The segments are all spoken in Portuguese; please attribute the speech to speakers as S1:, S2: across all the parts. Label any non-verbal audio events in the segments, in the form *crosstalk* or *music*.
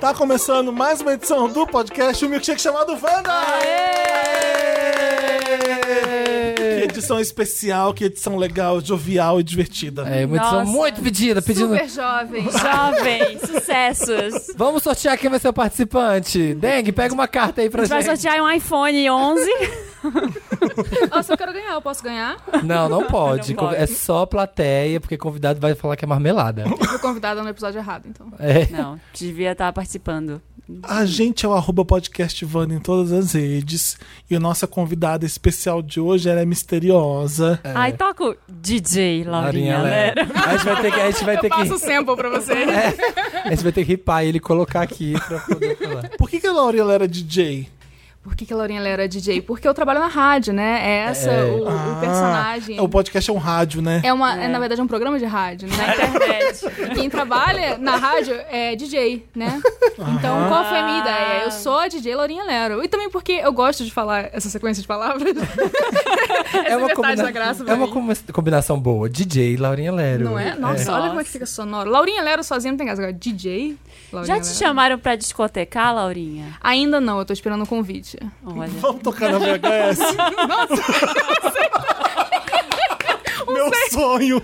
S1: Tá começando mais uma edição do podcast, o milkshake chamado Wanda! Que edição especial, que edição legal, jovial e divertida.
S2: É uma edição
S3: Nossa.
S2: muito pedida, pedindo.
S3: Super jovem,
S2: *laughs*
S3: jovem, sucessos.
S2: Vamos sortear quem vai ser o participante. Dengue, pega uma carta aí pra
S3: A gente vai
S2: gente.
S3: sortear um iPhone 11.
S4: Nossa, eu quero ganhar, eu posso ganhar?
S2: Não, não pode.
S3: Não pode.
S2: É só plateia, porque convidado vai falar que é marmelada.
S4: Eu fui convidada no episódio errado, então.
S2: É.
S3: Não, devia estar participando.
S1: A gente é o arroba podcast Wanda em todas as redes. E a nossa convidada especial de hoje, ela é misteriosa.
S3: Ai, toca o DJ Laurinha
S2: É.
S3: né?
S2: Larinha Lero.
S3: Lero.
S2: A gente vai ter que. A gente vai ter
S4: Eu passo o
S2: que,
S4: sample pra você.
S2: *laughs* a gente vai ter que ripar ele e colocar aqui pra poder falar.
S1: Por que, que a Laurie ela era DJ?
S4: Por que, que a Laurinha ela era DJ? Porque eu trabalho na rádio, né? É essa
S2: É.
S4: O, o
S1: Ah,
S4: personagem.
S1: O podcast é um rádio, né?
S4: É, uma, é, na verdade, um programa de rádio,
S3: Na
S4: né?
S2: *laughs*
S3: internet.
S4: Quem trabalha na rádio é DJ, né? Então, qual foi a
S3: Ah.
S4: minha ideia? Eu sou a DJ Laurinha Lero. E também porque eu gosto de falar essa sequência de palavras.
S2: É uma,
S4: metade da graça pra
S2: é uma
S4: mim.
S2: combina- combinação boa. DJ Laurinha Lero.
S4: Não é? Nossa, olha como é que fica sonoro. Laurinha Lero sozinha não tem graça. Agora, DJ Laurinha
S3: Já te
S4: Lero.
S3: chamaram pra discotecar, Laurinha?
S4: Ainda não, eu tô esperando o convite.
S3: Olha.
S1: Vamos tocar na VHS. *laughs* Meu sonho.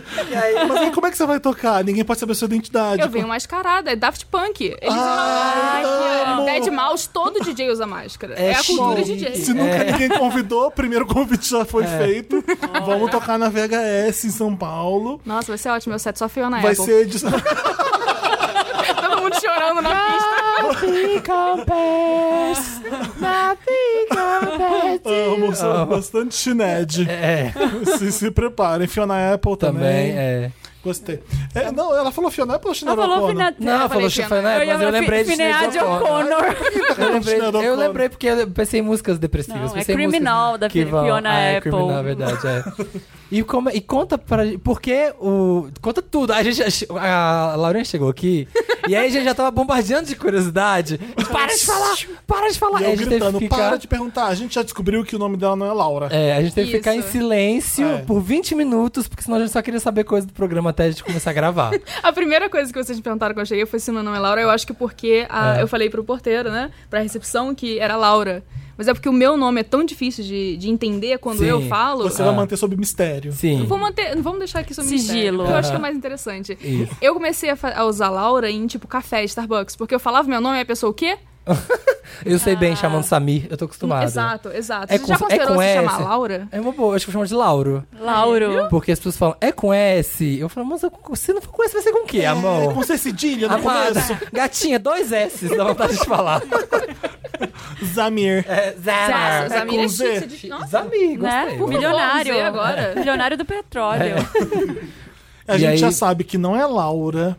S1: Mas aí, como é que você vai tocar? Ninguém pode saber a sua identidade.
S4: Eu venho mascarada, é Daft Punk. Eles
S1: Tipo, Ai, amo.
S4: usam máscara. Dead é Mouse, todo DJ usa máscara.
S2: É
S4: É, a cultura
S2: chique.
S4: DJ.
S1: Se nunca
S2: É.
S1: ninguém convidou, o primeiro convite já foi feito. Vamos tocar na VHS em São Paulo.
S4: Nossa, vai ser ótimo. Meu set
S2: Ah,
S4: só
S2: é
S4: feio na
S1: Vai
S4: Apple.
S1: ser edição.
S4: Todo mundo chorando na pista.
S2: Nothing compares. Nothing compares.
S1: Amo, sou bastante chined.
S2: Ah. É,
S1: Se, se preparem. Fiona Apple também.
S2: também é.
S1: Gostei. É, não, ela falou Fiona Apple ou China
S3: Não falou
S1: O'Connor?
S3: fina...
S2: Não,
S4: Eu
S2: falou
S4: falei
S2: Chifre,
S4: Fiona.
S2: né? Mas eu
S3: ia-
S2: lembrei de
S3: Finead
S2: Sinéad O'Connor.
S3: O'Connor.
S2: Eu lembrei,
S1: Sinéad
S2: eu
S1: O'Connor.
S2: lembrei porque eu pensei em músicas depressivas.
S3: Não,
S2: pensei
S3: é
S2: em músicas
S3: Criminal, da
S2: que vão-
S3: Fiona
S2: ah, É
S3: Apple.
S2: criminal, na verdade, é. E, como- é, e conta pra porque o conta tudo. A gente a Laurinha chegou aqui e aí a gente já tava bombardeando de curiosidade. Para de falar, para de falar.
S1: E
S2: Aí a
S1: eu
S2: gente teve
S1: gritando,
S2: que ficar
S1: para de perguntar. A gente já descobriu que o nome dela não é Laura.
S2: é, a gente teve que ficar em
S4: Isso.
S2: silêncio
S1: É.
S2: por 20 minutos, porque senão a gente só queria saber coisa do programa até a gente começar a gravar.
S4: A primeira coisa que vocês me perguntaram quando eu cheguei foi se meu nome é Laura. Eu acho que porque a-
S2: É.
S4: eu falei pro porteiro, né? Pra recepção, que era Laura. Mas é porque o meu nome é tão difícil de, de entender quando
S2: Sim.
S4: eu falo.
S1: Você
S2: Ah.
S1: vai manter sob mistério.
S2: Sim.
S4: Não vou manter- não vamos deixar aqui sobre
S3: Sigilo.
S4: mistério. Eu acho que é
S2: Aham.
S4: mais interessante.
S2: Isso.
S4: Eu comecei a, fa- a usar Laura em, tipo, café, Starbucks. Porque eu falava meu nome e a pessoa, o quê?
S2: Eu sei
S3: Ah.
S2: bem chamando Samir, eu tô acostumado.
S4: Exato, exato.
S2: É
S4: Você
S2: com-
S4: já
S2: é
S4: considerou
S2: com
S4: se chamar
S2: S?
S4: Laura?
S2: É uma boa, acho que eu chamo de Lauro.
S3: Lauro.
S2: Porque as pessoas falam, é com S? Eu falo, mas eu- se não for com S, vai ser com o quê,
S1: É,
S2: amor?
S1: com ser cedilha no
S2: Amada,
S1: começo.
S2: gatinha, dois S, dá vontade de falar.
S1: Zamir.
S2: É, Zara.
S1: Zara. É com
S4: Zamira
S1: Z.
S4: Chique, você diz- Nossa,
S2: Zami,
S3: Né?
S2: gostei.
S4: Por favor,
S3: Milionário.
S4: usei agora.
S3: *laughs* Milionário do
S2: É.
S3: petróleo.
S1: A
S2: E
S1: gente
S2: aí- Uhum.
S1: já sabe que não é Laura.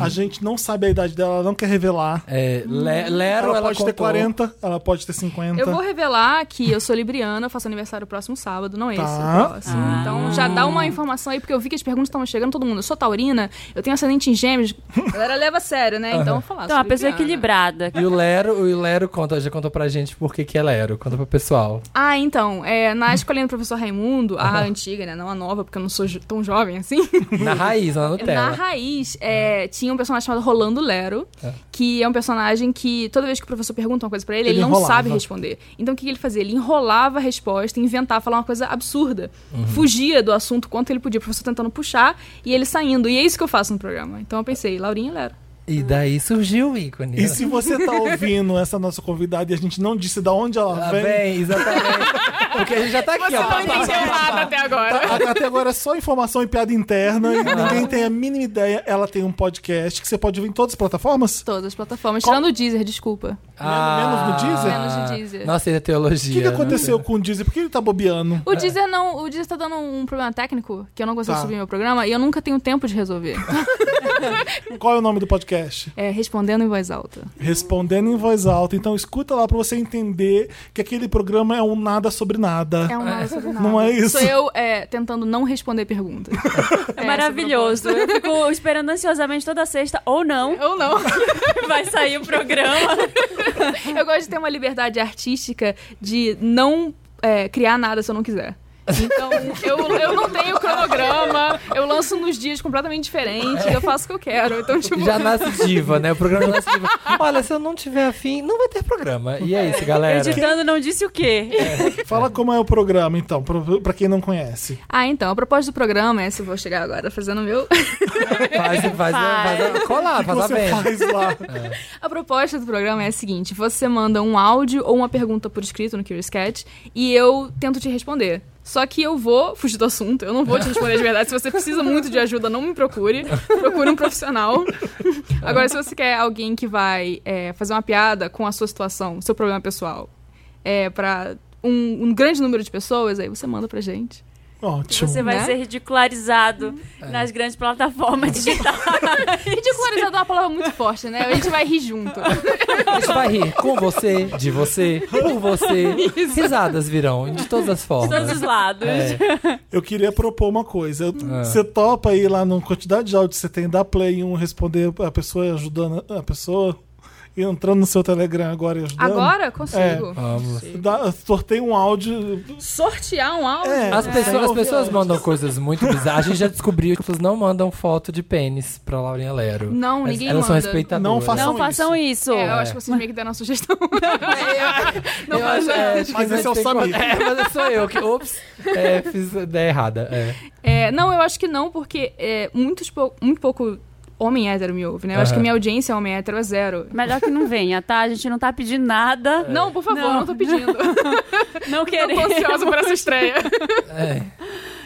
S1: A gente não sabe a idade dela, ela não quer revelar.
S2: É, Le- Lero,
S1: Ela,
S2: ela,
S1: pode ter
S2: contou.
S1: 40, ela pode ter 50.
S4: Eu vou revelar que eu sou libriana, eu faço aniversário próximo sábado, não é esse,
S1: Tá.
S4: o próximo.
S2: Ah.
S4: Então já dá uma informação aí, porque eu vi que as perguntas estavam chegando, todo mundo. Eu sou taurina, eu tenho ascendente em gêmeos. A galera leva a sério, né? Então eu vou falar.
S3: Então,
S4: sou
S3: uma
S2: é
S3: pessoa
S4: libriana.
S3: equilibrada.
S2: E o Lero, o Lero conta, já contou pra gente por que que é Lero. Conta pro pessoal.
S4: Ah, então, é, na escolinha do professor Raimundo, a antiga, né? Não a nova, porque eu não sou jo- tão jovem assim.
S2: Na raiz, na
S4: *laughs* Na
S2: Nutella.
S4: raiz, é, tinha um personagem chamado Rolando Lero, que é um personagem que toda vez que o professor pergunta uma coisa pra ele,
S1: Ele
S4: ele, não
S1: enrolava.
S4: sabe responder. Então o que que ele fazia? Ele enrolava a resposta, inventava, falava uma coisa absurda. Fugia do assunto quanto ele podia, o professor tentando puxar e ele saindo. E é isso que eu faço no programa. Então eu pensei, Laurinha Lero.
S2: E daí surgiu o ícone.
S1: E se você tá ouvindo essa nossa convidada e a gente não disse da onde ela
S2: Ah,
S1: vem,
S2: bem, exatamente. Porque a gente já tá aqui, ó. pá, pá, pá, pá, pá.
S4: até agora.
S1: tá- até agora é só informação e piada interna, e
S2: Ah.
S1: ninguém tem a mínima ideia. Ela tem um podcast que você pode ouvir em todas as plataformas?
S4: Todas as plataformas,
S1: Qual-
S4: tirando o Deezer, desculpa.
S1: Menos no Deezer?
S4: Menos no Deezer.
S2: Ah. Nossa, ele é teologia.
S1: O que, que aconteceu com o Disney? Por que ele tá bobeando?
S4: O Deezer não. O Deezer tá dando um problema técnico que eu não consigo
S1: Tá.
S4: subir meu programa e eu nunca tenho tempo de *laughs* resolver.
S1: Qual é o nome do podcast?
S4: É, respondendo em voz alta.
S1: Respondendo em voz alta. Então escuta lá pra você entender que aquele programa é um nada sobre nada.
S4: É um nada sobre nada.
S1: Não é isso?
S4: Sou eu é, tentando não responder perguntas.
S3: É maravilhoso. Eu fico esperando ansiosamente toda sexta, ou não,
S4: Ou não.
S3: vai sair o programa.
S4: Eu gosto de ter uma liberdade artística de não é, criar nada se eu não quiser. Então, eu, eu não tenho cronograma, eu lanço nos dias completamente diferentes, eu faço o que eu quero. Então, tipo,
S2: Já nasce diva, né? O programa nasce diva. Olha, se eu não tiver afim, não vai ter programa. E é isso, galera.
S3: Editando não disse o quê.
S1: Fala como é o programa, então, pro- pra quem não conhece.
S4: Ah, então, a proposta do programa é, se eu vou chegar agora fazendo o meu...
S2: Faz, faz, faz, a- faz a colar, faz a
S1: Você
S2: venda.
S1: faz lá.
S2: *laughs*
S4: A proposta do programa é a seguinte: você manda um áudio ou uma pergunta por escrito no Curious Cat e eu tento te responder. Só que eu vou fugir do assunto, eu não vou te responder de verdade. Se você precisa muito de ajuda, não me procure. Procure um profissional. Agora, se você quer alguém que vai é, fazer uma piada com a sua situação, seu problema pessoal, é, pra um, um grande número de pessoas, aí você manda pra gente.
S1: Ótimo.
S3: Você vai
S4: Né? Hum.
S3: ser ridicularizado
S2: É.
S3: nas grandes plataformas digitais.
S4: Ridicularizado é uma palavra muito forte, né? A gente vai rir junto.
S2: A gente vai rir com você, de você, por você. Risadas virão, de todas as
S3: de todos
S2: formas.
S3: os lados.
S2: É.
S1: Eu queria propor uma coisa. Eu-
S2: Ah.
S1: Você topa ir lá na quantidade de áudio que você tem, dar play em um, responder a pessoa ajudando a pessoa, e entrando no seu Telegram agora e ajudando.
S4: Agora, consigo.
S2: Vamos.
S1: Dá, sorteia um áudio.
S4: Sortear um áudio.
S1: É.
S2: As pessoas, as
S1: ouvi
S2: pessoas
S1: antes.
S2: mandam coisas muito bizarras. A gente já descobriu que as pessoas não mandam foto de pênis pra Laurinha Lero.
S4: Não,
S2: Mas
S4: ninguém
S2: Elas são
S4: manda.
S2: respeitadoras.
S1: Não façam-
S3: Não façam isso.
S4: É, eu
S2: É.
S4: acho que vocês meio que deram a *laughs* sugestão. *laughs*
S2: Eu acho- é, acho que
S1: Mas
S2: a gente
S1: esse é o
S2: tem que-
S1: Samir.
S2: É, mas sou eu que. Ops. É, fiz a ideia errada. É.
S4: É, não, eu acho que não, porque é, muitos pou- muito pouco homem hétero me ouve, né? Eu acho que
S2: Aham.
S4: minha audiência homem hétero é zero.
S3: Melhor que não venha, tá? A gente não tá pedindo
S2: É.
S3: nada.
S4: Não, por favor,
S3: Não.
S4: não, tô pedindo. *laughs*
S3: Não
S4: Eu tô
S3: queremos.
S4: ansiosa por essa estreia.
S2: é.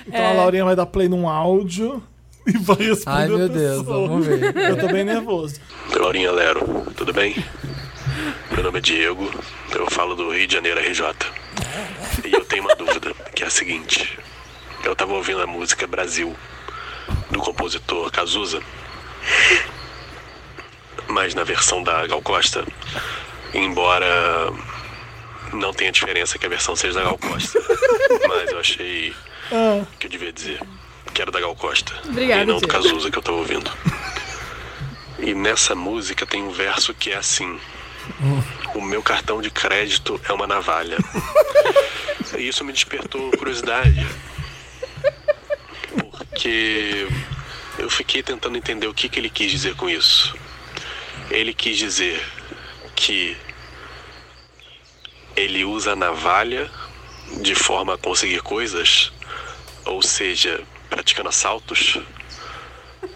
S1: Então a Laurinha vai dar play num áudio *laughs* e vai responder.
S2: Ai,
S1: a
S2: meu Deus,
S1: pessoa.
S2: vamos ver.
S1: Eu tô bem nervoso.
S5: Oi, Laurinha Lero, tudo bem? Meu nome é Diego, eu falo do Rio de Janeiro RJ. E eu tenho uma dúvida, que é a seguinte. Eu tava ouvindo a música Brasil, do compositor Cazuza, mas na versão da Gal Costa, embora não tenha diferença que a versão seja da Gal Costa, mas eu achei que eu devia dizer que era da Gal Costa.
S4: Ah. Obrigada,
S5: e não do
S4: Diego.
S5: Cazuza que eu tava ouvindo. E nessa música tem um verso que é assim: O meu cartão de crédito é uma navalha. e isso me despertou curiosidade. Porque eu fiquei tentando entender o que, que ele quis dizer com isso. Ele quis dizer que ele usa a navalha de forma a conseguir coisas, ou seja, praticando assaltos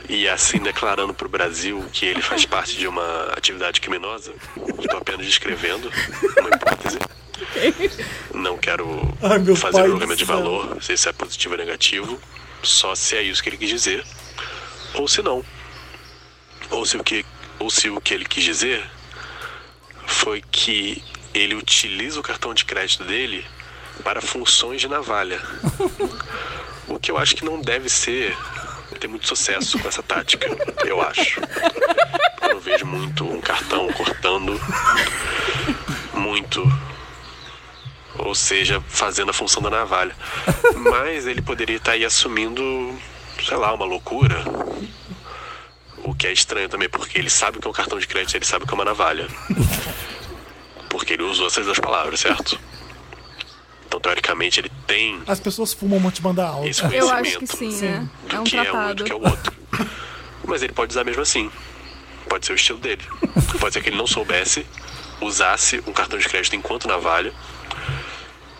S5: e assim declarando para o Brasil que ele faz parte de uma atividade criminosa. Estou apenas descrevendo uma hipótese. Não quero
S1: Ai, meu
S5: fazer
S1: pai
S5: um
S1: do
S5: programa de
S1: céu.
S5: valor, se isso é positivo ou negativo, só se é isso que ele quis dizer, ou se não. Ou se o que, ou se o que ele quis dizer foi que ele utiliza o cartão de crédito dele para funções de navalha. o que eu acho que não deve ser ter muito sucesso com essa tática, eu acho. Eu não vejo muito um cartão cortando muito. Ou seja, fazendo a função da navalha. Mas ele poderia estar aí assumindo, sei lá, uma loucura. O que é estranho também, porque ele sabe o que é um cartão de crédito, ele sabe o que é uma navalha. Porque ele usou essas duas palavras, certo? Então, teoricamente, ele tem
S1: As pessoas fumam um monte de mandar áudio.
S5: esse
S4: Eu
S5: conhecimento
S4: acho que sim, né?
S5: do
S4: É um
S5: que é um e do
S4: tratado.
S5: que é o outro. Mas ele pode usar mesmo assim. Pode ser o estilo dele. Pode ser que ele não soubesse, usasse um cartão de crédito enquanto navalha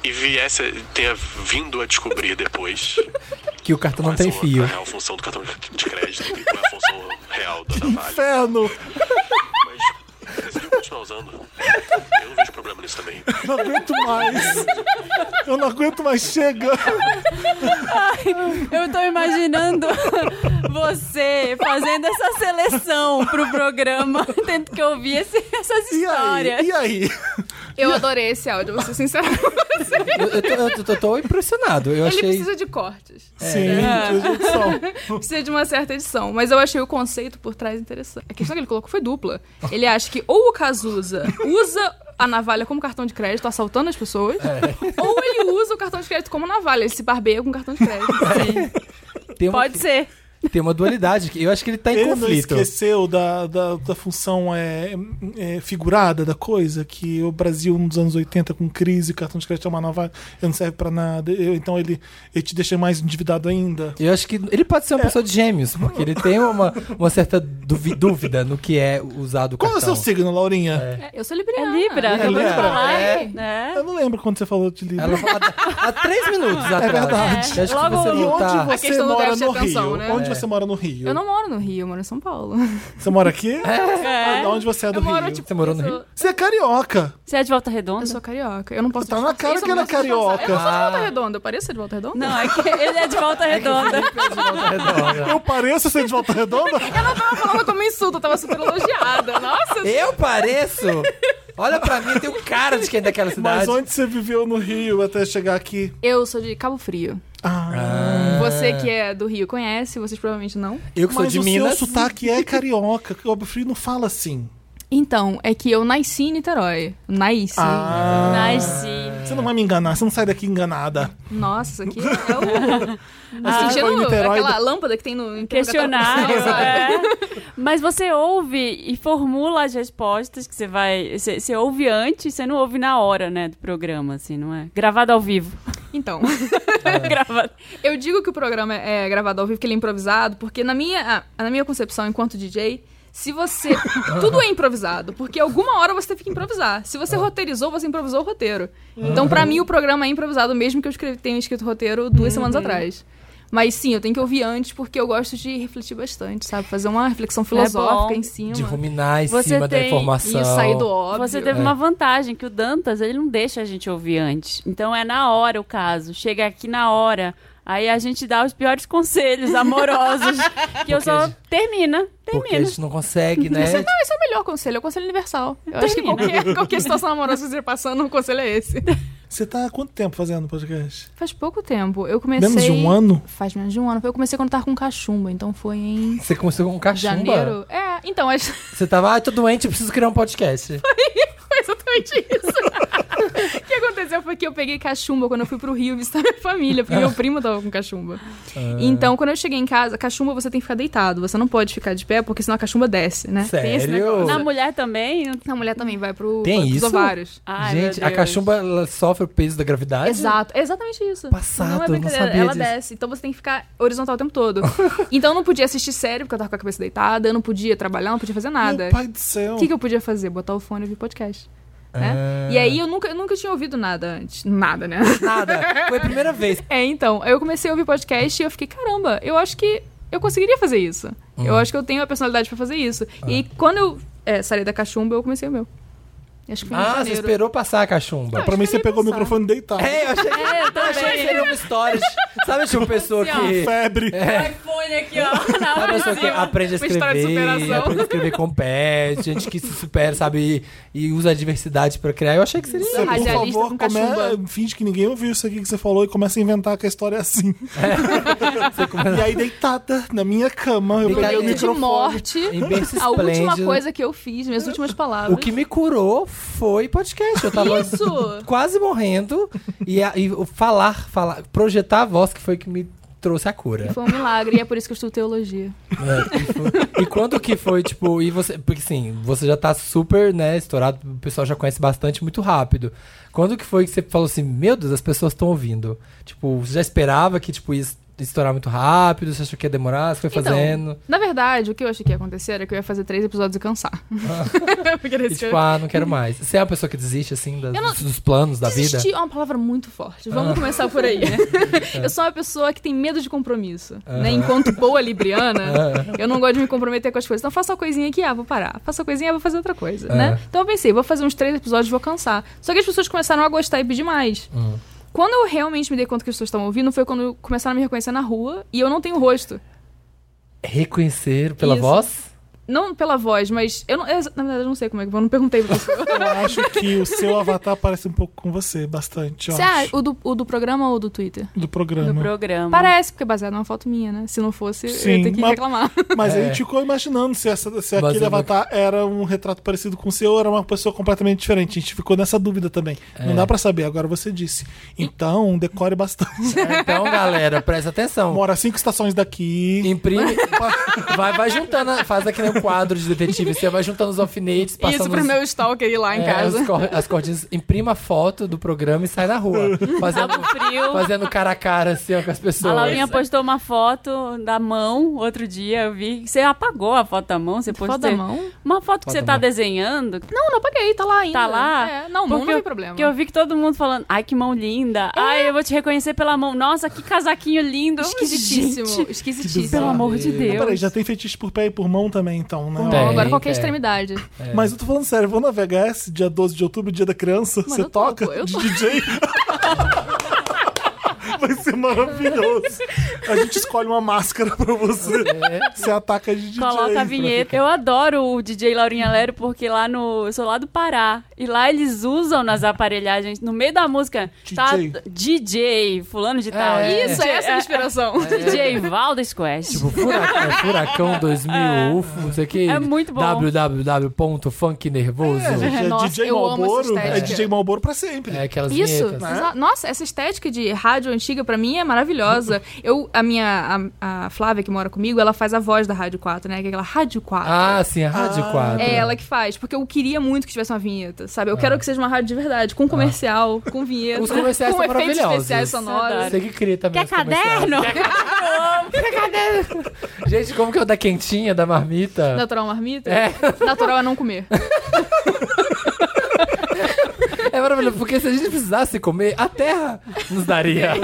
S5: e viesse, tenha vindo a descobrir depois
S2: Que o cartão não
S5: quais
S2: tem
S5: são
S2: fio.
S5: a real função do cartão de crédito e qual é a função real da navalha.
S1: *laughs* Inferno!
S5: Mas decidiu continuar usando. Eu não vejo problema nisso também.
S1: Não aguento mais! Eu não aguento mais, chega!
S3: Eu tô imaginando *laughs* você fazendo essa seleção pro programa, *laughs* tendo que ouvir esse- essas
S1: E aí?
S3: histórias.
S1: E aí?
S4: Eu adorei esse áudio, vou ser sincera.
S2: Eu, eu tô, eu tô- eu tô impressionado. Eu
S4: *laughs* Ele
S2: achei.
S4: precisa de cortes.
S2: É.
S1: Sim, edição.
S4: Precisa de uma certa edição. Mas eu achei o conceito por trás interessante. A questão que ele colocou foi dupla. Ele acha que ou o Cazuza usa a navalha como cartão de crédito, assaltando as pessoas,
S1: É.
S4: ou ele usa o cartão de crédito como navalha. Ele se barbeia com cartão de crédito.
S3: Pode ser.
S2: Tem uma dualidade. que Eu acho que ele tá em
S1: Ele não
S2: conflito.
S1: esqueceu da, da, da função é, é, figurada da coisa, que o Brasil nos anos 80, com crise, cartão de crédito é uma nova. Eu não serve pra nada. Eu- então ele, ele te deixa mais endividado ainda.
S2: Eu acho que ele pode
S1: É.
S2: ser uma pessoa de gêmeos, porque ele tem uma, uma certa duvi- dúvida no que é usado o
S1: Qual é o
S2: cartão.
S1: seu signo, Laurinha?
S4: Eu sou libriana.
S3: É Libra, acabou de
S1: Libra.
S3: falar.
S2: É.
S3: né?
S1: Eu não lembro quando você falou de livro.
S2: Ela falou há, há três minutos atrás.
S1: verdade.
S2: Eu acho
S3: Logo-
S2: que você
S1: E
S2: não tá...
S1: onde
S4: A
S1: você
S4: questão do
S1: mora
S4: déficit
S1: no
S4: de atenção,
S1: Rio?
S4: né?
S1: Onde
S2: É.
S1: você mora no Rio?
S4: Eu não moro no Rio, eu moro em São Paulo.
S1: Você mora aqui? Ah, onde você é do
S4: eu moro,
S1: Rio?
S4: tipo,
S2: Você morou
S4: eu
S2: no
S4: sou-
S2: Rio?
S1: Você é carioca.
S3: Você é de volta redonda?
S4: Eu sou carioca. Eu não posso
S1: Tá na
S4: disfarçar.
S1: cara
S4: Isso,
S1: que
S4: eu não
S1: ela é
S4: posso disfarçar.
S1: carioca. Ah.
S4: Eu não sou de volta redonda. Eu pareço ser de volta redonda?
S3: Não, é que ele é de volta redonda.
S1: Eu pareço ser de volta
S4: *laughs*
S1: redonda?
S4: Eu não tava falando como insulto, eu tava super elogiada. Nossa,
S2: Eu pareço? Olha pra mim, eu tenho cara de quem é daquela
S1: Mas
S2: cidade.
S1: onde você viveu no Rio até chegar aqui?
S4: eu sou de Cabo Frio.
S2: Ah,
S4: Você que é do Rio conhece, vocês provavelmente não.
S2: Eu que sou
S1: Mas
S2: de
S1: o
S2: Minas.
S1: seu sotaque é carioca. que O Bob Frio não fala assim.
S4: Então, é que eu nasci em Niterói. Nasci.
S1: Ah,
S3: Nasci.
S1: Você não vai me enganar. Você não sai daqui enganada.
S4: Nossa, isso aqui é o... Assim,
S1: Ah, foi em
S4: cheiro
S1: Niterói
S4: aquela lâmpada que tem no... *laughs*
S3: questionário.
S4: sabe?
S3: é. Mas você ouve e formula as respostas que você vai. Você, você ouve antes, você não ouve na hora, né? Do programa, assim, não é? Gravado ao vivo.
S4: Então,
S2: É.
S3: *laughs* Gravado.
S4: eu digo que o programa é gravado ao vivo, que ele é improvisado, porque na minha, ah, na minha concepção enquanto DJ,
S3: *laughs*
S4: se você... Tudo é improvisado, porque alguma hora você teve que improvisar. Se
S3: Ah.
S4: você roteirizou, você improvisou o roteiro. Então, pra mim, o programa é improvisado, mesmo que eu escrevi- tenha escrito o roteiro duas
S3: Uhum.
S4: semanas atrás. Mas sim, eu tenho que ouvir antes, porque eu gosto de refletir bastante, sabe? Fazer uma reflexão filosófica
S3: É bom
S4: em cima.
S2: De ruminar em
S3: Você
S2: cima da
S3: tem-
S2: informação.
S4: E sair do óbvio.
S3: Você teve
S2: É.
S3: uma vantagem, que o Dantas, ele não deixa a gente ouvir antes. Então é na hora o caso. Chega aqui na hora. Aí a gente dá os piores conselhos
S2: *laughs*
S3: amorosos. que eu
S2: Porque a
S3: só.
S2: gente-
S3: Termina,
S2: Porque
S3: termina.
S2: a gente não consegue,
S4: *laughs*
S2: né?
S4: Não, esse é o melhor conselho, é o conselho universal. Eu acho que qualquer, qualquer situação amorosa que você esteja passando, o conselho é esse.
S1: Você tá há quanto tempo fazendo podcast?
S4: Faz pouco tempo. Eu comecei.
S1: Menos de um ano?
S4: Faz menos de um ano. Eu comecei quando tava com cachumba, então foi em
S2: Você começou com um cachumba.
S4: janeiro. É, *laughs* então, acho que
S2: Você tava, ah, tô doente, eu preciso criar um podcast.
S4: foi exatamente isso. o que aconteceu foi que eu peguei cachumba quando eu fui pro Rio visitar minha família, porque meu primo tava com cachumba. Então, quando eu cheguei em casa, cachumba você tem que ficar deitado, você não pode ficar de pé, porque senão a cachumba desce, né? *laughs* Tem esse
S2: Sério?
S4: negócio.
S3: Na mulher também. não-
S4: Na mulher também vai pro,
S2: Tem
S4: vai pros
S2: isso?
S4: ovários.
S3: Ai, meu
S2: Gente, a
S3: Deus.
S2: cachumba ela sofre o peso da gravidade?
S4: Exato, é exatamente isso.
S2: Passado,
S4: não é
S2: não
S4: brincadeira,
S2: sabia
S4: ela
S2: disso.
S4: desce. Então você tem que ficar horizontal o tempo todo. *laughs* então eu não podia assistir série, porque eu tava com a cabeça deitada, eu não podia trabalhar, eu não podia fazer nada.
S1: Meu pai do céu.
S4: O que, que eu podia fazer? Botar o fone e ouvir podcast. Né?
S2: Ah.
S4: E aí eu nunca, eu nunca tinha ouvido nada antes. Nada, né? *laughs*
S2: Nada. Foi a primeira vez.
S4: É, então, eu comecei a ouvir podcast e eu fiquei, caramba, eu acho que eu conseguiria fazer isso.
S2: Uhum.
S4: Eu acho que eu tenho a personalidade pra fazer isso. E
S2: Ah.
S4: aí, quando eu é, saí da cachumba, eu comecei o meu. Acho que foi em
S2: Ah, você
S4: janeiro.
S2: esperou passar a cachumba.
S1: É, Pra mim, você
S4: Esperei
S1: pegou o
S4: passar.
S1: microfone deitado.
S2: É, eu achei que,
S3: É, eu
S2: eu achei que
S3: também.
S2: seria uma história. de- Sabe, tipo, pessoa
S4: assim,
S2: que.
S1: Febre.
S2: É.
S3: iPhone aqui,
S2: *laughs*
S3: ó. Na
S2: Sabe a pessoa que aprende a
S4: assim, Uma história
S2: escrever,
S4: de superação.
S2: aprende a escrever com pés, gente que se supera, sabe? E, e usa a diversidade pra criar. Eu achei que seria.
S1: Você, por
S4: Radialista
S1: favor,
S4: com
S1: come... é,
S4: cachumba.
S1: finge que ninguém ouviu isso aqui que você falou e começa a inventar que a história é assim. *laughs*
S2: É.
S1: e aí, deitada na minha cama, eu
S2: Deitada
S1: peguei o
S2: em-
S4: de
S1: microfone.
S4: morte.
S2: Em berço
S4: A última
S2: esplêndido.
S4: coisa que eu fiz, minhas últimas palavras.
S2: O que me é curou foi podcast. Eu tava *laughs*
S4: Isso!
S2: quase morrendo e, a- e o falar, falar, projetar a voz que foi que me trouxe a cura.
S4: Foi um milagre, e é por isso que eu estudo teologia.
S2: É, e, foi- e quando que foi, tipo, e você. Porque assim, você já tá super, né, estourado, o pessoal já conhece bastante muito rápido. Quando que foi que você falou assim, meu Deus, as pessoas estão ouvindo? Tipo, você já esperava que, tipo, ia estourar muito rápido, você achou que ia demorar, você foi
S4: Então,
S2: fazendo.
S4: Na verdade, o que eu achei que ia acontecer era que eu ia fazer três episódios e cansar. *laughs* Porque era
S2: E
S4: isso que
S2: tipo, ah, não quero mais. Você é uma pessoa que desiste, assim, das-
S4: Eu não-
S2: dos planos da vida? Ah.
S4: Desistir é uma palavra muito forte. Vamos começar
S2: *laughs*
S4: por aí. Eu sou uma pessoa que tem medo de compromisso. né? Enquanto boa libriana, eu não gosto de me comprometer com as coisas. Então faço uma coisinha aqui, ah, vou parar. Faço uma coisinha, ah, vou fazer outra coisa. né? Então eu pensei, vou fazer uns três episódios, vou cansar. Só que as pessoas começaram a gostar e pedir mais.
S2: Hum.
S4: Quando eu realmente me dei conta que as pessoas estavam ouvindo, foi quando começaram a me reconhecer na rua e eu não tenho rosto.
S2: Reconhecer pela
S4: Isso. *laughs*
S2: voz?
S4: Não pela voz, mas. Eu, não, eu, na verdade, eu não sei como é que eu não perguntei
S2: *laughs*
S4: pra você.
S1: Eu acho que o seu avatar parece um pouco com você, bastante, eu
S4: Você
S1: acho.
S4: acha o do, o do programa ou do Twitter?
S1: Do
S3: do
S1: programa.
S3: programa.
S4: Parece, porque é baseado numa foto minha, né? Se não fosse, eu
S1: Sim,
S4: ia ter que
S1: mas-
S4: reclamar. *laughs*
S1: Mas
S2: É.
S1: aí a gente ficou imaginando se, essa- se
S2: Mas
S1: aquele
S2: eu não-
S1: avatar era um retrato parecido com o seu ou era uma pessoa completamente diferente. A gente ficou nessa dúvida também.
S2: É.
S1: Não dá pra saber, agora você disse. Então, decore bastante.
S2: *laughs* Então, galera, presta atenção.
S1: Mora cinco estações daqui.
S2: Imprime, *laughs* vai, vai juntando, a- faz aquele quadro de detetive, você vai juntando os alfinetes, passando
S4: Isso pro
S2: os-
S4: meu stalker ir lá em
S2: é,
S4: casa. *laughs*
S2: os cor- as cordinhas, imprima a foto do programa e sai na rua, fazendo,
S3: frio.
S2: fazendo cara a cara assim ó, com as
S3: A
S2: pessoas.
S3: Laurinha postou uma foto da mão outro dia, eu vi. Você apagou a foto da mão, você postou.
S4: Foto da mão?
S3: Uma foto que
S2: Foto
S3: você
S2: da
S3: tá
S2: mão.
S3: desenhando.
S4: Não, não paguei, tá lá ainda.
S3: Tá lá?
S4: É, não, mão não
S3: Porque eu-
S4: tem problema. É.
S3: Porque eu vi que todo mundo falando, ai, que mão linda. Ai, eu vou te reconhecer pela mão. Nossa, que casaquinho lindo.
S4: Esquisitíssimo,
S3: Gente,
S4: esquisitíssimo.
S3: Pelo amor de
S2: Não,
S1: Não, peraí,
S3: Deus.
S1: já tem feitiço por pé e por mão também, então, né?
S2: Tem,
S4: Bom, agora qualquer
S2: tem.
S4: extremidade.
S2: É.
S1: Mas eu tô falando sério, vou na VHS, dia 12 de outubro, dia da criança, você
S4: eu
S1: toca
S4: toco, eu
S1: de
S4: toco.
S1: DJ. *laughs* Vai ser maravilhoso. A gente escolhe uma máscara pra você.
S2: É.
S1: Você ataca de DJ.
S3: Coloca a vinheta. Eu adoro o DJ Laurinha Lero porque lá no. Eu sou lá do Pará. E lá eles usam nas aparelhagens, no meio da música.
S1: DJ.
S3: Tá, DJ, Fulano de Tal.
S2: É.
S4: Isso, é essa a inspiração.
S3: DJ Valdes Quest.
S2: Tipo, furacão, furacão 2000, UFO, não sei o que.
S3: É muito bom.
S2: www.funknervoso. É,
S1: É
S4: Nossa,
S1: DJ
S4: eu amo essa
S1: Malboro, é
S4: estética.
S1: DJ Malboro pra sempre. né?
S2: aquelas
S4: *laughs* Isso,
S2: vinhetas.
S4: exa- nossa, essa estética de rádio antiga pra mim é maravilhosa. Eu, a minha, a, a Flávia que mora comigo, ela faz a voz da Rádio 4, né? Que é aquela Rádio 4.
S2: Ah, sim, a Rádio
S1: Ah.
S2: 4.
S4: É ela que faz, porque eu queria muito que tivesse uma vinheta, sabe? Eu quero que seja uma rádio de verdade, com comercial, com vinheta,
S2: É. Os comerciais
S4: com
S2: são
S4: efeitos
S2: maravilhosos.
S4: especiais sonoros.
S2: Você que cria também.
S3: Quer
S2: os comerciais.
S3: caderno?
S2: Gente, como que é o da quentinha, da marmita?
S4: Natural marmita?
S2: É.
S4: Natural é não
S2: *laughs*
S4: comer.
S2: É maravilhoso, porque se a gente precisasse comer, a terra nos
S4: *laughs*
S2: daria.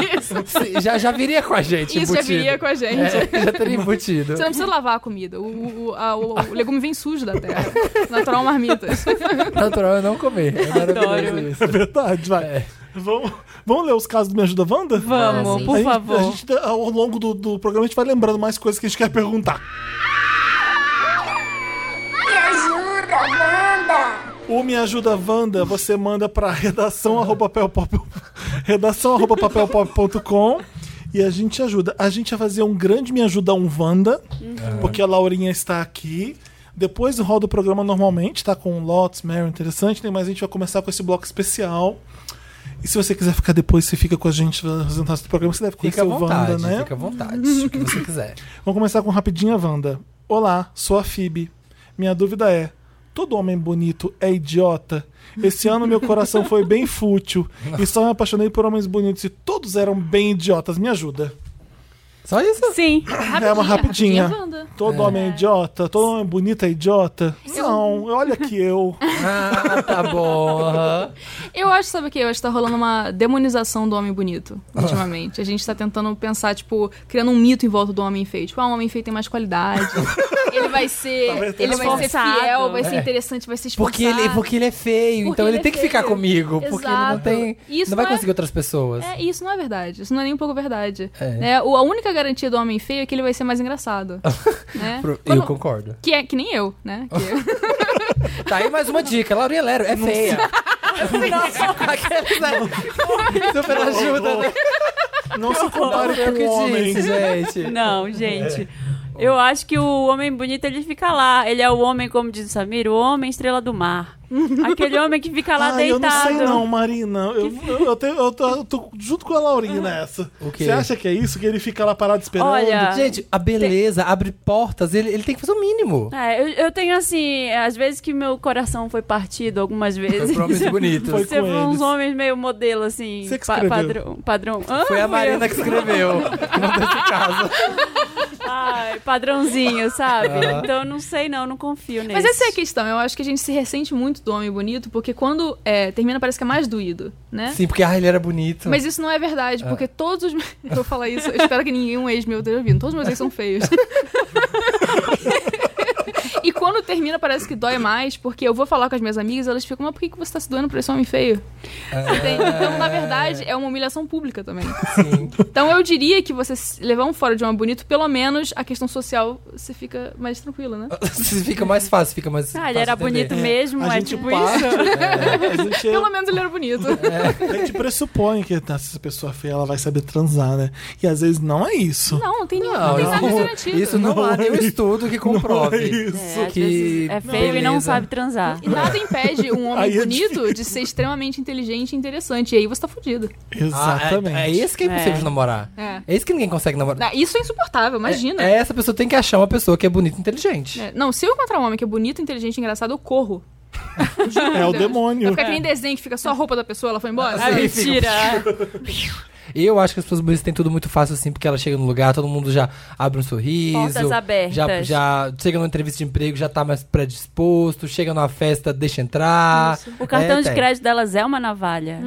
S2: Se- Já, já viria com a gente
S4: Isso já
S2: embutido.
S4: viria com a gente.
S2: Tipo É, já teria embutido.
S4: Você não precisa lavar a comida. O, o- a- o- o legume vem sujo da terra.
S2: *laughs*
S4: Natural marmita.
S2: Natural é não comer. É maravilhoso isso.
S1: É verdade, vai.
S2: É.
S1: Vamos, vamos ler os casos do Me Ajuda Wanda?
S3: Vamos,
S1: A
S3: por
S1: gente-
S3: favor.
S1: A gente, tá, ao longo do, do programa a gente vai lembrando mais coisas que a gente quer perguntar.
S6: Me ajuda, Wanda!
S1: O Me Ajuda Wanda, você manda para redação arroba papelpop- redação arroba papelpop.com e a gente ajuda. A gente vai fazer um grande Me Ajuda um Wanda,
S2: Uhum.
S1: porque a Laurinha está aqui. Depois roda o programa normalmente, tá? Com Lotus, Mary, interessante, né? Mas a gente vai começar com esse bloco especial. E se você quiser ficar depois, você fica com a gente fazendo o resto do programa, você deve conhecer
S2: Fica à
S1: o
S2: vontade,
S1: Wanda, né?
S2: fica à vontade. O que você quiser.
S1: Vamos começar com rapidinha, Wanda. Olá, sou a Fib. Minha dúvida é: todo homem bonito é idiota? Esse ano meu coração foi bem fútil e só me apaixonei por homens bonitos e todos eram bem idiotas. Me ajuda.
S2: Só isso?
S3: Sim.
S1: é uma rapidinha.
S4: Wanda.
S1: Todo homem é idiota? Todo homem bonito é idiota? Não, olha que
S2: *laughs*
S1: eu.
S2: Ah, tá bom. aham.
S4: Eu acho, sabe o que? Eu acho que tá rolando uma demonização do
S2: *laughs*
S4: homem bonito ultimamente. A gente tá tentando pensar, tipo, criando um mito em volta do homem feio. Tipo, ah, o homem feio tem
S2: *laughs*
S4: mais qualidade. ele vai ser.
S1: vendo?
S4: ele vai ser
S3: Esforçado.
S4: fiel, vai ser
S2: É.
S4: interessante, vai ser
S2: *laughs*
S4: esforçado.
S2: Porque ele, porque ele é feio,
S4: Porque
S2: então ele,
S4: ele é
S2: tem que ficar
S4: feio.
S2: comigo. Porque ele não
S4: Exato.
S2: tem.
S4: Isso
S2: não vai
S4: não é-
S2: conseguir outras pessoas.
S4: É, isso não é verdade. Isso não é nem um pouco verdade.
S2: É.
S4: Né? O- a única garantia do homem feio é que ele vai ser
S2: *laughs*
S4: mais engraçado. né?
S2: Pro-
S4: Quando-
S2: Eu concordo.
S4: Que é que nem eu, né?
S2: *laughs*
S4: Que
S2: É
S4: eu-
S2: Tá aí mais uma dica. Laurinha Lero é feia. *laughs* Aqueles, né? Super ajuda, né?
S1: Não se compare
S2: Eu
S1: com
S2: que
S1: o homem.
S2: disse,
S3: *laughs*
S2: gente.
S3: Não, gente.
S1: É.
S3: Eu acho que o homem bonito, ele fica lá. Ele é o homem, como diz o Samir, o homem estrela
S1: *laughs*
S3: do mar. Aquele homem que fica lá
S1: Ah, eu não
S3: deitado.
S1: sei não, Marina. Eu, eu, eu tenho- eu tô, eu tô junto com a Laurinha nessa.
S2: O quê?
S1: Você acha que é isso? Que ele fica lá parado esperando?
S3: Olha,
S2: Gente, a beleza abre portas. Ele, ele tem que fazer o mínimo.
S3: É, eu, eu tenho assim, às vezes que meu coração foi partido algumas vezes.
S2: Foi pro homens bonitos.
S1: Foi
S3: *laughs* Você
S1: com
S3: vê uns
S1: eles.
S3: homens meio modelo, assim,
S1: Você que
S3: pa-
S1: escreveu.
S3: padrão. padrão. Ah,
S2: Foi a
S3: fui eu.
S2: Marina que escreveu. Mandou esse caso.
S3: Ai, padrãozinho, sabe? Então eu não sei, não, não confio nele.
S4: Mas essa é a questão. Eu acho que a gente se ressente muito do homem bonito, porque quando é, termina parece que é mais doído, né?
S2: Sim, porque ah, ele era bonito.
S4: Mas isso não é verdade, porque todos os. meus- Eu vou falar isso, eu espero que ninguém um ex meu esteja ouvindo. Todos os meus ex são feios. *laughs* e quando termina, parece que dói mais, porque eu vou falar com as minhas amigas, elas ficam, mas por que que você tá se doando pra esse homem feio? Você tem- Então, na verdade, é uma humilhação pública também.
S2: Sim.
S4: Então eu diria que você se levar um fora de homem bonito, pelo menos a questão social você fica mais tranquila, né?
S2: fica mais fácil, fica mais.
S3: Ah, ele
S2: fácil
S3: era
S2: entender.
S3: bonito mesmo,
S1: A
S3: é
S1: gente
S3: tipo
S1: parte,
S3: isso.
S1: né? a,
S4: *laughs*
S1: gente,
S4: Pelo menos ele era bonito.
S1: a gente pressupõe que tá, se essa pessoa feia ela vai saber transar, né? E às vezes não é isso.
S4: Não, não tem, não,
S2: Não,
S4: tem nada
S2: não,
S4: garantido.
S2: isso não,
S1: Não
S2: há nenhum
S1: é isso.
S2: estudo que
S1: Não
S2: comprove.
S1: é isso.
S3: É, às
S2: Que
S3: vezes é feio e não
S2: beleza.
S3: sabe transar.
S4: E nada impede um homem
S1: Aí é
S4: bonito
S1: difícil.
S4: de ser extremamente inteligente e interessante. E aí você tá fudido.
S2: Ah,
S1: Exatamente.
S2: é, é esse que é impossível
S3: É.
S2: de namorar.
S4: É.
S2: É esse que ninguém consegue namorar.
S4: Ah, Isso é insuportável, imagina.
S2: É, essa pessoa tem que achar uma pessoa que é bonita e inteligente.
S4: É, Não, se eu encontrar um homem que é bonito, inteligente e engraçado, eu corro.
S1: É o
S4: Vai
S1: demônio.
S4: ficar que nem desenho que fica só a roupa da pessoa, ela foi embora.
S3: Ah,
S2: Sim,
S3: mentira.
S2: Eu acho que as pessoas bonitas têm tudo muito fácil, assim, porque elas chegam no lugar, todo mundo já abre um sorriso.
S3: Portas abertas.
S2: Já, já chega numa entrevista de emprego, já tá mais predisposto, chega numa festa, deixa entrar.
S3: O cartão
S2: É,
S3: de
S2: tem.
S3: crédito delas é uma navalha.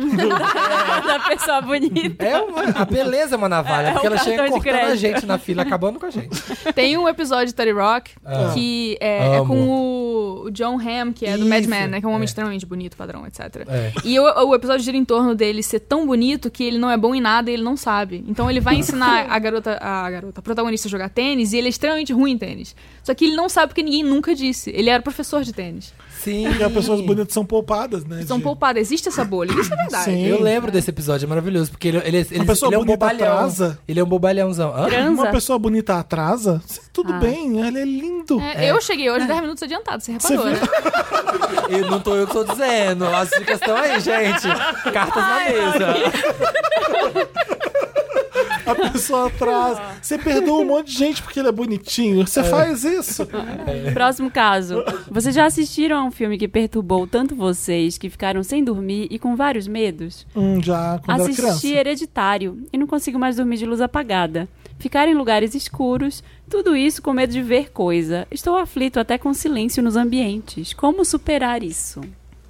S3: da pessoa bonita.
S2: É uma, a beleza é uma navalha,
S3: É, é
S2: porque
S3: um
S2: ela chega
S3: cartão de
S2: cortando a
S3: crédito.
S2: gente na fila, acabando com a
S1: *laughs*
S2: gente.
S4: *laughs* Tem um episódio de 30 Rock
S2: Ah.
S4: que é, é
S2: Amo.
S4: com o, o John Hamm, que é do
S2: Isso.
S4: Mad Men, né? Que é um homem
S2: É.
S4: extremamente bonito, padrão, etc.
S2: É.
S4: E o, o episódio gira em torno dele ser tão bonito que ele não é bom em nada e ele não sabe. Então ele
S2: *laughs*
S4: vai ensinar a garota, a garota, a protagonista a jogar tênis e ele é extremamente ruim em tênis. Só que ele não sabe porque ninguém nunca disse. Ele era professor de tênis.
S2: Sim.
S1: Porque as pessoas bonitas são poupadas, né?
S4: São
S1: de-
S4: poupadas, existe essa bolha. Isso é verdade.
S1: Sim.
S2: Eu lembro desse episódio, é maravilhoso, porque ele, ele, ele,
S1: pessoa
S2: ele é um
S1: bonita
S2: bobalhão.
S1: atrasa.
S2: Ele é um bobalhãozão. Hã?
S1: Uma
S3: Transa.
S1: pessoa bonita atrasa, cê- tudo
S3: Ah.
S1: bem, ele é lindo.
S4: É, Eu cheguei hoje 10 minutos adiantado, você reparou, né?
S2: Eu, não tô eu que tô dizendo. As dicas estão aí, gente. Cartas na mesa.
S1: A pessoa atrasa. Você perdoa um monte de gente porque ele é bonitinho. Você faz isso.
S3: Próximo caso. Vocês já assistiram a um filme que perturbou tanto vocês que ficaram sem dormir e com vários medos?
S1: Hum, já quando era criança.
S3: Assisti Hereditário e não consigo mais dormir de luz apagada. Ficar em lugares escuros, tudo isso com medo de ver coisa. Estou aflito até com silêncio nos ambientes. Como superar isso?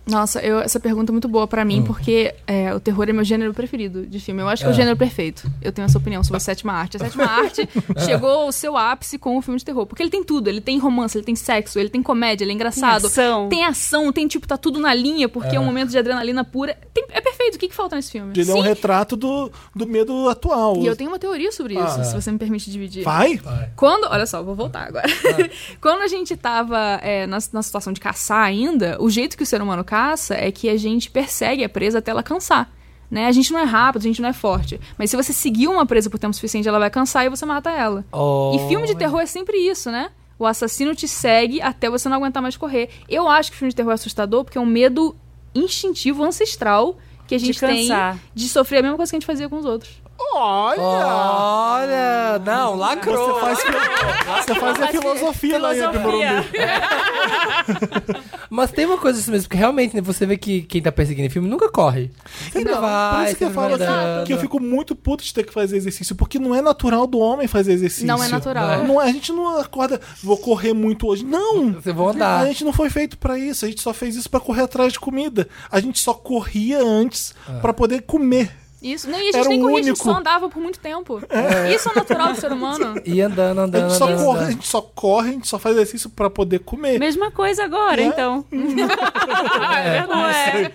S4: Nossa, eu- essa pergunta é muito boa pra mim, porque é, o terror é meu gênero preferido de filme. Eu acho que é o
S2: É.
S4: gênero perfeito. Eu tenho essa opinião sobre a sétima arte. A *laughs* sétima arte chegou ao seu ápice com o filme de terror. Porque ele tem tudo. Ele tem romance, ele tem sexo, ele tem comédia, ele é engraçado.
S3: ação.
S4: Tem ação, tem tipo, tá tudo na linha, porque é, um momento de adrenalina pura. Tem- é perfeito. O que, que falta nesse filme?
S1: Ele é um
S4: Sim.
S1: retrato do, do medo atual.
S4: assim. E eu tenho uma teoria sobre isso,
S1: Ah.
S4: se você me permite dividir.
S1: Vai?
S4: Quando, olha só, vou voltar agora. *laughs* Quando a gente tava é, na, na situação de caçar ainda, o jeito que o ser humano caça é que a gente persegue a presa até ela cansar. Né? A gente não é rápido, a gente não é forte. Mas se você seguir uma presa por tempo suficiente, ela vai cansar e você mata ela.
S2: Oh,
S4: E filme de terror é sempre isso, né? O assassino te segue até você não aguentar mais correr. Eu acho que filme de terror é assustador porque é um medo instintivo, ancestral, que a
S3: De
S4: gente tem
S3: cansar.
S4: de sofrer a mesma coisa que a gente fazia com os outros.
S1: Olha!
S2: Olha! Não, lacrou.
S1: Você faz, filo- você faz a filosofia lá em Abimorumbi.
S2: Mas tem uma coisa disso mesmo, porque realmente né, você vê que quem tá perseguindo o filme nunca corre. Sempre vai,
S1: Então, Por isso que eu
S2: sempre
S1: falo
S2: vai
S1: assim,
S2: andando.
S1: que eu fico muito puto de ter que fazer exercício, porque não é natural do homem fazer exercício.
S4: Não é natural.
S1: Não é, a gente não acorda, vou correr muito hoje. Não!
S2: Você vai andar.
S1: A gente não foi feito pra isso, a gente só fez isso pra correr atrás de comida. A gente só corria antes pra poder comer.
S4: Isso, não, e a gente
S1: Era
S4: nem
S1: o
S4: corria, a gente
S1: único.
S4: só andava por muito tempo. Isso é natural do ser humano.
S2: E andando,
S1: A
S2: andando,
S1: gente, é só
S2: andando.
S1: corre, a
S2: andando.
S1: gente só corre, a gente só faz exercício pra poder comer.
S3: Mesma coisa agora,
S1: É.
S3: então. Não é?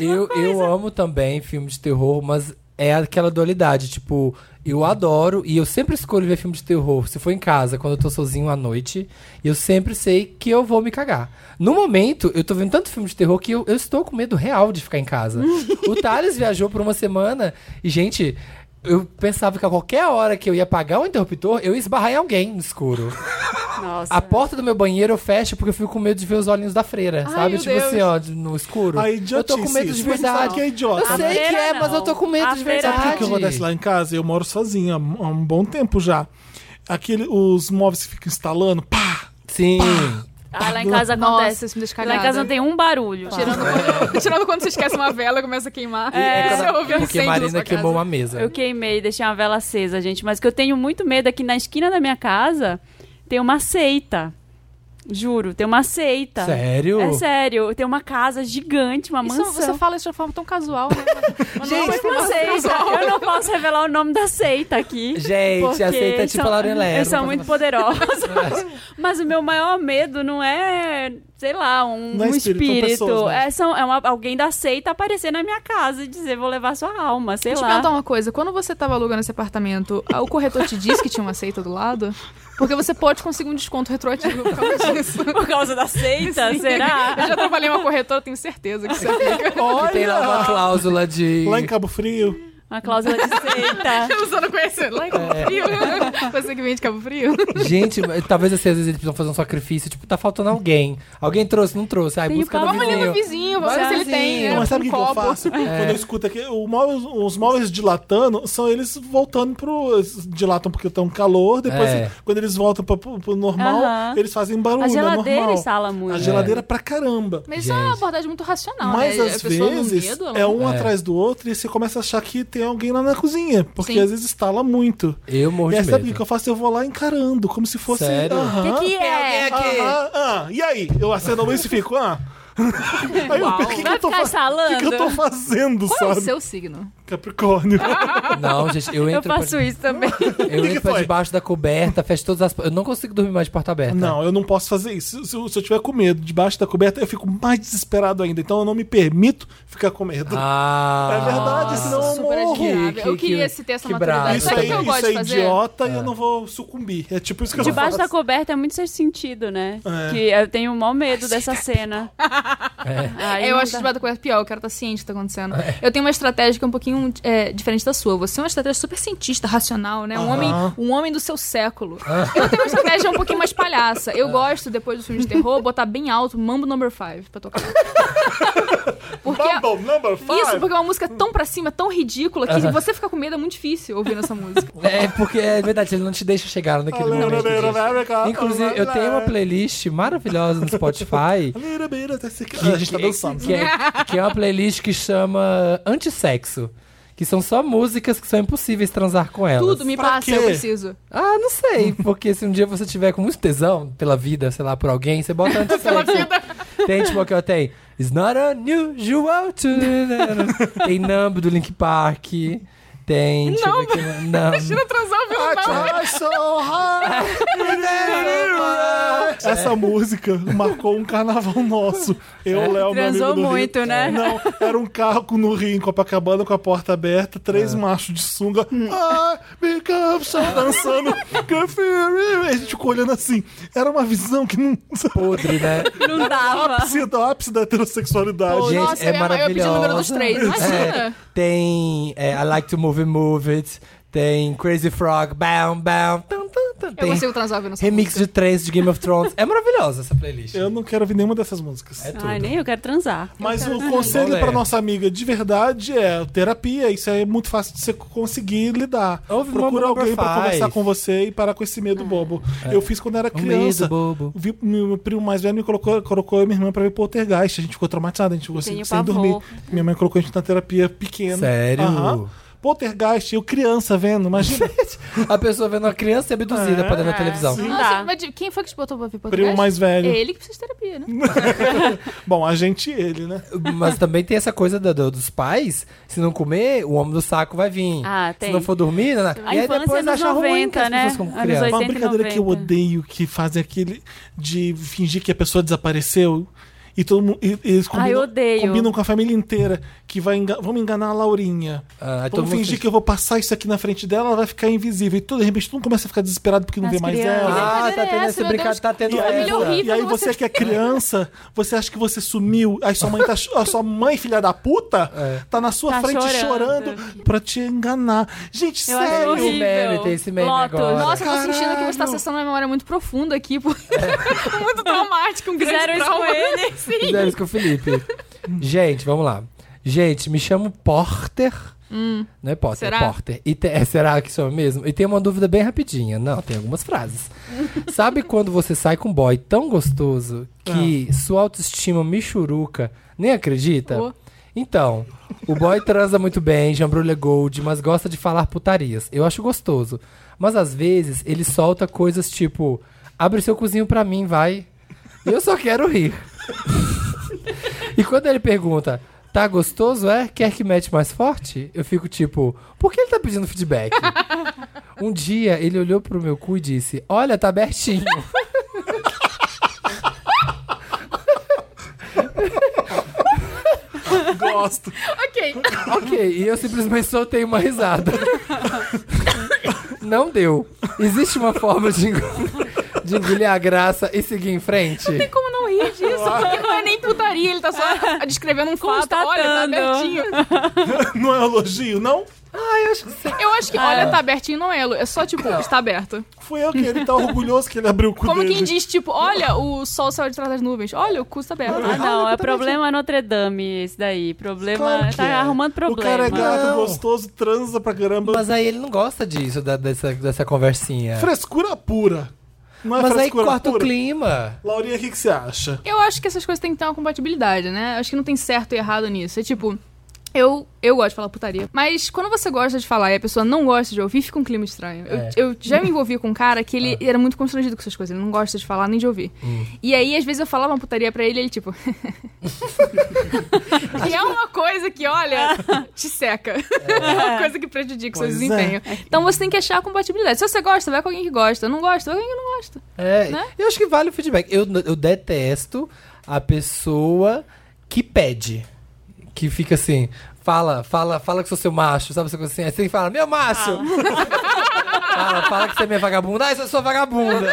S2: Eu, eu amo também filme de terror, mas é aquela dualidade, tipo, eu adoro e eu sempre escolho ver filme de terror. Se for em casa, quando eu tô sozinho à noite, eu sempre sei que eu vou me cagar. No momento, eu tô vendo tanto filme de terror que eu, eu estou com medo real de ficar em casa. o Thales viajou por uma semana e, gente. Eu pensava que a qualquer hora que eu ia apagar o interruptor, eu ia esbarrar em alguém no escuro.
S3: Nossa.
S2: A porta do meu banheiro eu fecho porque eu fico com medo de ver os olhinhos da freira,
S4: Ai,
S2: sabe?
S4: meu
S2: Tipo
S4: Deus.
S2: assim, ó, de- no escuro.
S1: A
S2: eu tô com
S1: idiotice,
S2: medo de
S1: isso. Mas sabe
S2: verdade.
S1: que é idiota,
S2: eu
S1: né?
S2: sei que é,
S3: A
S2: mas eu tô com
S3: freira né?
S2: medo de
S3: não.
S2: verdade.
S3: Sabe
S1: O que acontece lá em casa? Eu moro sozinho há um há um bom tempo já. Aquele, os móveis que ficam instalando, pá!
S2: Sim.
S3: Ah, lá em casa acontece.
S4: Nossa, isso me deixa
S3: lá em
S4: cagada.
S3: casa não tem um barulho.
S4: Tirando quando, *laughs* tirando quando você esquece uma vela e começa a queimar.
S2: É,
S4: você ouve um
S2: porque
S4: incêndio na
S2: Marina
S4: sua
S2: queimou
S4: casa.
S2: uma mesa.
S3: Eu queimei, deixei uma vela acesa, gente. Mas o que eu tenho muito medo é que na esquina da minha casa tem uma seita. Juro, tem uma seita.
S2: Sério?
S3: É sério. Tem uma casa gigante, uma
S4: Isso,
S3: mansão.
S4: você fala isso de uma forma tão casual, né? Mas não, mas
S3: Eu não sei, eu não posso revelar o nome da seita aqui.
S2: Gente,
S3: porque
S2: a seita é tipo
S3: são-
S2: a Lauren Lero,
S3: Eles são
S2: não
S3: muito
S2: pode
S3: poderosos. *laughs* Mas o meu maior medo não é, sei lá, um,
S1: Não é
S3: um
S1: espírito, são
S3: espírito.
S1: pessoas
S2: né?
S1: mesmo.
S3: é, são, é uma- alguém da seita aparecer na minha casa e dizer, vou levar sua alma, sei
S4: Deixa eu
S3: lá.
S4: perguntar uma coisa. Quando você tava alugando esse apartamento, o corretor te disse que tinha uma seita do lado? Porque você pode conseguir um desconto retroativo por causa disso.
S3: Por causa da seita, Tá,
S4: Sim.
S3: será?
S4: Eu já trabalhei em uma corretora, tenho certeza que isso aplica.
S2: Que tem lá uma cláusula de.
S1: Lá em Cabo Frio,
S3: Uma cláusula de seita.
S4: Eu só não conheço lá em
S1: É.
S4: Cabo Frio. *laughs* Você que vem de Cabo Frio.
S2: Gente, talvez assim, às vezes eles precisam fazer um sacrifício, tipo, tá faltando alguém. Alguém trouxe, não trouxe. Aí
S3: Tem o
S2: busca no
S3: Paulo
S4: Vamos ali no
S2: vizinho.
S4: vizinho, vamos
S2: Vai
S4: ver se ele
S2: vizinho.
S4: tem. né,
S2: É,
S1: mas sabe o
S4: um
S1: que que, eu
S4: copo.
S1: faço? Quando eu escuto aqui, o móvel- os móveis dilatando são eles voltando pro. eles Dilatam porque estão calor, depois,
S2: É.
S1: quando eles voltam pra- pro, pro normal,
S3: Aham.
S1: eles fazem barulho.
S3: A geladeira
S1: é normal.
S3: instala muito.
S1: A geladeira é pra caramba.
S4: Mas isso é uma
S2: Gente.
S4: abordagem muito racional,
S1: Mas
S4: né?
S1: às
S4: a pessoa no
S1: vezes
S4: medo, ela
S1: é um
S2: É.
S1: atrás do outro e você começa a achar que tem alguém lá na cozinha, porque
S4: Sim.
S1: às vezes instala muito.
S2: Eu morro
S1: E aí,
S2: de
S1: Né, sabe o que
S2: medo.
S1: que eu faço? Eu vou lá encarando, como se fosse.
S2: Sério?
S1: Aham,
S3: O que, que é?
S1: aham, ah, e aí? Eu acendo a luz e fico, ah. *laughs* Aí eu, o que, que
S3: Vai
S1: eu tô
S3: ficar
S1: fa- o
S3: instalando?
S1: que que eu tô fazendo,
S4: Qual é o
S1: sabe?
S4: seu signo?
S1: Capricórnio.
S2: Não, gente, eu
S3: Eu
S2: entro,
S3: faço
S2: pra,
S1: *laughs*
S3: isso também.
S2: *laughs* eu
S1: que
S2: entro pra
S1: foi?
S2: debaixo da coberta, fecho todas as. Eu não consigo dormir mais de porta
S1: *laughs*
S2: aberta.
S1: Não, eu não posso fazer isso. Se, eu- se eu tiver com medo debaixo da coberta, eu fico mais desesperado ainda. Então eu não me permito ficar com medo.
S2: Ah.
S1: É verdade, senão eu
S4: Super
S1: morro.
S4: admirável.
S2: Que-
S4: eu
S2: que-
S4: queria
S2: que-
S4: se ter essa
S2: que bravo.
S4: maturidade.
S1: Isso
S4: Sabe o
S1: aí,
S4: que eu gosto
S1: isso
S4: de
S1: é
S4: fazer?
S1: idiota e eu não vou sucumbir. É tipo isso que eu
S3: Debaixo da
S1: faço.
S3: coberta é muito sexto sentido, né?
S1: É.
S3: Que eu tenho o maior medo
S1: *laughs*
S3: dessa cena.
S1: É.
S3: Aí
S4: eu
S3: não
S4: acho
S3: dá.
S4: que vai coisa pior, eu quero estar ciente do que tá acontecendo. Eu tenho uma estratégia que é um pouquinho é, diferente da sua. Você é uma estratégia super cientista, racional, né?
S1: Aham.
S4: Um,
S1: Ah.
S4: homem, um homem do seu século.
S1: *laughs*
S4: Eu tenho uma estratégia um pouquinho mais palhaça. Eu gosto, depois do filme de terror, botar bem alto Mambo Number 5 pra
S1: *laughs*
S4: tocar. Porque.
S1: Bumble, number five.
S4: Isso, porque é uma música tão pra cima, tão ridícula, que você ficar com medo é muito difícil ouvindo essa música.
S2: É, porque é verdade, ele não te deixa chegar naquele momento. gente. Inclusive, eu tenho uma playlist maravilhosa no
S1: *laughs*
S2: Spotify.
S1: A gente tá dançando.
S2: Que é, que é uma playlist que chama Antissexo. Que são só músicas que são impossíveis transar com elas.
S4: Tudo me
S1: Pra
S4: passa,
S1: quê?
S4: eu preciso.
S2: Ah, não sei. Porque se um dia você tiver com muito tesão pela vida, sei lá, por alguém, você bota antissexo. pela vida. Tem tipo que eu tenho. It's not unusual to... Tem Numb do Link Park. Tem... Deixa eu ver aqui, né? Numb.
S4: Transar ouvindo
S1: I try so hard. Essa música marcou um carnaval nosso. Eu, Léo, meu amigo
S3: É. Transou
S1: do Rio.
S3: muito, né?
S1: Não, era um carro com- no Rio, em Copacabana, com a porta aberta, três machos de sunga. Ah, make up, só dançando. Can feel it. A gente ficou olhando assim. Era uma visão que não. *laughs*
S2: Podre, né?
S1: Tá
S3: Não dava.
S1: Ápice, do ápice da heterossexualidade.
S4: Pô,
S2: Gente,
S4: nossa,
S2: é
S4: eu ia- eu ia pedir o número dos
S2: maravilhosa.
S4: três, imagina.
S2: É, tem é, I Like to Move It, Move It. Tem Crazy Frog. Bam, bam. Tum, tum, tum.
S4: Eu
S2: Tem
S4: consigo transar ouvindo essa
S2: remix
S4: música.
S2: de três de Game of Thrones. É maravilhosa essa playlist.
S1: Eu não quero ouvir nenhuma dessas músicas.
S2: É tudo.
S3: Ai, nem eu quero transar.
S1: Mas o conselho
S2: Olé.
S1: pra nossa amiga de verdade é terapia. Isso é muito fácil de você conseguir lidar.
S2: Ouve
S1: Procura
S2: Mambo
S1: alguém pra
S2: Number Five.
S1: conversar com você e parar com esse
S3: É.
S1: medo bobo. Eu fiz quando era
S2: Um medo
S1: criança.
S2: bobo.
S1: Vi- meu primo mais velho me colocou, colocou eu e minha irmã pra ver poltergeist. A gente ficou traumatizado, a gente ficou assim,
S3: Tenho
S1: sem
S3: pavor.
S1: dormir. Minha mãe colocou a gente na terapia pequena.
S2: Sério?
S1: Aham. Poltergeist, eu criança vendo,
S3: *laughs*
S1: imagina.
S2: *laughs* A pessoa vendo uma criança ser abduzida
S1: É,
S2: pra dentro da
S3: é,
S2: televisão.
S3: sim.
S4: Nossa,
S3: Dá.
S4: mas de- quem foi que te botou pra ver podcast?
S1: primo mais
S4: É
S1: velho.
S4: ele que precisa de terapia, né?
S1: Bom, a gente e ele, né?
S3: É.
S2: Mas também tem essa coisa da- do- dos pais. Se não comer, o homem do saco vai vir.
S3: Ah,
S2: Se
S3: tem.
S2: não for dormir, né?
S3: A
S2: e aí
S3: infância
S2: depois
S3: nos
S2: acha ruim que
S3: 90,
S2: as
S3: né?
S2: pessoas ficam com
S3: Anos
S2: criança.
S1: É Uma
S3: 80 e
S1: brincadeira que eu
S3: 90.
S1: odeio que fazem aquele de fingir que a pessoa desapareceu. E todo mundo. e- e Eles combinam,
S3: Ah, eu odeio.
S1: combinam com a família inteira que vai enga- vamos enganar a Laurinha.
S2: Ah, aí todo
S1: vamos
S2: mundo
S1: fingir
S2: finge-
S1: que eu vou passar isso aqui na frente dela, ela vai ficar invisível. E todo, de repente todo mundo começa a ficar desesperado porque não
S3: As
S1: vê mais
S3: crianças.
S1: ela.
S2: Ah,
S4: Mas
S2: tá
S4: era
S2: tendo
S4: essa,
S2: esse
S4: meu
S2: brincadeiro,
S4: Deus,
S2: tá tendo
S3: é
S4: que família
S2: essa.
S4: horrível.
S1: e aí
S4: você-
S1: você que é criança, você acha que você sumiu, aí sua mãe tá. ch- a sua mãe, filha da puta, tá na sua
S3: Tá
S1: frente chorando.
S3: chorando.
S1: pra te enganar. Gente,
S3: Eu acho
S1: sério.
S3: horrível.
S2: meme, tem esse meme
S3: Lotus.
S2: agora.
S4: Nossa, eu tô
S1: Caralho.
S4: sentindo que você tá acessando uma memória muito profunda aqui, porque é muito traumático, *laughs* um grande
S3: Fizeram isso
S4: trauma.
S3: com ele.
S4: Sim.
S2: Fizeram isso com o Felipe. Gente, vamos lá. Gente, me chamo Porter. Não é Potter,
S4: Hum. Será?
S2: é Porter. E te- é, será que sou mesmo? E tem uma dúvida bem rapidinha. Não, tem algumas
S4: *laughs*
S2: frases. Sabe quando você sai com um boy tão gostoso que sua autoestima me churuca, nem acredita?
S4: Ah. Ô.
S2: Então, o boy transa muito bem, jambrulha gold, mas gosta de falar putarias. Eu acho gostoso. Mas às vezes ele solta coisas tipo: abre seu cozinho pra mim, vai. E eu só quero rir. E quando ele pergunta, tá gostoso, é? Quer que mete mais forte? Eu fico tipo, por que ele tá
S1: *laughs*
S2: pedindo feedback? um dia ele olhou pro meu cu e disse, olha,
S1: *laughs*
S2: tá abertinho.
S1: Gosto.
S4: Ok.
S2: ok, e eu simplesmente soltei uma risada. Não deu. Existe uma forma de, engo- de engolir a graça e seguir em frente?
S4: Tem como não rir disso? Porque não é nem putaria, ele tá
S3: *laughs*
S4: só descrevendo um fato. Olha, tá
S3: Constatando.
S4: abertinho.
S1: *laughs* Não é elogio, não?
S2: Ah, eu acho que sei.
S4: Eu acho que olha, tá abertinho não é, Lu, é só tipo, está aberto.
S1: Foi eu que ele tá orgulhoso que ele abriu o cu
S4: Como
S1: dele.
S4: quem diz, tipo, olha, o sol saiu de trás das nuvens. Olha, o cu está aberto.
S3: Ah, não, é problema Notre Dame esse daí.
S1: tá
S3: Problema.
S1: Claro que
S3: tá
S1: é.
S3: arrumando
S1: O cara
S3: problema.
S1: é gato,
S2: Não.
S1: gostoso, transa pra caramba.
S2: Mas aí ele não gosta disso, da- dessa, dessa conversinha.
S1: Frescura pura. Não é
S2: Mas aí
S1: frescura
S2: corta o
S1: pura?
S2: clima.
S1: Laurinha, o que, que você acha?
S4: Eu acho que essas coisas têm que ter uma compatibilidade, né? Acho que não tem certo e errado nisso. É tipo, eu, eu gosto de falar putaria. Mas quando você gosta de falar e a pessoa não gosta de ouvir, fica um clima estranho. Eu-
S2: É.
S4: Eu, já me envolvi com um cara que ele era muito constrangido com essas coisas. Ele não gosta de falar nem de ouvir. E aí, às vezes, eu falava uma putaria pra ele e ele, tipo. que é uma coisa que, olha, te seca. *laughs* É uma coisa que prejudica o seu
S1: Pois
S4: desempenho. Então você tem que achar a compatibilidade. Se você gosta, vai com alguém que gosta. Não gosta, vai com alguém que não gosta.
S2: É,
S4: Né?
S2: Eu acho que vale o feedback. Eu, eu detesto a pessoa que pede. Que fica assim, fala, fala, fala que sou seu macho, sabe? Essa coisa assim. Aí você fala, meu macho!
S4: Ah.
S2: *laughs* fala, fala que você é minha vagabunda. Ah, eu sou vagabunda!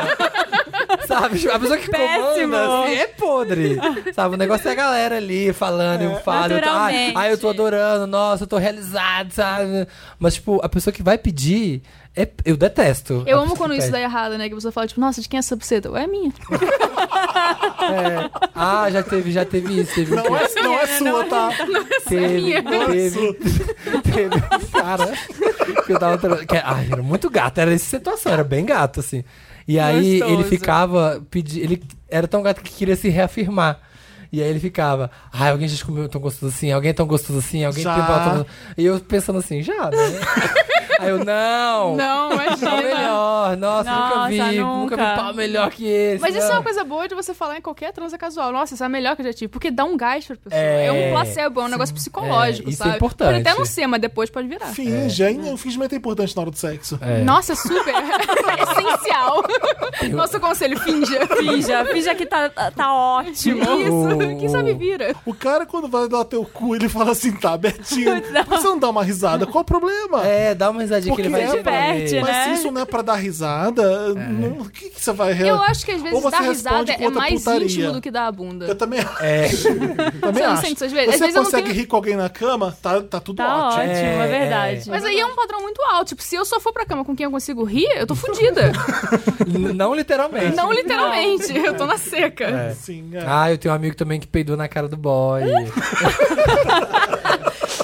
S2: sabe? Tipo, A pessoa que
S3: Péssimo.
S2: comanda assim, é podre. Sabe? O negócio é a galera ali falando,
S4: É,
S2: eu falo. Eu tô, ah,
S3: Naturalmente.
S2: ah, eu tô adorando, nossa, eu tô realizado, sabe? Mas, tipo, a pessoa que vai pedir, é- eu detesto.
S4: Eu
S2: a
S4: amo
S2: pessoa
S4: quando
S2: que
S4: isso
S2: pede.
S4: dá errado, né? Que a pessoa fala, tipo, nossa, de quem é essa buceta? Ué, é minha.
S2: É. Ah, já teve, já teve isso, teve um
S1: Não
S4: *laughs*
S1: é, não é sua, tá?
S2: teve,
S4: minha.
S2: teve, teve um cara que eu tava tra- que- ai, era muito gato, era essa situação, era bem gato assim. E aí
S4: Gostoso.
S2: ele ficava pedi, ele era tão gato que queria se reafirmar. E aí ele ficava, ai, alguém já comeu tão gostoso assim, alguém tão gostoso assim, alguém
S1: Já.
S2: tem pau tão gostoso. E eu pensando assim, já,
S4: *laughs*
S2: né? aí eu, não,
S4: Não,
S2: pau
S4: imagina.
S2: melhor, nossa, nunca
S3: Nossa,
S2: vi, nunca.
S3: nunca.
S2: vi pau melhor que esse. né?"
S4: Mas isso é
S2: não.
S4: uma coisa boa de você falar em qualquer transa casual. Nossa, isso é a melhor que eu já tive. Porque dá um gás pra pessoa.
S2: É.
S4: É, um placebo, é um negócio psicológico,
S2: É, isso é
S4: sabe?
S2: importante.
S4: Pode até não ser, mas depois pode virar.
S1: Finge, ainda o fingimento é importante na hora do sexo.
S2: É.
S4: Nossa, é super *laughs* essencial. Nosso conselho, finja.
S1: *laughs*
S3: Finja, finja que tá, tá ótimo.
S4: Isso, quem sabe vira.
S1: O cara, quando vai dar teu cu, ele fala assim, tá, Betinho,
S4: *laughs*
S1: por que você não dá uma risada? Qual o problema?
S2: É, dá uma risadinha que ele
S1: Porque
S2: vai
S1: é-
S2: entender.
S3: diverte,
S1: Mas
S3: né?
S1: se isso não é pra dar
S2: É.
S1: risada, não- o que, que você vai... re-
S4: Eu acho que às
S1: Ou
S4: vezes
S1: você
S4: dar
S1: responde
S4: risada
S1: com
S4: é
S1: outra
S4: mais
S1: putaria.
S4: íntimo do que dar a bunda.
S1: Eu também,
S2: É, *laughs*
S1: também
S4: não
S1: acho.
S4: sente isso às vezes? Às
S1: Você
S4: vezes eu não
S1: consegue
S4: tenho-
S1: rir com alguém na cama, tá, tá tudo
S3: Tá
S1: ótimo.
S3: ótimo, é,
S2: É.
S3: verdade.
S4: Mas aí é um padrão muito alto. Tipo, se eu só for pra cama com quem eu consigo rir, eu
S1: *laughs*
S4: tô fudida.
S2: N- não literalmente.
S4: não literalmente, eu tô na seca.
S2: É.
S1: Sim, é.
S2: Ah, eu tenho um amigo também que peidou na cara do boy. Tá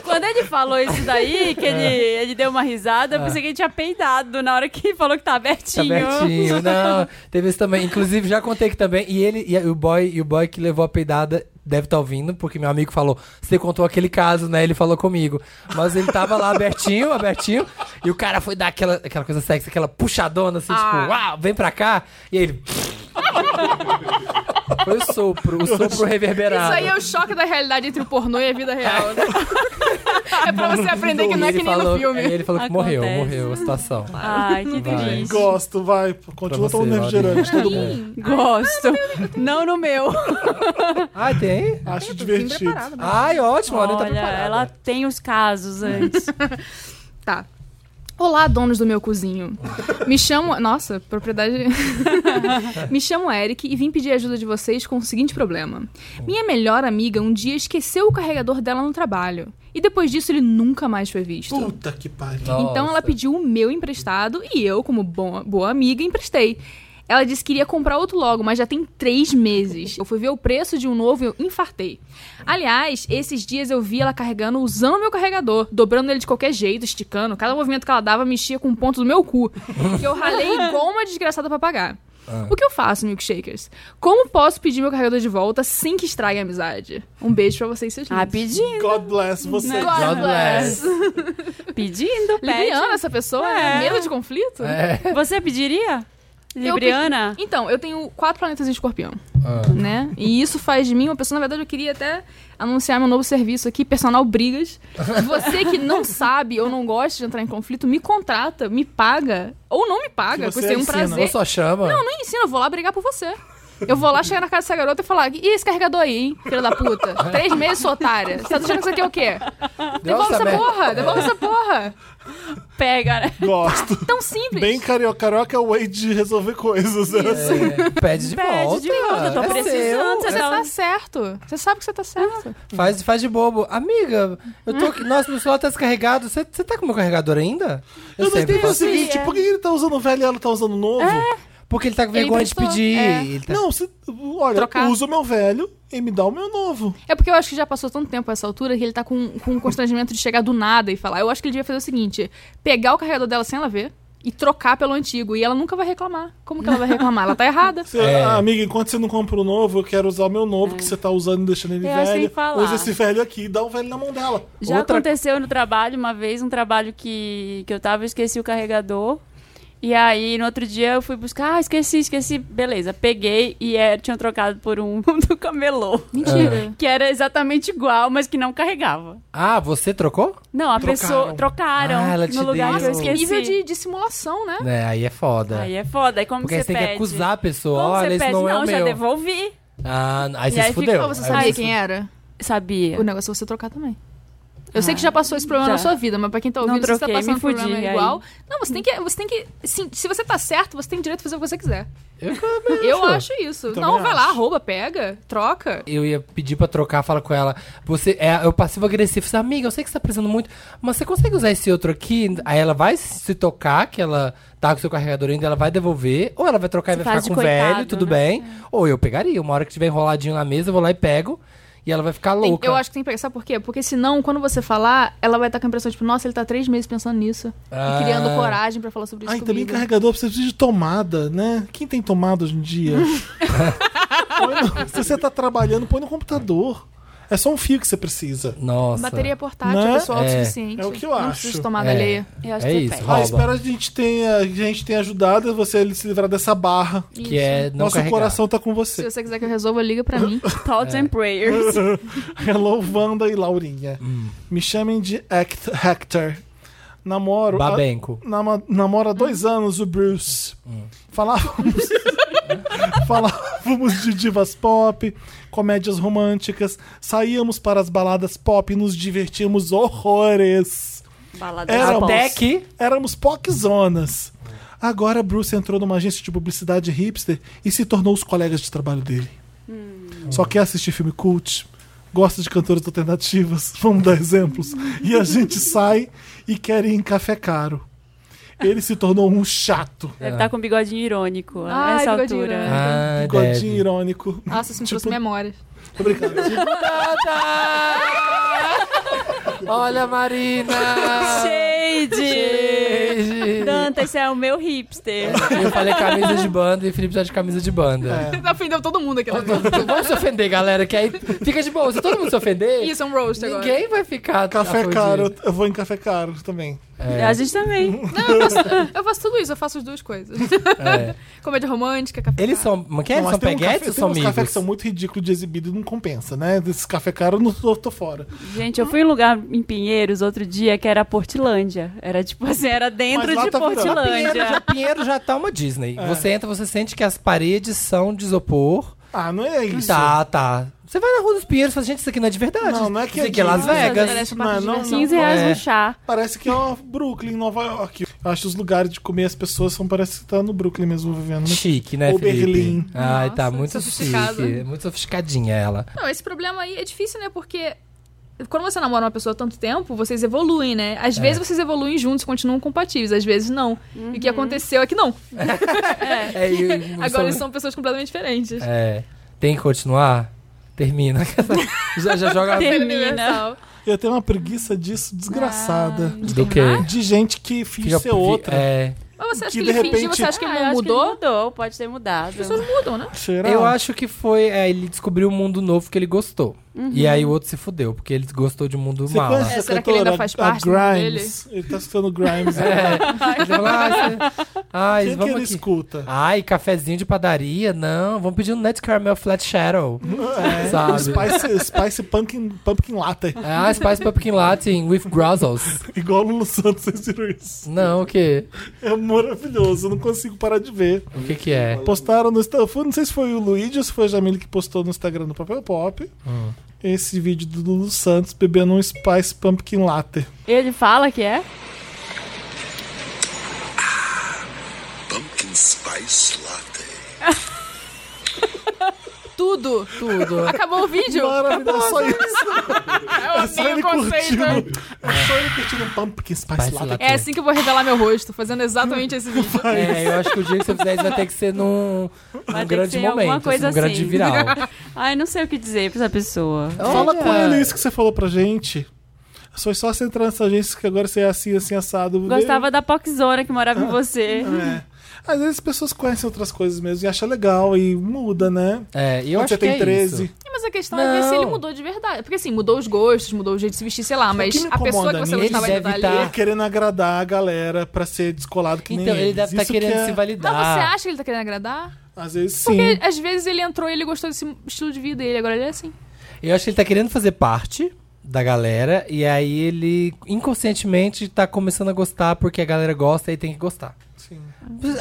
S3: Quando ele falou isso daí, que
S2: *laughs*
S3: ele,
S2: É.
S3: ele deu uma risada, eu pensei que ele tinha peidado na hora que falou que tá
S2: Tá
S3: abertinho.
S2: abertinho. Não, teve isso também. Inclusive, já contei que também. E ele e o boy, e o boy que levou a peidada deve estar ouvindo, porque meu amigo falou: você contou aquele caso, né? Ele falou comigo. Mas ele tava lá abertinho, abertinho. E o cara foi dar aquela, aquela coisa sexy, aquela puxadona, assim,
S4: Ah.
S2: tipo, uau, vem pra cá. E aí ele. *laughs* Foi o sopro, o sopro reverberado.
S4: Isso aí é o choque da realidade entre o pornô e a
S2: *laughs*
S4: vida real. né? é pra você aprender que não
S2: E
S4: é
S2: ele
S4: que nem
S2: falou-
S4: no filme.
S2: é, Ele falou que morreu,
S3: Acontece.
S2: morreu a situação.
S3: Ai, que
S2: Vai.
S3: triste.
S1: Gosto, vai. Continua
S2: você,
S1: tomando refrigerante,
S2: Laurinha.
S1: todo mundo.
S3: Gosto. Não no meu.
S2: Ah, tem?
S1: Acho divertido.
S4: Preparado, né?
S2: Ai, ótimo, a Laurinha tá
S3: Olha,
S2: preparada.
S3: ela tem os casos
S2: *laughs*
S3: antes.
S4: Tá. Olá, donos do meu cozinho. Me chamo. Nossa, propriedade. *laughs* Me chamo Eric e vim pedir a ajuda de vocês com o seguinte problema. Minha melhor amiga um dia esqueceu o carregador dela no trabalho. E depois disso ele nunca mais foi visto.
S1: Puta que pariu.
S4: Então ela
S2: Nossa.
S4: pediu o meu emprestado e eu, como bom- boa amiga, emprestei. Ela disse que iria comprar outro logo, mas já tem três meses. Eu fui ver o preço de um novo e eu infartei. Aliás, esses dias eu vi ela carregando, usando meu carregador, dobrando ele de qualquer jeito, esticando. Cada movimento que ela dava mexia com o ponto do meu cu. que eu ralei igual uma desgraçada pra pagar.
S2: Ah.
S4: O que eu faço, milkshakers? Como posso pedir meu carregador de volta sem que estrague a amizade? Um beijo pra vocês, seus
S3: Ah,
S4: lindos.
S3: pedindo.
S1: God bless você.
S2: Ah, God bless.
S3: Pedindo, pede.
S4: Liviana, essa pessoa? né? Medo de é conflito?
S2: É.
S3: Você pediria? Libriana?
S4: Então, eu tenho quatro planetas em escorpião,
S2: Ah.
S4: né? E isso faz de mim uma pessoa. Na verdade, eu queria até anunciar meu novo serviço aqui, Personal Brigas. Você que não sabe ou não gosta de entrar em conflito, me contrata, me paga. Ou não me paga,
S1: Que
S4: que
S1: você
S4: eu tenho um
S1: ensina.
S4: prazer.
S2: Ou só chama.
S4: Não, não ensina, eu vou lá brigar por você. Eu vou lá chegar na casa dessa garota e falar: Ih, esse carregador aí, hein, filha da puta. Três meses, sua otária. Você tá achando que isso aqui é o quê? Devolve essa
S2: merda.
S4: porra, devolve essa porra.
S3: Pega, né?
S1: Gosto.
S4: Tão simples.
S1: Bem carioca. Carioca é o way de resolver coisas. né? Assim.
S2: É, pede de
S3: Pede
S2: volta.
S3: de volta, eu tô
S2: é
S3: precisando.
S2: seu.
S3: Você
S4: Você
S3: tá...
S4: tá certo. Você sabe que você tá certo.
S2: Faz, faz de bobo. Amiga, eu tô aqui. Nossa, meu celular tá descarregado. Você você tá com o meu carregador ainda?
S1: Eu não
S2: sempre
S1: entendi o
S2: faço-
S1: seguinte, por que ele tá usando o velho e ela tá usando o novo?
S2: Porque ele tá com vergonha de
S4: prestou,
S2: pedir.
S4: é.
S2: Ele tá-
S1: Não, você, olha,
S4: Trocar.
S1: usa o meu velho e me dá o meu novo.
S4: É porque eu acho que já passou tanto tempo essa altura que ele tá com, com um constrangimento de chegar do nada e falar. Eu acho que ele devia fazer o seguinte: pegar o carregador dela sem ela ver e trocar pelo antigo. E ela nunca vai reclamar. Como que ela vai reclamar? Ela tá errada.
S1: Você, ah, amiga, enquanto você não compra o novo, eu quero usar o meu novo que você tá usando e deixando ele
S3: Eu acho
S1: velho.
S3: sem falar.
S1: Usa esse velho aqui e dá o velho na mão dela.
S3: Já
S2: Outra-
S3: aconteceu no trabalho uma vez, um trabalho que, que eu tava, eu esqueci o carregador. E aí, no outro dia, eu fui buscar. Ah, esqueci, esqueci. Beleza, peguei e é, tinham trocado por um *laughs* do camelô.
S4: Mentira.
S3: Que era exatamente igual, mas que não carregava.
S2: Ah, você trocou?
S3: Não, a
S1: Trocaram.
S3: pessoa. Trocaram
S2: Ah, ela te
S3: no lugar
S2: deu.
S3: que
S2: Nossa,
S3: eu esqueci.
S4: Nível de, de simulação, né?
S2: É, aí é foda.
S3: Aí é foda. Aí como
S2: Porque
S3: você
S2: aí você tem
S3: pede?
S2: que acusar a pessoa.
S3: Como
S2: Olha,
S3: você
S2: isso
S3: pede?
S2: não é o
S3: já
S2: meu.
S3: devolvi.
S2: Ah, aí
S3: E
S2: você
S3: aí
S2: se fudeu.
S3: fica-
S4: Você
S2: Aí
S4: sabia
S2: se
S4: quem
S3: é?
S2: fudeu.
S4: era?
S3: Sabia.
S4: O negócio é você trocar também. Eu sei que já passou esse problema
S3: Já.
S4: na sua vida, mas pra quem tá
S3: Ah, Não
S4: ouvindo, se você tá
S3: troquei,
S4: passando
S3: me
S4: por um problema
S3: fudi,
S4: igual. Não, você tem que. Você tem que sim, se você tá certo, você tem direito a fazer o que você quiser.
S2: Eu
S4: Eu acho isso.
S1: Também
S4: não, vai lá,
S1: acho.
S4: rouba, pega, troca.
S2: Eu ia pedir pra trocar, falar com ela. Você é eu passivo agressivo. Falei, amiga, eu sei que você tá precisando muito, mas você consegue usar esse outro aqui? Aí ela vai se tocar que ela tá com seu carregador ainda, ela vai devolver, ou ela vai trocar e
S3: Você
S2: vai ficar
S3: faz de
S2: com o
S3: coitado,
S2: velho, tudo
S3: né?
S2: bem. Ou eu pegaria, uma hora que tiver enroladinho na mesa, eu vou lá e pego, e ela vai ficar
S4: Tem-
S2: louca.
S4: eu acho que tem que pegar. Sabe por quê? Porque senão, quando você falar, ela vai estar com a impressão, tipo, nossa, ele tá três meses pensando nisso.
S2: Ah.
S4: E criando coragem pra falar sobre isso
S1: Ai, também
S4: comigo.
S1: carregador, você precisa de tomada, né? Quem tem tomada hoje em
S4: *laughs*
S1: dia? Põe no- se você tá trabalhando, põe no computador. É só um fio que você precisa.
S2: Nossa.
S4: Bateria portátil,
S1: Né?
S4: eu sou
S2: É.
S4: autossuficiente.
S1: É o que eu
S4: Não
S1: acho.
S4: preciso tomar
S2: É.
S4: da alheia.
S3: Eu acho
S2: É
S3: que
S2: isso,
S3: eu pego.
S2: rola.
S1: Ah, espero que a gente tenha, a gente tenha ajudado você a se livrar dessa barra.
S2: Que é não
S1: Nosso
S2: carregar.
S1: coração tá com
S4: Se
S1: você.
S4: você quiser que eu resolva, liga
S2: *laughs*
S4: pra mim.
S2: É.
S3: Thoughts and
S4: *laughs*
S3: prayers.
S1: Hello, Wanda É e Laurinha.
S2: Hum.
S1: Me chamem de Act Hector. Namoro. a-
S2: Babenco.
S1: Nama- namoro há dois anos o Bruce. Falávamos. Falávamos de divas pop, comédias românticas, saíamos para as baladas pop e nos divertíamos horrores.
S3: Balada
S1: Era
S3: da
S2: Até
S1: Nossa.
S2: que
S1: Éramos poquezonas. Agora Bruce entrou numa agência de publicidade hipster e se tornou os colegas de trabalho dele. Só quer assistir filme cult, gosta de cantoras alternativas, *laughs* vamos dar exemplos. E a gente sai e quer ir em café caro. Ele se tornou um chato.
S3: Deve estar com um bigodinho irônico
S4: Ai,
S3: nessa
S4: bigodinho
S3: altura.
S4: irônico.
S2: ah,
S1: Bigodinho
S2: deve.
S1: irônico.
S4: Nossa, isso me
S2: Tipo-
S4: trouxe memórias. *laughs*
S1: Obrigado.
S2: Ah, Olha, Marina.
S3: Shade!
S2: Beijo.
S3: Danta, esse é o meu hipster.
S2: Eu falei camisa de banda e o Felipe tá de camisa de
S1: É.
S2: banda.
S4: Ofendeu Tá todo mundo aquela vez.
S2: *laughs* Vamos se ofender, galera, que aí fica de boa. Se todo mundo se ofender,
S4: Isso, é um roast agora.
S2: ninguém vai ficar.
S1: Café
S2: afundido.
S1: caro, eu vou em café caro também.
S2: É.
S3: A gente também.
S4: Não, eu faço, eu faço tudo isso, eu faço as duas coisas.
S2: É.
S4: *laughs* Comédia romântica, café.
S2: Eles são. Mas quem é?
S1: Não,
S2: São
S1: mas tem um
S2: peguetes
S1: café-
S2: ou são
S1: Tem uns cafés
S2: amigos?
S1: que são muito ridículos de exibido e não compensa, né? Desse café caro eu não tô, tô fora.
S3: Gente, eu fui em um lugar em Pinheiros outro dia que era a Portilândia. Era tipo assim, era dentro
S1: Mas lá
S3: de
S1: tá virando.
S2: Pinheiro já,
S3: Portilândia.
S2: Pinheiro já tá uma Disney.
S1: É.
S2: Você entra, você sente que as paredes são de isopor.
S1: Ah, não é isso.
S2: Tá, tá. Você vai na Rua dos Pinheiros e fala, gente, isso aqui não é de verdade.
S1: Não, não é que
S2: isso
S1: é
S2: aqui é Las
S1: Disney.
S2: Vegas.
S4: Parece um parque de
S1: Não, não,
S4: diversão.
S3: 15 reais
S2: É.
S3: no chá.
S1: Parece que é ó, Brooklyn, Nova York. Eu acho os lugares de comer as pessoas são parece que tá no Brooklyn mesmo vivendo. né?
S2: Chique, né,
S1: Ou
S2: Felipe?
S1: Berlim.
S2: Ai, tá
S4: Nossa,
S2: muito
S4: sofisticado.
S2: chique. Muito sofisticadinha ela.
S4: Não, esse problema aí é difícil, né? Porque quando você namora uma pessoa há tanto tempo, vocês evoluem, né? Às vezes vocês evoluem juntos, continuam compatíveis, às vezes não. E o que aconteceu é que não.
S2: É, e-
S4: Agora eles são pessoas completamente diferentes.
S2: É. Tem que continuar?
S1: *laughs*
S2: Termina. já, já joga
S3: Termina.
S4: é Universal.
S1: Eu tenho uma preguiça disso desgraçada.
S2: do que?
S1: De gente que finge ser outra.
S2: É.
S4: Mas você acha
S1: Que
S4: que,
S1: de
S4: ele fingiu?
S1: repente-
S4: Você acha que ele
S3: Ah, eu
S4: não
S3: acho
S4: mudou?
S3: ele mudou, pode ter
S1: é
S3: mudado.
S1: um
S4: As pessoas mudam, né?
S1: Será?
S2: é, Eu acho que foi. é, ele descobriu um mundo novo que ele gostou. E aí o outro se fudeu, porque ele gostou de um mundo
S1: Você
S2: mala.
S1: conhece
S4: É,
S1: essa
S4: será que ele ainda
S1: cantora?
S4: faz
S1: A- a
S4: parte do mundo
S1: Grimes. Ele tá escutando Grimes.
S2: *laughs* *laughs* É. Ele falou, ah, você- ai,
S1: Quem que
S2: vamos
S1: ele
S2: aqui. *laughs*
S1: escuta?
S2: Ai, cafezinho de padaria? Não, vamos pedir um Net Caramel Flat
S1: *laughs*
S2: Shadow.
S1: É,
S2: Sabe?
S1: Spice, Spice Pumpkin, Pumpkin Latte. *laughs*
S2: Ah, Spice Pumpkin Latte with Grozzles.
S1: Igual o Lulu Santos, vocês viram isso.
S2: Não, o quê?
S1: É maravilhoso, eu não consigo parar de ver.
S2: O que que é?
S1: Postaram no Instagram, não sei se foi o Luigi ou se foi a Jamile que postou no Instagram do Papel Pop.
S2: Hum.
S1: Esse vídeo do Lulu Santos bebendo um Spice Pumpkin Latte.
S3: Ele fala que
S2: Um
S3: é?
S5: Pumpkin Spice Latte.
S4: Tudo.
S2: Tudo.
S4: Acabou o vídeo.
S1: Maravilhoso, só isso.
S4: Eu
S1: É só
S4: amei
S1: ele
S4: o conceito.
S1: curtindo.
S2: né?
S1: É só ele curtindo um Pumpkin Spice,
S2: Spice
S1: Latte.
S2: Latte.
S4: É assim que eu vou revelar meu rosto, fazendo exatamente esse vídeo.
S3: *laughs*
S2: É, eu acho que o dia que você fizer isso vai ter que ser num,
S3: Vai ter
S2: num
S3: que
S2: grande
S3: ser
S2: momento,
S3: alguma coisa
S2: assim, um grande
S3: assim. *laughs*
S2: viral.
S3: Ai, não sei o que dizer pra essa pessoa.
S1: Fala com
S2: Olha.
S1: ele isso que você falou pra gente. Foi só você entrar nessa agência que agora você é assim, assim, assado.
S3: Gostava da Poczona que morava em você.
S1: É. Às vezes as pessoas conhecem outras coisas mesmo e acham legal e muda, né?
S2: É, e eu
S1: Quando
S2: acho
S1: você tem
S2: que é
S1: 13.
S2: isso.
S4: Mas a questão é ver se ele
S2: Não.
S4: mudou de verdade. Porque assim, mudou os gostos, mudou o jeito de se vestir, sei lá, mas
S1: que me
S4: a pessoa que
S1: incomoda
S4: você
S1: nisso?
S4: gostava de
S2: Ele
S4: estar
S2: deve tá-
S1: Ele
S4: ali.
S1: querendo agradar a galera pra ser descolado que
S2: Então,
S1: nem
S2: ele
S1: eles.
S2: deve estar
S1: Isso
S2: querendo
S1: que é-
S2: se validar.
S4: Mas você acha que ele tá querendo agradar?
S1: Às vezes sim.
S4: Porque às vezes ele entrou e ele gostou desse estilo de vida dele, agora ele é assim.
S2: Eu acho que ele tá querendo fazer parte da galera e aí ele inconscientemente tá começando a gostar porque a galera gosta e tem que gostar.
S1: Sim.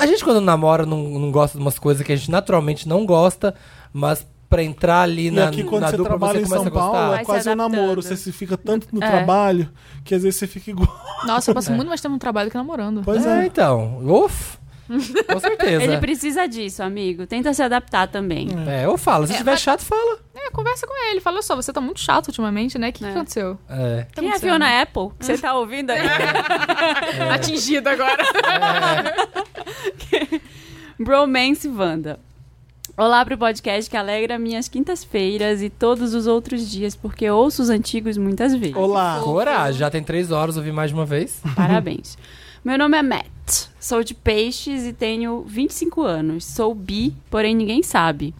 S2: A gente quando namora não, não gosta de umas coisas que a gente naturalmente não gosta, mas pra entrar ali
S1: E
S2: na,
S1: aqui quando
S2: na
S1: você
S2: dupla
S1: trabalha
S2: você
S1: em
S2: começa
S1: São
S2: a gostar.
S1: Paulo é
S3: Vai se
S1: quase um
S3: adaptando.
S1: namoro. Você se fica tanto no
S3: É.
S1: trabalho que às vezes você fica
S4: *laughs*
S1: igual.
S4: Nossa, eu passo muito mais tempo no trabalho que namorando.
S1: Pois
S2: é,
S1: é.
S2: então. Uf!
S3: *laughs*
S2: Com certeza.
S3: Ele precisa disso, amigo. Tenta se adaptar também.
S2: É, eu falo. Se
S4: É,
S2: tiver
S4: mas-
S2: chato, fala.
S4: É, conversa com ele, fala "Olha só, você tá muito chato ultimamente, né? O que, que
S3: É.
S4: aconteceu?
S2: É.
S4: Tá
S3: Quem é a
S4: muito
S3: Fiona Apple? Que Você tá ouvindo *laughs* aí? É.
S4: Atingido agora.
S3: É. Bromance Wanda. Olá pro podcast que alegra minhas quintas-feiras e todos os outros dias, porque ouço os antigos muitas vezes.
S1: Olá.
S2: Coragem, já tem três horas, ouvi mais de uma vez.
S3: Parabéns. Meu nome é Matt, sou de Peixes e tenho 25 anos. Sou bi, porém ninguém sabe.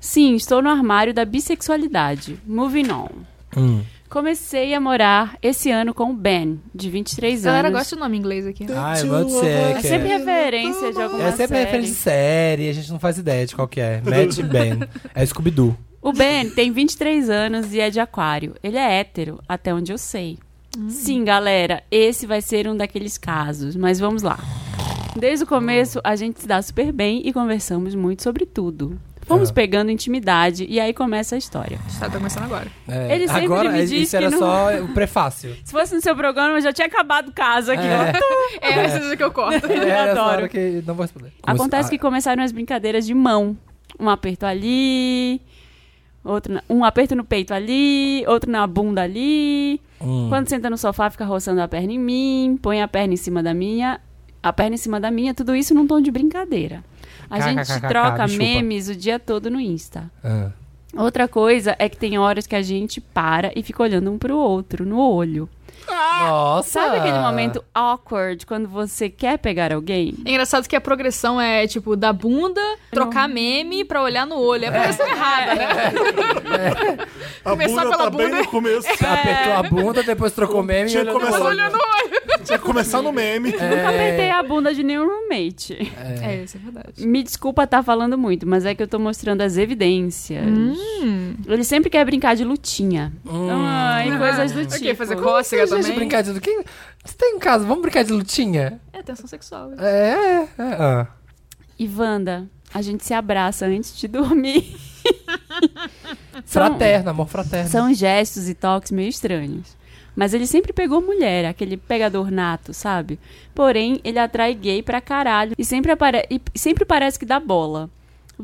S3: Sim, estou no armário da bissexualidade. Moving on. Comecei a morar esse ano com o Ben, de 23
S4: Galera,
S3: anos.
S4: gosta do nome inglês aqui.
S2: Ah, eu vou dizer
S3: É
S2: que
S3: sempre referência de alguma
S2: É sempre
S3: série.
S2: referência de série, a gente não faz ideia de qual que é. Matt e Ben. É Scooby-Doo.
S3: O Ben tem 23 anos e é de aquário. Ele é hétero, até onde eu sei.
S2: Hum.
S3: Sim, galera, esse vai ser um daqueles casos, mas vamos lá. Desde o começo, a gente se dá super bem e conversamos muito sobre tudo. Fomos
S2: É.
S3: pegando intimidade e aí começa a história.
S4: Tá, tá começando agora.
S2: É,
S3: Ele sempre
S2: Agora,
S3: me
S2: isso
S3: diz que
S2: era
S3: não-
S2: só o
S3: *laughs*
S2: prefácio.
S3: Se fosse no seu programa, eu já tinha acabado o caso aqui.
S2: É.
S3: ó.
S4: *laughs* É, essa é a que eu corto.
S2: É, era só
S3: adoro.
S2: hora que não vou responder.
S3: Acontece que começaram as brincadeiras de mão. Um aperto ali, outro na- um aperto no peito ali, outro na bunda ali.
S2: Hum.
S3: Quando senta no sofá, fica roçando a perna em mim, põe a perna em cima da minha, a perna em cima da minha, tudo isso num tom de brincadeira. A gente
S2: KKKK,
S3: troca
S2: me chupa.
S3: memes o dia todo no Insta.
S2: Ah.
S3: Outra coisa é que tem horas que a gente para e fica olhando um pro outro, no olho.
S2: Nossa!
S3: Ah, Sabe aquele momento awkward quando você quer pegar alguém?
S4: É *laughs* engraçado que a progressão é, tipo, da bunda, trocar meme pra olhar no olho. É a progressão errada, *laughs* né?
S1: A
S4: Começou
S1: bunda
S4: pela
S1: tá bem
S4: bunda. É.
S1: no
S4: *laughs*
S1: começo.
S2: Apertou
S3: É.
S2: a bunda, depois trocou meme e
S1: Tinha
S2: olhou no
S1: começado-
S2: olho.
S4: Olhando no olho.
S1: Tinha que começar no meme.
S2: É.
S3: Nunca apertei a bunda de nenhum roommate.
S4: É, isso é verdade.
S3: Me desculpa estar falando muito, mas é que eu tô mostrando as evidências.
S4: Hum.
S3: Ele sempre quer brincar de lutinha.
S4: *laughs*
S3: Ai, coisas do tipo.
S4: Ah. Ok, fazer
S2: Hum, Você
S4: cócega
S2: gosta de
S4: também.
S2: brincar de lutinha? Você tem em casa, vamos brincar de lutinha?
S4: É, tensão sexual.
S2: É, é, é. ah.
S3: E Wanda, a gente se abraça antes de
S4: *laughs*
S3: dormir. São-
S2: Fraterno, amor fraterno.
S3: São gestos e toques meio estranhos. Mas ele sempre pegou mulher, aquele pegador nato, sabe? Porém, ele atrai gay pra caralho e sempre, apare- e sempre parece que dá bola.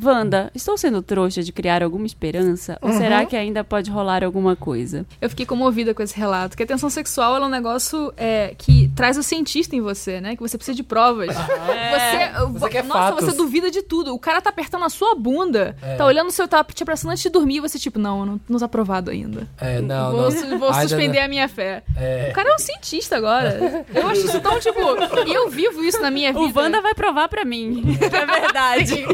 S3: Wanda, estou sendo trouxa de criar alguma esperança?
S4: Uhum.
S3: Ou será que ainda pode rolar alguma coisa?
S4: Eu fiquei comovida com esse relato, que a tensão sexual ela é um negócio é, que traz o cientista em você, né? Que você precisa de provas. Você,
S2: Você quer
S4: nossa,
S2: fatos. É.
S4: você duvida de tudo. O cara tá apertando a sua bunda, tá olhando o seu, tá te abraçando antes de dormir, e você, tipo, não, não, não tá aprovado ainda.
S2: É, não,
S4: vou
S2: não.
S4: su- vou
S2: Ai,
S4: suspender
S2: Dana.
S4: a minha fé.
S2: É.
S4: O cara é um cientista agora. Eu acho isso tão, tipo, e eu vivo isso na minha vida. *laughs*
S3: O Wanda vai provar pra mim. É verdade.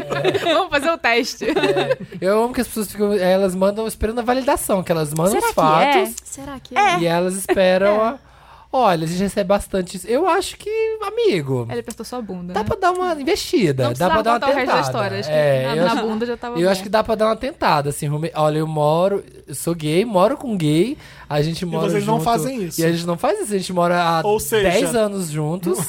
S4: Vamos *laughs* Vamos fazer o teste.
S2: é, Eu amo que as pessoas ficam. é, Elas mandam esperando a validação, que elas mandam
S3: Será
S2: os
S4: é?
S3: que é?
S2: fatos
S4: Será que
S2: e elas esperam
S4: É.
S2: a. Olha, a gente recebe bastante. isso. Eu acho que, amigo,
S4: Ele apertou sua bunda.
S2: dá
S4: né?
S2: pra dar uma investida.
S4: Não
S2: dá pra
S4: precisava
S2: dar uma
S4: contar o resto da
S2: tentada.
S4: história. Acho que
S2: É,
S4: na,
S2: eu
S4: na
S2: acho-
S4: bunda já tava
S2: Eu
S4: bom.
S2: acho que dá pra dar uma tentada, assim. rume- Olha, eu moro, eu sou gay, moro com gay, a gente mora
S1: vocês não
S2: junto-
S1: fazem isso.
S2: E a gente não faz isso, a gente mora há
S1: Ou seja-
S2: 10
S1: *laughs*
S2: anos juntos,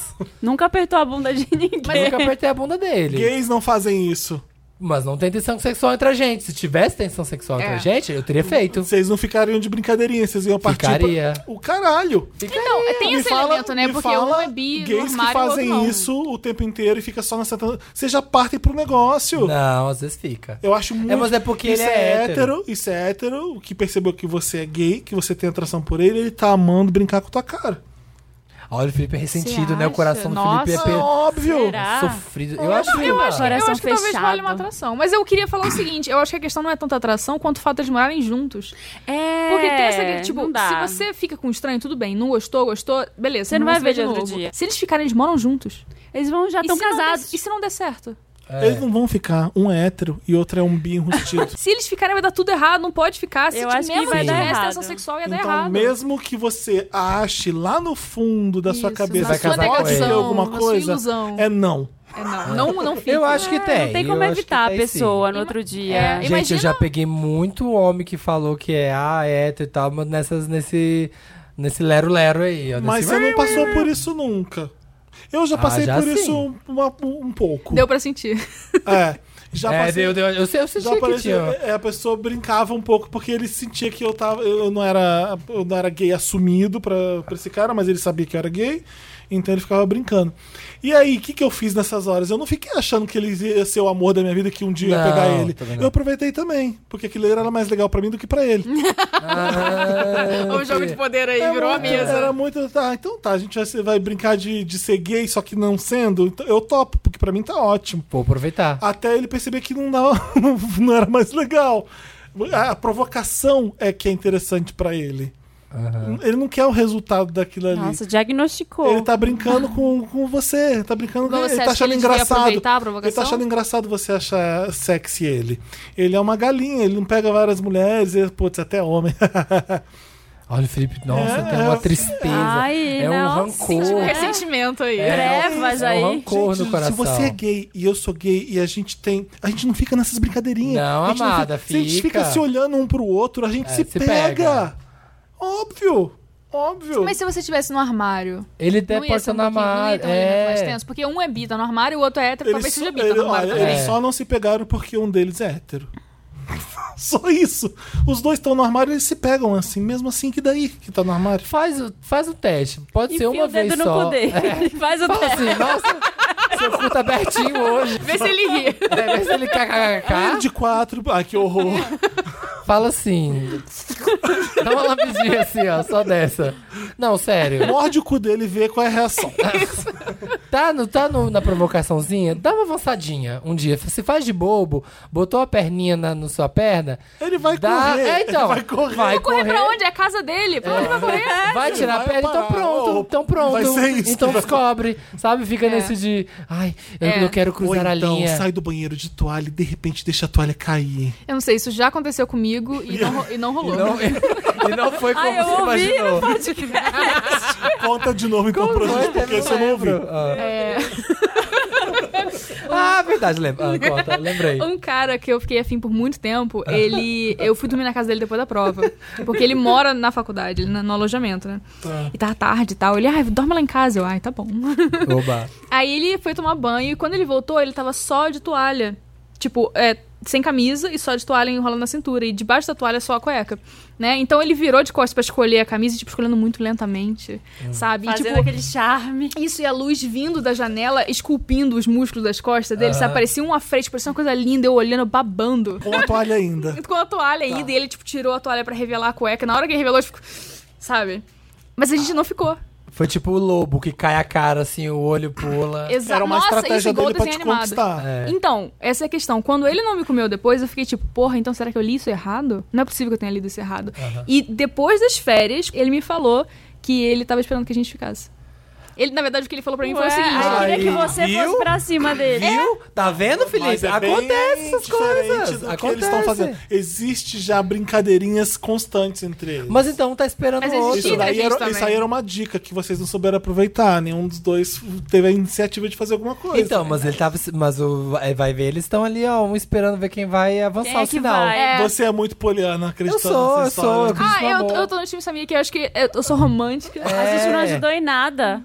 S3: Nunca apertou a bunda de ninguém.
S2: mas
S4: *laughs*
S2: nunca apertei a bunda dele.
S1: Gays não fazem isso.
S2: Mas não tem tensão sexual entre a gente. Se tivesse tensão sexual entre
S4: É.
S2: a gente, eu teria feito.
S1: Vocês não ficariam de brincadeirinha, vocês iam partir
S2: Ficaria.
S1: pra... O caralho!
S4: Então, tem
S1: Me
S4: esse
S1: fala-
S4: elemento, né?
S1: me
S4: Porque um
S1: fala
S4: é bi no
S1: gays
S4: armário,
S1: que
S4: o outro
S1: fazem
S4: não.
S1: isso o tempo inteiro e fica só nessa... Vocês já partem pro negócio.
S2: Não, às vezes fica.
S1: Eu acho muito.
S2: mas é porque
S1: isso
S2: ele é hétero.
S1: Isso é hétero. O que percebeu que você é gay, que você tem atração por ele, ele tá amando brincar com a tua cara.
S2: Olha, o Felipe é ressentido, né? O
S4: acha?
S2: coração do Felipe é
S4: Nossa.
S1: É
S2: pe-
S1: óbvio.
S3: Será?
S2: sofrido. Eu acho que
S4: Eu
S2: não.
S4: acho, eu
S3: Coração
S4: acho que talvez
S3: fechado.
S4: valha uma atração. Mas eu queria falar o seguinte: eu acho que a questão não é tanta atração quanto o fato de eles morarem juntos.
S3: É.
S4: Porque tem essa.
S3: não
S4: Tipo,
S3: dá.
S4: se você fica com um estranho, tudo bem. Não gostou, gostou, beleza.
S3: Você não
S4: vão
S3: vai
S4: se
S3: ver
S4: de
S3: de outro
S4: novo.
S3: dia.
S4: Se eles ficarem, eles moram juntos.
S3: Eles vão já
S4: E
S3: estão
S4: se não der-
S3: casados.
S4: e se não der certo?
S2: É.
S1: Eles não vão ficar. Um é hétero e outro é um bi
S2: *laughs* Tá
S1: enrustido.
S4: Se eles ficarem, vai dar tudo errado, não pode ficar. Se
S3: Eu
S4: tiver
S3: acho que
S4: mesmo
S3: vai
S4: se
S3: dar
S4: tivesse
S3: errado.
S4: tensão sexual, ia dar
S1: então,
S4: errado.
S1: mesmo que você ache lá no fundo da sua
S4: Isso,
S1: cabeça
S4: na
S1: que
S2: sua
S1: pode
S2: negação,
S1: ter alguma
S4: na sua
S1: coisa,
S4: ilusão.
S1: é não.
S4: É, não, não, não fica.
S2: Eu acho que
S3: Não
S2: tem.
S3: tem
S2: É, eu
S3: como
S2: acho que
S3: evitar a
S2: tem sim.
S3: pessoa né? no outro dia.
S4: É,
S2: Gente,
S4: Imagina-
S2: eu já peguei muito homem que falou que é ah, hétero e tal, mas nessas, nesse. Nesse lero-lero aí. ó,
S1: Mas
S2: nesse...
S1: você não passou por isso nunca. Eu já
S2: Ah,
S1: passei
S2: já
S1: por
S2: sim.
S1: isso um, uma- um pouco.
S4: Deu pra sentir.
S1: É. Já
S2: É,
S1: passei.
S2: deu, deu, eu, sei, eu senti
S1: Já
S2: que
S1: apareceu,
S2: tinha.
S1: é, a pessoa brincava um pouco porque ele sentia que eu tava, eu não era, eu não era gay assumido pra, pra esse cara, mas ele sabia que eu era gay, então ele ficava brincando. E aí, o que, que eu fiz nessas horas? Eu não fiquei achando que ele ia ser o amor da minha vida que um dia eu ia
S2: Não,
S1: pegar ele.
S2: também não.
S1: Eu aproveitei também, porque aquilo era mais legal pra mim do que pra ele.
S2: Ah,
S4: o jogo de poder aí,
S1: É
S4: virou a
S1: muito-
S4: mesa.
S1: Era muito, tá, então tá, a gente vai, ser- vai brincar de, de ser gay, só que não sendo. Então, eu topo, porque pra mim tá ótimo.
S2: Vou aproveitar.
S1: Até ele perceber que não, dava, *laughs* não era mais legal. A, a provocação é que é interessante pra ele. Ele não quer o resultado daquilo ali.
S3: Nossa, diagnosticou.
S1: ele tá brincando com, com você, tá brincando com ele,
S4: Mas você
S1: ele tá
S4: acha
S1: achando
S4: que ele devia
S1: engraçado.
S4: aproveitar a
S1: ele tá
S4: provocação?
S1: achando engraçado você achar sexy ele. Ele é uma galinha, ele não pega várias mulheres, ele, putz, até homem. *laughs*
S2: Olha o Felipe, nossa,
S1: É,
S2: tem uma
S1: é.
S2: tristeza.
S3: Ai,
S2: é um
S3: nossa,
S2: rancor.
S4: Um
S3: É.
S4: *laughs* ressentimento aí.
S2: É,
S3: Trevas
S2: é um
S3: aí.
S2: rancor
S1: Gente,
S2: no coração.
S1: Se você é gay e eu sou gay e a gente tem. A gente não fica nessas brincadeirinhas.
S2: Não,
S1: a gente
S2: amada,
S1: fica, Se a gente fica
S2: fica.
S1: se olhando um pro outro, a gente
S2: É,
S1: se,
S2: se
S1: pega.
S2: pega.
S1: Óbvio. Óbvio.
S4: Mas se você estivesse no armário,
S2: Ele até
S4: não ia
S2: pode
S4: ser
S2: ser
S4: um pouquinho, não ia
S2: namorado.
S4: ter um elemento mais
S2: É.
S4: tenso. Porque um é bi, tá no armário, o outro é hétero,
S1: eles
S4: talvez
S1: só,
S4: seja bi, tá
S1: ele-
S4: no armário
S1: olha,
S4: também.
S1: eles só não se pegaram porque um deles é hétero. *laughs* Só isso. Os dois estão no armário eles se pegam assim, mesmo assim, que daí que tá no armário?
S2: Faz, o- faz o teste. Pode ser
S3: Enfia
S2: uma
S3: o dedo
S2: vez
S3: no
S2: só.
S3: cu dele. *laughs* Faz o
S2: É. Fala
S3: teste.
S2: assim, nossa, seu cu tá abertinho hoje.
S4: Vê
S2: *laughs*
S4: se ele ri.
S2: É, vê se ele
S1: Um
S2: kkkk.
S1: de quatro. Ai, que
S4: *laughs*
S1: horror.
S2: Fala assim. Dá uma lambidinha assim, ó, só dessa. Não, sério.
S1: Morde o cu dele e vê qual é a reação.
S2: Tá, no, tá no- na provocaçãozinha? Dá uma avançadinha um dia. Se faz de bobo, botou a perninha na, na sua perna.
S1: Ele vai
S2: dá.
S1: correr.
S2: É, então.
S1: Ele vai correr.
S2: Vai
S4: Correr
S2: correr.
S4: pra onde? É a casa dele. Pra onde vai correr?
S2: Vai tirar a
S1: vai
S2: perna, então
S1: parar.
S2: pronto,
S1: Ou
S2: então pronto.
S1: vai ser isso.
S2: Então descobre, sabe? Fica
S4: É.
S2: nesse de, ai, eu
S4: É.
S2: não quero
S1: Ou
S2: cruzar a
S1: então
S2: linha.
S1: sai do banheiro de toalha e de repente deixa a toalha cair.
S4: Eu não sei, isso já aconteceu comigo e não, ro- e não rolou.
S2: E não,
S4: *laughs*
S2: e não foi como
S3: Ai, eu
S2: você
S3: ouvi
S2: imaginou.
S3: no podcast.
S1: Conta de novo então pra
S2: Foi,
S1: gente,
S2: até
S1: porque isso eu não ouvi.
S2: é lembro. Ah,
S4: É,
S2: *laughs* Ah, verdade, lembra. Ah, conta, lembrei.
S4: um cara que eu fiquei afim por muito tempo, ele. Eu fui dormir na casa dele depois da prova. Porque ele mora na faculdade, ele na- no alojamento, né?
S1: Tá.
S4: E tava tarde e tal. Ele, ai, dorme lá em casa. Eu, ai, tá bom.
S2: Oba.
S4: Aí ele foi tomar banho e quando ele voltou, ele tava só de toalha. Tipo, é, sem camisa e só de toalha enrolando na cintura. E debaixo da toalha só a cueca, né? Então ele virou de costas pra escolher a camisa, tipo, escolhendo muito lentamente,
S1: Hum.
S4: sabe? E,
S2: assim,
S3: Fazendo
S4: tipo,
S3: aquele charme.
S4: isso e a luz vindo da janela, esculpindo os músculos das costas dele, sabe? Parecia uma frente, parecia uma coisa linda, eu olhando, babando.
S1: Com a toalha ainda.
S4: Com a toalha
S1: Tá.
S4: ainda, e ele, tipo, tirou a toalha pra revelar a cueca. Na hora que ele revelou, eu fico... Sabe? Mas a gente não ficou.
S2: Foi tipo o lobo que cai a cara assim, o olho pula.
S4: Exato.
S1: Era uma
S4: Nossa, isso
S1: estratégia
S4: igual
S1: dele pra
S4: desenho
S1: te
S4: animado.
S1: conquistar.
S2: É.
S4: Então, essa é a questão. Quando ele não me comeu depois, eu fiquei tipo, porra, então será que eu li isso errado? Não é possível que eu tenha lido isso errado. E depois das férias, ele me falou que ele tava esperando que a gente ficasse. Ele, na verdade, o que ele falou pra mim foi
S3: Ué,
S4: o seguinte.
S3: aí queria que
S2: Aí,
S3: você
S2: viu?
S3: fosse pra cima dele.
S2: Viu? Tá vendo,
S1: Mas
S2: Felipe?
S1: é bem
S2: Acontece essas
S1: diferente
S2: coisas.
S1: do que
S2: Acontece.
S1: eles estão fazendo. Existe já brincadeirinhas constantes entre eles.
S2: Mas então tá esperando
S4: Mas
S2: o outro.
S4: existe-
S1: isso, daí
S4: gente
S1: era,
S4: também.
S1: isso aí era uma dica que vocês não souberam aproveitar. Nenhum dos dois teve a iniciativa de fazer alguma coisa.
S2: Então, mas ele tava. Mas o, é, vai ver, eles estão ali, ó, um esperando ver quem vai avançar
S3: Quem é
S2: o
S3: que
S2: sinal.
S3: vai?
S4: É.
S1: Você é muito poliana, acreditando
S2: Eu sou,
S1: nessa
S2: eu
S1: história. né?
S2: sou, eu acredito.
S4: Ah, eu,
S2: amor.
S4: eu tô no time Samir que eu acho que eu, eu sou romântica.
S3: A gente não
S2: É.
S3: ajudou em nada.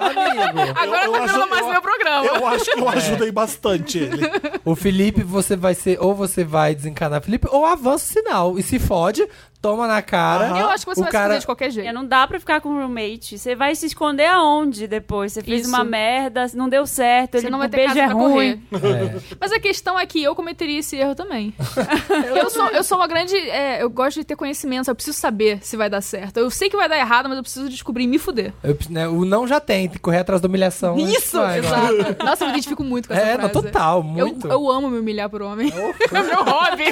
S2: Amigo,
S4: Agora
S1: eu
S4: tá
S1: acho-
S4: vendo mais
S1: eu-
S4: meu programa.
S1: Eu acho que eu
S2: É.
S1: ajudei bastante ele.
S2: o Felipe, você vai ser. Ou você vai desencanar o Felipe, ou avança o sinal. E se fode, toma na cara.
S1: Aham.
S4: Eu acho que você
S2: o
S4: vai se
S2: cara-
S4: fazer de qualquer jeito.
S3: É, Não dá pra ficar com roommate. Você vai se esconder aonde depois? Você fez
S4: Isso.
S3: uma merda, não deu certo,
S4: Você
S3: ele,
S4: não vai
S3: o
S4: ter
S3: beijo
S4: casa
S3: é
S4: pra
S3: ruim.
S4: correr.
S2: É.
S4: Mas a questão é que eu cometeria esse erro
S2: *laughs*
S4: também. eu, sou, eu sou uma grande. é, eu gosto de ter conhecimento, eu preciso saber se vai dar certo. Eu sei que vai dar errado, mas eu preciso descobrir e me fuder.
S2: Eu- né, o não já tem, tem que correr atrás da humilhação. né?
S4: Isso!
S2: Vai, vai.
S4: Exato. Nossa, eu me identifico muito com essa
S2: É, não,
S4: frase.
S2: total,
S4: Eu,
S2: muito.
S4: eu amo me humilhar por homem. *laughs* É meu hobby.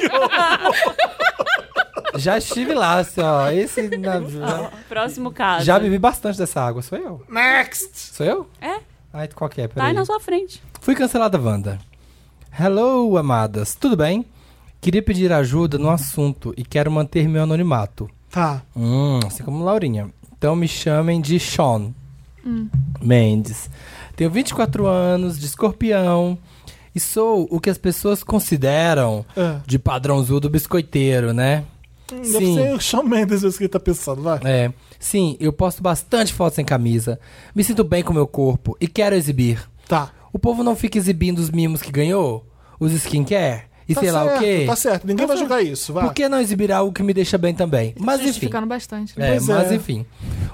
S2: Já estive lá, assim, ó. Esse. na- já,
S3: Próximo caso.
S2: já bebi bastante dessa água. Sou eu?
S1: Next!
S2: Sou eu?
S3: É.
S2: Ai, qual que é?
S3: Tá aí
S2: Peraí.
S3: na sua frente.
S2: Fui cancelada, Wanda. Hello, amadas. Tudo bem? Queria pedir ajuda no assunto e quero manter meu anonimato.
S1: Tá.
S2: Hum, assim como Laurinha. Então me chamem de Sean Mendes. Tenho 24 anos, de escorpião. E sou o que as pessoas consideram
S1: É.
S2: de padrãozinho do biscoiteiro, né?
S1: Hum, Deve ser o Shawn Mendes mesmo que ele tá pensando, vai.
S2: É. Sim, eu posto bastante fotos sem camisa. Me sinto bem com meu corpo e quero exibir.
S1: Tá.
S2: O povo não fica exibindo os mimos que ganhou? Os skincare? E
S1: Tá
S2: sei lá o
S1: certo,
S2: quê?
S1: Tá certo, ninguém
S2: Tá
S1: vai
S2: certo.
S1: julgar isso, vai.
S2: Por que não exibir algo que me deixa bem também?
S1: Então
S2: Mas enfim.
S4: Justificaram bastante. né?
S2: É,
S1: Pois
S2: mas
S1: é.
S2: enfim.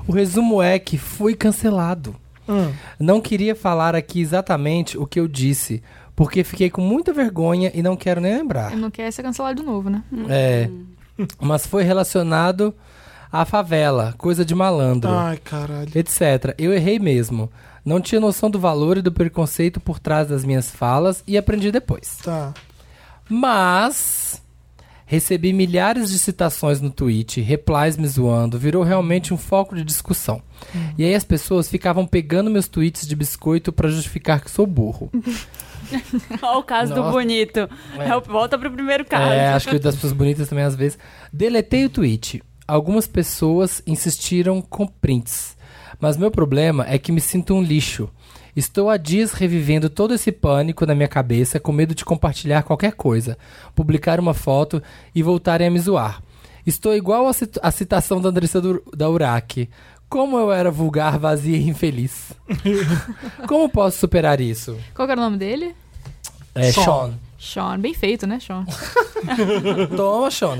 S2: O resumo é que fui cancelado.
S1: Hum.
S2: Não queria falar aqui exatamente o que eu disse, porque fiquei com muita vergonha e não quero nem lembrar.
S4: Ele não quer ser cancelado de novo, né?
S1: Uhum.
S2: É. Mas foi relacionado à favela, coisa de malandro
S1: Ai, caralho.
S2: etc. Eu errei mesmo. Não tinha noção do valor e do preconceito por trás das minhas falas e aprendi depois.
S1: Tá.
S2: Mas recebi milhares de citações no tweet, replies me zoando, virou realmente um foco de discussão. E aí as pessoas ficavam pegando meus tweets de biscoito pra justificar que sou burro.
S3: Olha o caso do
S2: Nossa.
S3: bonito.
S2: É.
S3: É, Volta pro primeiro caso.
S2: É, acho que o das pessoas bonitas também às vezes. Deletei o tweet. Algumas pessoas insistiram com prints. Mas meu problema é que me sinto um lixo. Estou há dias revivendo todo esse pânico na minha cabeça, com medo de compartilhar qualquer coisa, publicar uma foto e voltarem a me zoar. Estou igual a, cit- a citação da Andressa Dur- da Uraque. Como eu era vulgar, vazia e infeliz. Como posso superar isso?
S4: Qual que era o nome dele?
S2: É,
S1: Sean.
S2: Sean.
S4: Sean. Bem feito, né, Sean?
S2: Toma, Sean.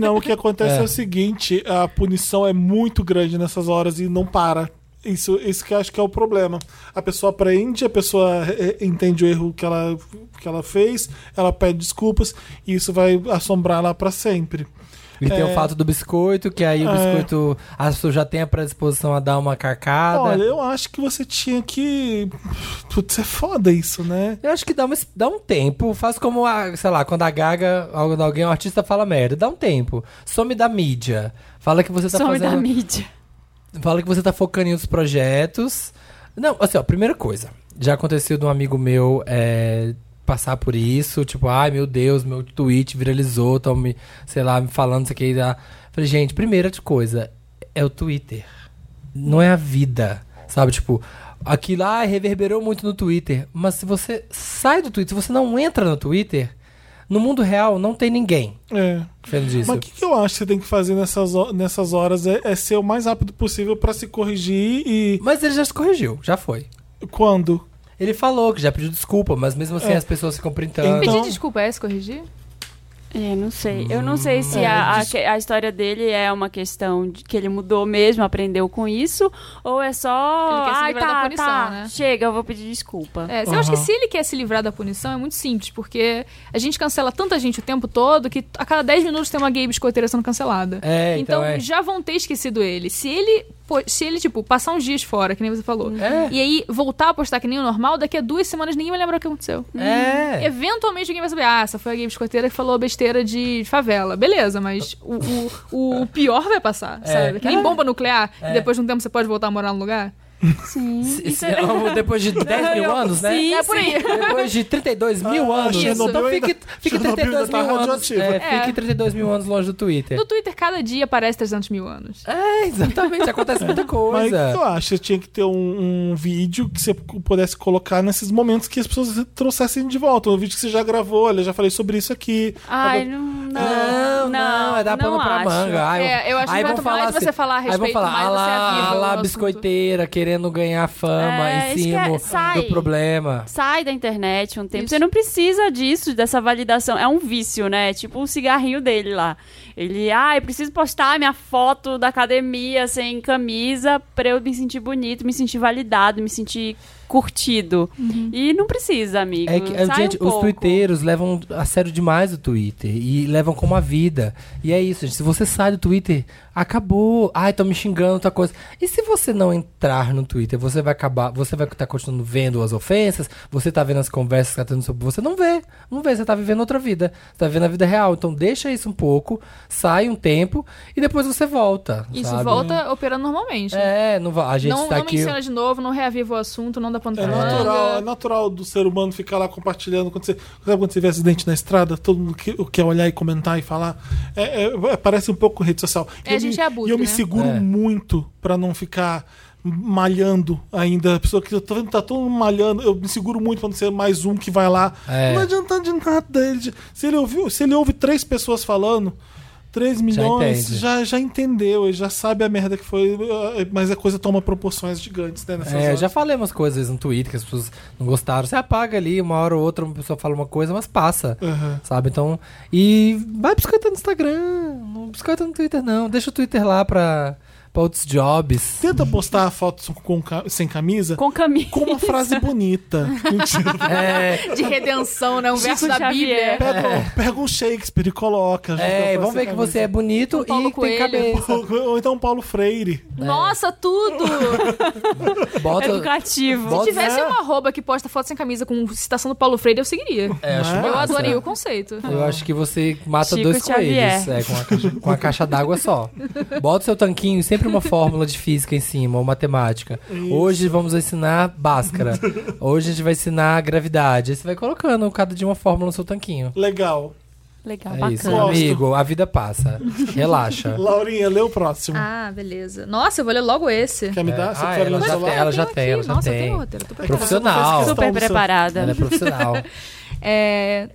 S1: Não, o que acontece
S2: *laughs* É.
S1: é. o seguinte: a punição é muito grande nessas horas e não para. Isso, isso que eu acho que é o problema. A pessoa aprende, a pessoa eh, entende o erro que ela, que ela fez, ela pede desculpas e isso vai assombrar lá pra sempre.
S2: E tem
S1: É.
S2: o fato do biscoito, que aí o
S1: É.
S2: biscoito, as pessoas já têm a predisposição a dar uma carcada.
S1: Olha, eu acho que você tinha que. Putz, é foda isso, né?
S2: Eu acho que dá, uma, es- dá um tempo. Faz como, a, sei lá, quando a gaga, algum- alguém, um artista fala merda. Dá um tempo. Some da mídia. Fala
S3: *laughs*
S2: que você tá
S3: Some da
S2: fazendo.
S3: mídia.
S2: Fala que você tá focando em outros projetos. Não, assim, ó, primeira coisa. Já aconteceu de um amigo meu é, passar por isso, tipo, ai meu Deus, meu tweet viralizou, tão me, sei lá, me falando isso aqui. lá. Falei, gente, primeira de coisa, é o Twitter. Não é a vida. Sabe, tipo, aquilo lá reverberou muito no Twitter. Mas se você sai do Twitter, se você não entra no Twitter, no mundo real não tem ninguém.
S1: É.
S2: Vendo disso.
S1: Mas o que, que eu acho que você tem que fazer nessas, ho- nessas horas é, é ser o mais rápido possível pra se corrigir e.
S2: Mas ele já se corrigiu, já foi.
S1: Quando?
S2: Ele falou que já pediu desculpa, mas mesmo assim
S1: É.
S2: as pessoas ficam printando.
S1: Então-
S4: Pedir desculpa é se corrigir?
S3: É, não sei. Eu não sei
S2: Hum, é,
S3: se a, a, que- a história dele é uma questão de que ele mudou mesmo, aprendeu com isso, ou é só.
S4: Ele quer se
S3: "Ai,
S4: livrar
S3: tá,
S4: da punição,
S3: tá,
S4: né?"
S3: Chega, eu vou pedir desculpa.
S4: É, se eu acho que
S1: Aham.
S4: se ele quer se livrar da punição, é muito simples, porque a gente cancela tanta gente o tempo todo que a cada 10 minutos tem uma gay biscoiteira sendo cancelada.
S2: É, então
S4: então
S2: é.
S4: já vão ter esquecido ele. Se ele, pô, se ele, tipo, passar uns dias fora, que nem você falou,
S2: É.
S4: e aí voltar a postar que nem o normal, daqui a duas semanas ninguém vai lembrar o que aconteceu.
S2: É.
S4: Eventualmente alguém vai saber, ah, essa foi a gay biscoiteira que falou besteira de favela. Beleza, mas o, o- o, o pior vai passar,
S2: É.
S4: sabe? Que nem bomba nuclear,
S2: É.
S4: e depois de um tempo você pode voltar a morar no lugar.
S3: Sim. Isso
S2: *laughs*
S3: é-
S2: Depois de 10 mil anos, né?
S3: Sim,
S4: É por aí.
S2: Depois de 32 mil
S1: Ah,
S2: anos.
S1: Chernobyl
S2: Então
S1: ainda-
S2: fique, fique
S1: Chernobyl
S2: 32
S1: ainda tá
S2: mil anos.
S1: radioativa.
S2: É,
S4: É.
S2: Fique 32 mil anos longe do Twitter.
S4: No Twitter, cada dia aparece 300 mil anos.
S2: É, exatamente. Acontece
S1: *laughs*
S2: muita
S1: Mas
S2: coisa.
S1: eu acho que tinha que ter um, um vídeo que você pudesse colocar nesses momentos que as pessoas trouxessem de volta. Um vídeo que você já gravou, olha, já falei sobre isso aqui.
S3: Ai, não. Não,
S2: Tá Não, não, é dar pano pra
S3: acho.
S2: manga. Ai,
S4: É, eu acho
S2: aí
S4: que
S2: vão assim,
S4: quanto mais você falar a
S2: aí vão
S4: respeito,
S2: falar,
S4: mais
S2: "Ah
S4: você
S2: lá,
S4: aviva
S2: ah lá,
S4: o assunto."
S2: biscoiteira querendo ganhar fama
S3: É,
S2: em cima
S3: esque- sai.
S2: do problema.
S3: Sai da internet um tempo.
S4: Isso.
S3: Você não precisa disso, dessa validação. É um vício, né? Tipo o cigarrinho dele lá. Ele, ai, preciso postar minha foto da academia sem camisa pra eu me sentir bonito, me sentir validado, me sentir curtido. E não precisa, amigo.
S4: Hum,
S2: É que,
S3: Sai
S2: gente,
S3: um pouco.
S2: os twitteiros levam a sério demais o Twitter e levam como a vida. E é isso, gente. Se você sai do Twitter, acabou. Ai, estão me xingando, outra coisa. E se você não entrar no Twitter, você vai acabar, você vai estar continuando vendo as ofensas, você tá vendo as conversas que tá tendo sobre você, não vê. Não vê, você tá vivendo outra vida. Você tá vivendo a vida real. Então deixa isso um pouco, sai um tempo e depois você volta.
S4: Isso
S2: sabe?
S4: volta operando normalmente.
S2: É, não va- a gente
S4: não
S2: tá
S4: não
S2: aqui.
S4: menciona de novo, não reaviva o assunto, não dá pano
S1: É,
S4: pra manga.
S1: natural, é natural do ser humano ficar lá compartilhando. Quando você, sabe quando você vê acidente na estrada, todo mundo que, quer olhar e comentar e falar. É, é, é, parece um pouco rede social.
S4: É, a gente
S1: me,
S4: é abutre,
S1: E eu me
S4: né?
S1: seguro
S2: É.
S1: muito pra não ficar malhando ainda. A pessoa que eu tô vendo tá todo mundo malhando. Eu me seguro muito pra não ser mais um que vai lá.
S2: É.
S1: Não adianta de nada. Ele, se, ele ouviu, se ele ouve três pessoas falando. 3 milhões,
S2: entende.
S1: já, já entendeu, ele já sabe a merda que foi, mas a coisa toma proporções gigantes, né? nessas
S2: É, eu
S1: horas.
S2: já falei umas coisas às vezes, no Twitter que as pessoas não gostaram. Você apaga ali, uma hora ou outra, uma pessoa fala uma coisa, mas passa.
S1: Aham.
S2: Sabe? Então. E vai biscoita no Instagram. Não biscoita no Twitter, não. Deixa o Twitter lá pra, pra outros jobs.
S1: Tenta postar a foto com ca- sem camisa com,
S3: Com camisa.
S1: uma frase bonita. Mentira.
S2: É,
S4: De redenção, né? Um verso da
S3: Xavier.
S4: Bíblia.
S1: Pega, pega um Shakespeare e coloca. junto com a
S2: é
S1: frase
S2: vamos ver
S1: sem
S2: que
S1: camisa.
S2: você é bonito e
S4: Paulo
S2: tem
S4: Coelho.
S2: cabeça.
S1: Ou, ou então Paulo Freire.
S4: Nossa, tudo!
S2: Bota.
S3: *laughs* Educativo.
S2: Bota-
S4: Se tivesse
S1: É.
S4: uma arroba que posta foto sem camisa com citação do Paulo Freire, eu seguiria.
S2: É, acho
S4: Eu
S2: massa.
S4: adorei o conceito.
S2: Eu acho que você mata
S3: Tá. Chico
S2: dois
S3: Xavier.
S2: coelhos é, com, a caixa, com a caixa d'água só. Bota o seu tanquinho e sempre uma fórmula de física em cima, ou matemática. Hoje vamos ensinar Bhaskara. Hoje a gente vai ensinar gravidade. Aí você vai colocando cada dia uma fórmula no seu tanquinho.
S1: Legal.
S3: Legal,
S2: É
S3: Ah, bacana.
S2: isso,
S1: Gosto.
S2: amigo. A vida passa.
S3: *laughs*
S2: Relaxa.
S1: Laurinha, lê o próximo.
S4: Ah, beleza. Nossa, eu vou ler logo esse.
S1: Quer me
S2: É.
S1: dar? Você
S2: Ah,
S1: quer
S2: ela
S1: no
S2: já
S1: celular?
S2: tem, ela já
S4: Eu tenho
S2: tem, ela
S4: aqui.
S2: já
S4: Nossa, eu
S2: tem.
S4: tenho roteiro,
S3: Tá
S4: tô preparada.
S1: Você não fez
S2: Profissional.
S1: questão.
S3: Super
S1: Então, você-
S2: Ela
S3: preparada.
S2: é profissional.
S4: É...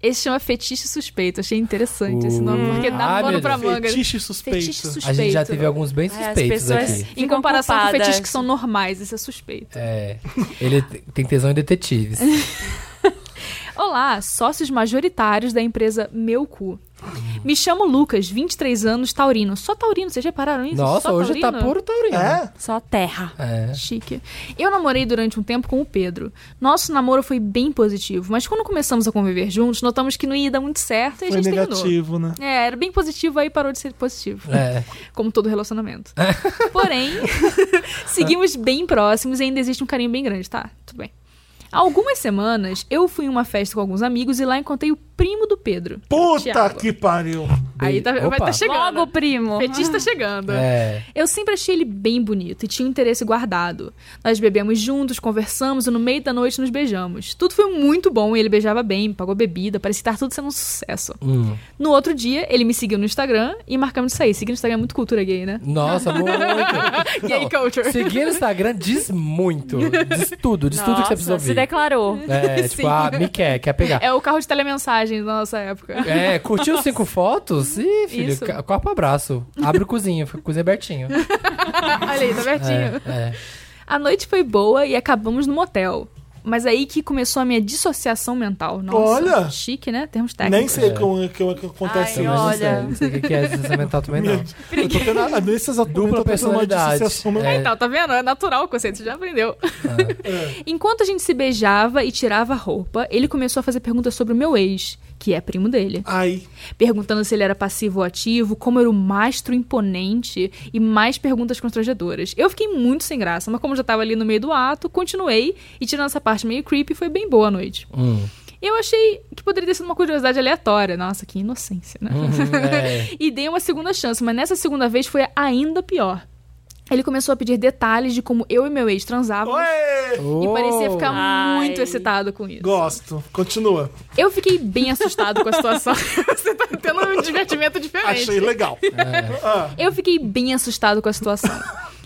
S4: Esse chama Fetiche Suspeito. Achei interessante esse nome,
S2: Uh,
S4: porque dá
S2: ai,
S4: pano
S2: meu
S4: pra
S2: Deus.
S4: manga.
S1: Fetiche suspeito.
S4: Fetiche suspeito.
S2: A gente já teve alguns bem
S3: É, as
S2: suspeitos
S3: pessoas- *laughs*
S2: aqui.
S4: Em
S3: Ficam
S4: comparação com
S3: culpadas.
S4: fetiches que são normais, esse é suspeito.
S2: É. Ele te- tem tesão em detetives.
S4: Olá, sócios majoritários da empresa Meu Cu. Me chamo Lucas, 23 anos, taurino. Só taurino, vocês repararam isso?
S2: Nossa,
S4: Só
S2: hoje tá
S4: taurino?
S2: puro taurino.
S1: É?
S3: Só terra.
S2: É.
S4: Chique. Eu namorei durante um tempo com o Pedro. Nosso namoro foi bem positivo, mas quando começamos a conviver juntos, notamos que não ia dar muito certo e a
S1: Foi
S4: gente terminou.
S1: negativo, né?
S4: É, era bem positivo, aí parou de ser positivo.
S2: É.
S4: Como todo relacionamento. *laughs* Porém, seguimos bem próximos e ainda existe um carinho bem grande, tá? Tudo bem. Há algumas semanas, eu fui em uma festa com alguns amigos e lá encontrei o primo do Pedro. que é o
S1: Puta
S4: Thiago.
S1: que pariu.
S4: Aí tá, vai
S2: Opa.
S4: tá chegando.
S3: Logo, primo.
S4: o fetiche tá chegando.
S2: É.
S4: Eu sempre achei ele bem bonito e tinha um interesse guardado. Nós bebemos juntos, conversamos e no meio da noite nos beijamos. Tudo foi muito bom e ele beijava bem, me pagou bebida, parecia estar tudo sendo um sucesso.
S2: Hum.
S4: No outro dia, ele me seguiu no Instagram e marcamos de sair. Seguir no Instagram é muito cultura gay, né?
S2: Nossa,
S4: *laughs*
S2: muito.
S4: Gay
S2: Não,
S4: culture.
S2: Seguir no Instagram diz muito. Diz tudo, diz tudo que você precisa
S3: Nossa, se
S2: ouvir.
S3: declarou.
S4: *laughs*
S2: É,
S4: Sim.
S2: tipo, ah, me quer, quer pegar.
S4: É o carro de telemensagem da nossa época.
S2: É, curtiu cinco fotos? Ih, filho,
S4: Isso.
S2: ca- corpo abraço. Abre o cozinho, fica o cozinho abertinho.
S4: *laughs* Olha aí, tá pertinho.
S2: É,
S4: A noite foi boa e acabamos no motel. Mas aí que começou a minha dissociação mental. Nossa,
S1: Olha!
S4: chique, né? Termos técnicos.
S1: Nem sei
S2: É.
S1: como é que, como é que acontece
S3: Ai,
S1: isso.
S2: Mas não
S3: olha.
S2: sei, não sei o que que é esse mental também,
S4: *laughs*
S2: não.
S1: Eu tô tendo, a- nesse exato momento, eu tô
S2: Dupla
S1: tendo uma
S2: personalidade.
S1: dissociação mental.
S2: É.
S4: Então, tá vendo? É natural o conceito, você já aprendeu.
S2: Ah.
S1: É.
S4: Enquanto a gente se beijava e tirava a roupa, ele começou a fazer perguntas sobre o meu ex, que é primo dele.
S1: Ai,
S4: Perguntando se ele era passivo ou ativo, como era o mastro imponente e mais perguntas constrangedoras. Eu fiquei muito sem graça, mas como eu já tava ali no meio do ato, continuei e tirando essa parte meio creepy, foi bem boa a noite.
S2: Hum,
S4: Eu achei que poderia ter sido uma curiosidade aleatória. Nossa, que inocência, né? *laughs*
S2: uhum, é.
S4: E dei uma segunda chance, mas nessa segunda vez foi ainda pior. Ele começou a pedir detalhes de como eu e meu ex transavam
S1: Ué!
S4: e
S2: Oh.
S4: parecia ficar
S3: Ai.
S4: muito excitado com isso.
S1: Gosto. Continua.
S4: Eu fiquei bem assustado com a situação. *laughs* Você tá tendo um divertimento diferente.
S1: Achei legal.
S4: Eu fiquei bem assustado com a situação.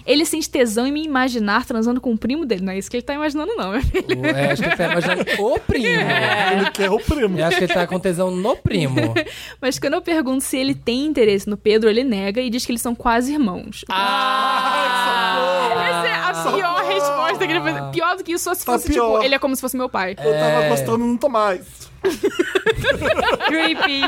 S4: Ele sente tesão em me imaginar transando com o primo dele. Não é isso que ele tá imaginando, não.
S2: O- é, acho que ele tá imaginando o primo.
S4: É.
S1: Ele quer o primo.
S2: Eu acho que ele tá com tesão no primo.
S4: Mas quando eu pergunto se ele tem interesse no Pedro, ele nega e diz que eles são quase irmãos.
S1: Ah!
S4: Essa é a pior resposta que ele fez. Pior do que isso, só se
S1: Tá
S4: fosse,
S1: pior.
S4: tipo, ele é como se fosse meu pai.
S1: Eu tava gostando, não tô mais.
S3: *laughs* Creepy.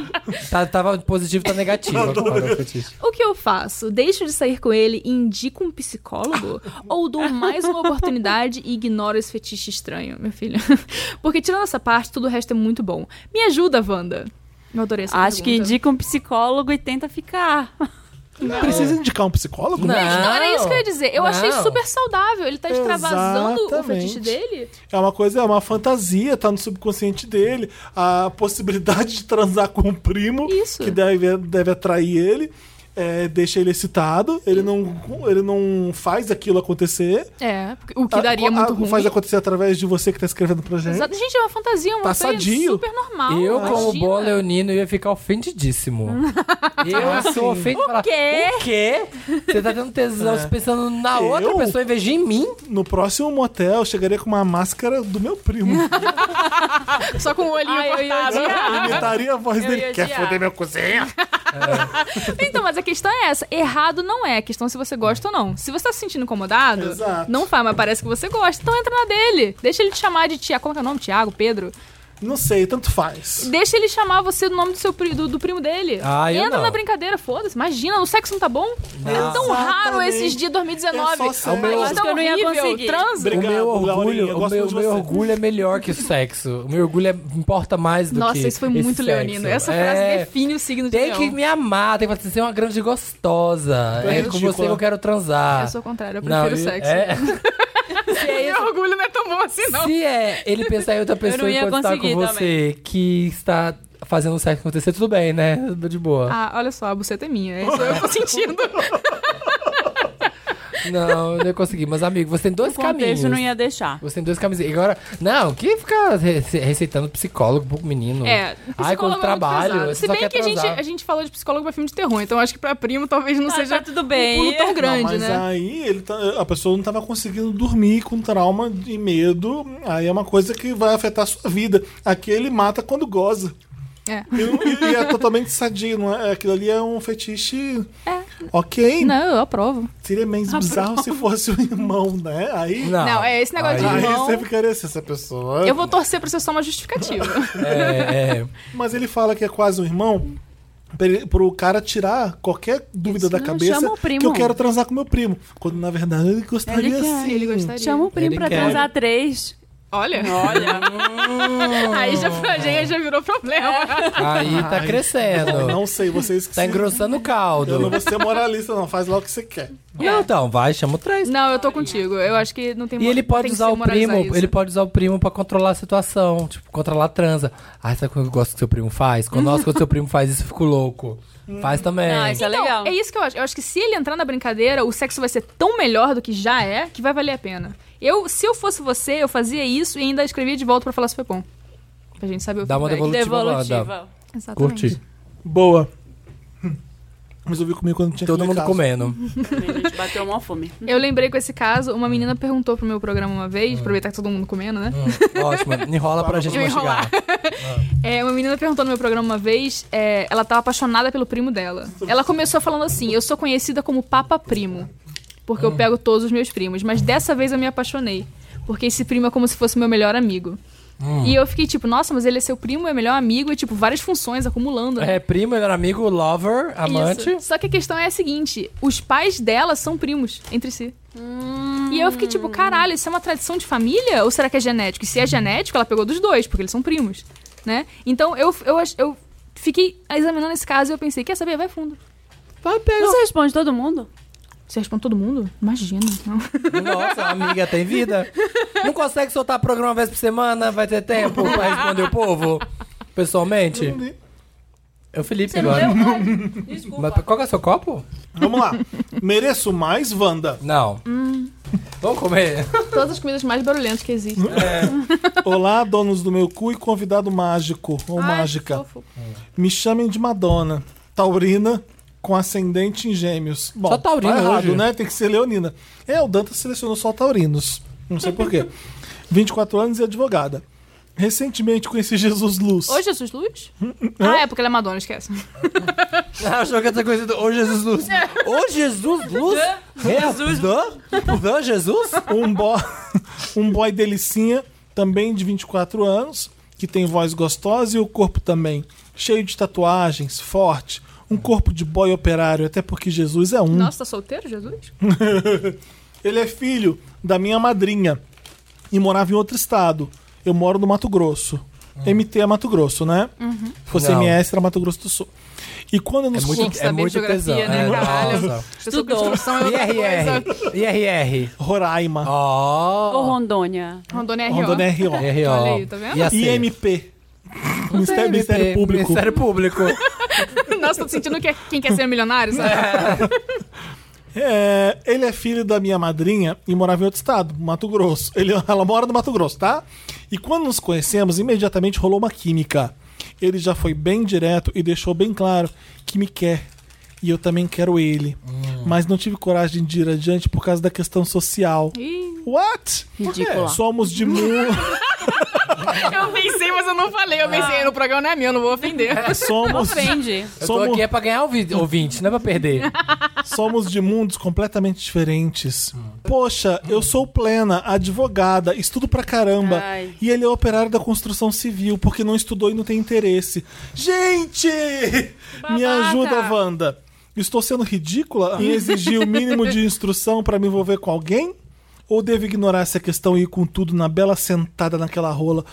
S2: Tá, tava positivo, tá negativo. Agora, o fetiche.
S4: O que eu faço? Deixo de sair com ele e indico
S1: *laughs*
S4: um psicólogo? Ou dou mais uma oportunidade e ignoro esse fetiche estranho, meu filho? *laughs* Porque tirando essa parte, tudo o resto é muito bom. Me ajuda, Wanda. Eu adorei essa
S3: Acho que
S4: pergunta.
S3: indica um psicólogo e tenta ficar.
S1: Precisa indicar um psicólogo?
S2: Não.
S4: Não, Então, era isso que eu ia dizer. Eu achei
S2: Não.
S4: super saudável. Ele tá extravasando o
S1: Exatamente.
S4: fetiche dele.
S1: É uma coisa, é uma fantasia, tá no subconsciente dele. A possibilidade *laughs* de transar com um primo,
S4: Isso.
S1: que deve, deve atrair ele, é, deixa ele excitado. Ele não, ele não faz aquilo acontecer.
S4: É, porque- o que daria
S1: A-
S4: muito
S1: a-
S4: ruim.
S1: Ah, Faz acontecer através de você que tá escrevendo pra gente.
S4: Exato. Gente, é uma fantasia, uma
S1: Tá
S4: coisa
S1: sadio.
S4: super normal.
S2: Eu,
S4: imagina.
S2: como bom leonino, ia ficar
S4: *laughs*
S2: ofendidíssimo. Eu
S4: Assim.
S2: sou ofendido. O
S3: quê?
S2: O quê? Você tá tendo tesão você pensando na
S1: É. Eu?
S2: outra pessoa em vez de em mim?
S1: No próximo motel, eu chegaria com uma máscara do meu
S4: *laughs*
S1: primo.
S4: Só com o olhinho
S3: Ai, eu ia
S4: cortado.
S1: Imitaria a voz
S3: Eu
S1: dele.
S3: ia
S1: Quer
S3: odiar.
S1: foder meu cozinha?
S4: Então, mas a questão é essa. Errado não é. A questão é se você gosta ou não. Se você tá se sentindo incomodado,
S1: Exato.
S4: não faz, mas parece que você gosta. Então entra na dele. Deixa ele te chamar de Tiago. Como é que é o nome? Tiago? Pedro?
S1: Não sei, tanto faz.
S4: Deixa ele chamar você do nome do seu pri- do, do primo dele.
S2: Ah, eu
S4: entra
S2: não.
S4: na brincadeira, foda-se. Imagina, o sexo não tá bom? É tão raro
S1: Exatamente.
S4: esses dias
S1: É só
S4: 2019.
S1: sexo.
S4: Ai,
S3: Acho que eu não ia
S4: horrível.
S3: conseguir.
S4: Transa.
S1: Obrigado,
S2: o meu
S1: Laurinha, eu
S2: orgulho, o
S1: gosto
S2: meu,
S1: muito de
S2: meu
S1: você.
S2: orgulho é melhor que o sexo. O meu orgulho é- importa mais do
S4: Nossa,
S2: que
S4: isso foi
S2: esse
S4: muito
S2: sexo.
S4: leonino. Essa frase
S2: É.
S4: define o signo de
S2: Tem
S4: leão.
S2: que me amar, tem que fazer- ser uma grande gostosa.
S1: É
S2: É, com
S1: ridícula.
S2: você que eu quero transar.
S4: Eu sou o contrário, eu
S2: Não,
S4: prefiro
S2: eu-
S4: o sexo. *laughs*
S2: é.
S4: Meu orgulho não é tão bom assim, não.
S2: Se é ele pensar em outra
S3: não
S2: pessoa
S3: ia
S2: enquanto está com
S3: conseguir
S2: você que está fazendo o sexo acontecer, tudo bem, né? Tudo De boa.
S4: Ah, olha só, a buceta é minha. É isso que eu tô sentindo.
S2: Não, eu não ia conseguir. Mas, amigo, você tem dois
S3: O contexto não
S2: caminhos.
S3: ia deixar.
S2: Você tem dois caminhos. E agora, não, que ficar rece- receitando psicólogo pro menino?
S4: É.
S2: Ai,
S4: psicólogo é
S2: quando
S4: muito
S2: trabalho,
S4: pesado.
S2: você
S4: Se
S2: só
S4: bem
S2: quer
S4: que a gente,
S2: transar.
S4: a gente falou de psicólogo pra filme de terror, então acho que pra primo talvez não
S3: Tá-
S4: seja
S3: tá tudo bem.
S4: um pulo tão grande,
S1: não, mas
S4: né?
S1: aí ele tá- a pessoa não estava conseguindo dormir com trauma e medo. Aí é uma coisa que vai afetar a sua vida. Aqui ele mata quando goza.
S4: É.
S1: E, não- e- e é totalmente sadio. Não é, aquilo ali é um fetiche. Ok.
S4: É. Não, eu aprovo.
S1: Seria menos bizarro se fosse o irmão, né? Aí,
S4: Não, é esse negócio de
S2: Aí-
S1: aí
S4: irmão.
S1: você ficaria assim, essa pessoa.
S4: Eu vou torcer pra ser só
S2: *laughs*
S4: uma justificativa.
S2: É, é.
S1: Mas ele fala que é quase um irmão pra ele- pro cara tirar qualquer dúvida
S3: Isso,
S1: da
S3: não,
S1: cabeça
S3: chama o primo.
S1: que eu quero transar com meu primo. Quando na verdade ele gostaria
S3: Ele quer,
S1: sim.
S4: Ele gostaria.
S3: Chama o primo
S2: Ele
S3: pra
S2: quer.
S3: transar três.
S4: Olha,
S3: Olha.
S4: aí já, aí já virou problema.
S2: Aí tá
S1: Não,
S2: crescendo.
S1: não sei, vocês que
S2: Tá
S1: se-
S2: engrossando o
S1: Eu não
S2: caldo.
S1: vou ser moralista, não. Faz lá o que você quer.
S2: Não, então, vai, chama o três.
S4: Não, eu tô contigo. Eu acho que não tem
S2: E ele pode
S4: tem que
S2: usar
S4: se
S2: o primo,
S4: moralizar isso.
S2: ele pode usar o primo pra controlar a situação, tipo, controlar a transa. Ah, sabe o que eu gosto que seu primo faz? Quando nossa, quando seu primo faz isso, eu fico louco. Faz também.
S3: Não, isso é
S4: Então,
S3: legal.
S4: é isso que eu acho. Eu acho que se ele entrar na brincadeira, o sexo vai ser tão melhor do que já é, que vai valer a pena. Eu, se eu fosse você, eu fazia isso e ainda escrevia de volta pra falar se foi bom. Pra gente saber o
S2: Dá uma
S4: feedback.
S2: devolutiva.
S3: Devolutiva.
S4: Exatamente.
S2: Curti.
S1: Boa. Hum. Resolvi comer quando tinha que
S2: Todo
S1: comer
S2: mundo
S1: caso.
S2: comendo.
S3: A gente bateu uma
S4: *laughs*
S3: fome.
S4: Eu lembrei com esse caso, uma menina perguntou pro meu programa uma vez, aproveitar que todo mundo comendo, né?
S2: Hum, Ótimo. Enrola pra gente
S4: Eu ia
S2: mastigar.
S4: *laughs* É, uma menina perguntou no meu programa uma vez, é, ela tava apaixonada pelo primo dela. Ela começou falando assim: Eu sou conhecida como Papa Primo, porque eu pego todos os meus primos, mas dessa vez eu me apaixonei, porque esse primo é como se fosse meu melhor amigo. E eu fiquei tipo, nossa, mas ele é seu primo, é melhor amigo, e tipo, várias funções acumulando. né?
S2: É primo, melhor amigo, lover, amante.
S4: Isso. Só que a questão é a seguinte: os pais dela são primos entre si. E eu fiquei tipo, caralho, isso é uma tradição de família? Ou será que é genético? E se é genético, ela pegou dos dois, porque eles são primos, né? Então eu, eu, ach- eu fiquei examinando esse caso e eu pensei, quer saber? Vai fundo.
S2: Vai pegar.
S3: Você responde todo mundo?
S4: Você responde todo mundo? Imagina. então. Não.
S2: Nossa, amiga tem vida. Não consegue soltar programa uma vez por semana? Vai ter tempo pra responder o povo? Pessoalmente? É o Felipe
S7: Você não
S2: agora.
S7: leu? Ai, Desculpa.
S2: Mas qual que é o seu copo?
S1: Vamos lá. Mereço mais, Wanda?
S2: Não. Vamos comer.
S4: *laughs* Todas as comidas mais barulhentas que existem.
S1: Olá, donos do meu cu e convidado mágico ou
S4: Ai,
S1: mágica.
S4: que fofo.
S1: Me chamem de Madonna. Taurina com ascendente em gêmeos. Bom,
S2: Só taurina
S1: tá errado,
S2: hoje.
S1: né? Tem que ser leonina. É, o Dantas selecionou só taurinos. Não sei
S4: *laughs*
S1: porquê. 24 anos e advogada. Recentemente conheci Jesus Luz.
S4: Ô, Jesus Luz? Ah, é porque ela é Madonna, esquece.
S2: Ah, achou que essa coisa do Ô Jesus Luz.
S4: É.
S2: Ô Jesus Luz? Jesus. Do? Do Jesus?
S1: um, bo... *laughs* um boy delicinha, também de 24 anos, que tem voz gostosa e o corpo também. Cheio de tatuagens, forte. Um corpo de boy operário, até porque Jesus é um.
S4: Nossa, tá solteiro, Jesus?
S1: Ele é filho da minha madrinha e morava em outro estado. Eu moro no Mato Grosso. MT é Mato Grosso, né? Se fosse
S2: Não.
S1: MS, era Mato Grosso do Sul. E quando nos
S4: muito- que saber geografia, né, caralho?
S2: nossa.
S4: Pessoa com instrução é outra coisa.
S2: IRR. IRR.
S1: Roraima,
S3: Ou
S2: Ó.
S3: Rondônia.
S4: Rondônia R.O.
S1: Rondônia é
S2: *laughs*
S1: RO.
S2: IRO.
S4: Olha aí, tá vendo?
S2: IAC.
S1: IMP. Ministério, Ministério
S2: MP,
S1: Público. *laughs*
S2: Ministério Público.
S4: Nossa, tô sentindo que é quem quer ser milionário, sabe?
S1: É, ele é filho da minha madrinha e morava em outro estado, Mato Grosso. Ele- *laughs* ela mora no Mato Grosso, tá? E quando nos conhecemos, imediatamente rolou uma química. Ele já foi bem direto e deixou bem claro que me quer. E eu também quero ele.
S2: Hum.
S1: Mas não tive coragem de ir adiante por causa da questão social.
S4: Ih,
S1: What?
S3: Ridícula.
S1: Somos de mu
S4: eu pensei, mas eu não falei.
S2: Ah.
S4: Eu pensei, no programa não é meu, não vou ofender.
S1: somos,
S3: Ofende.
S2: Eu tô
S1: Somos-
S2: aqui é pra ganhar ouvi- ouvinte, não é pra
S4: *laughs*
S2: perder.
S1: somos de mundos completamente diferentes. Poxa, eu sou plena, advogada, estudo pra caramba.
S3: Ai.
S1: E ele é operário da construção civil, porque não estudou e não tem interesse. Gente! Me
S3: Babaca.
S1: ajuda, Wanda. Estou sendo ridícula em exigir o mínimo de instrução pra me envolver com alguém? Ou devo ignorar essa questão e ir com tudo na bela sentada naquela rola?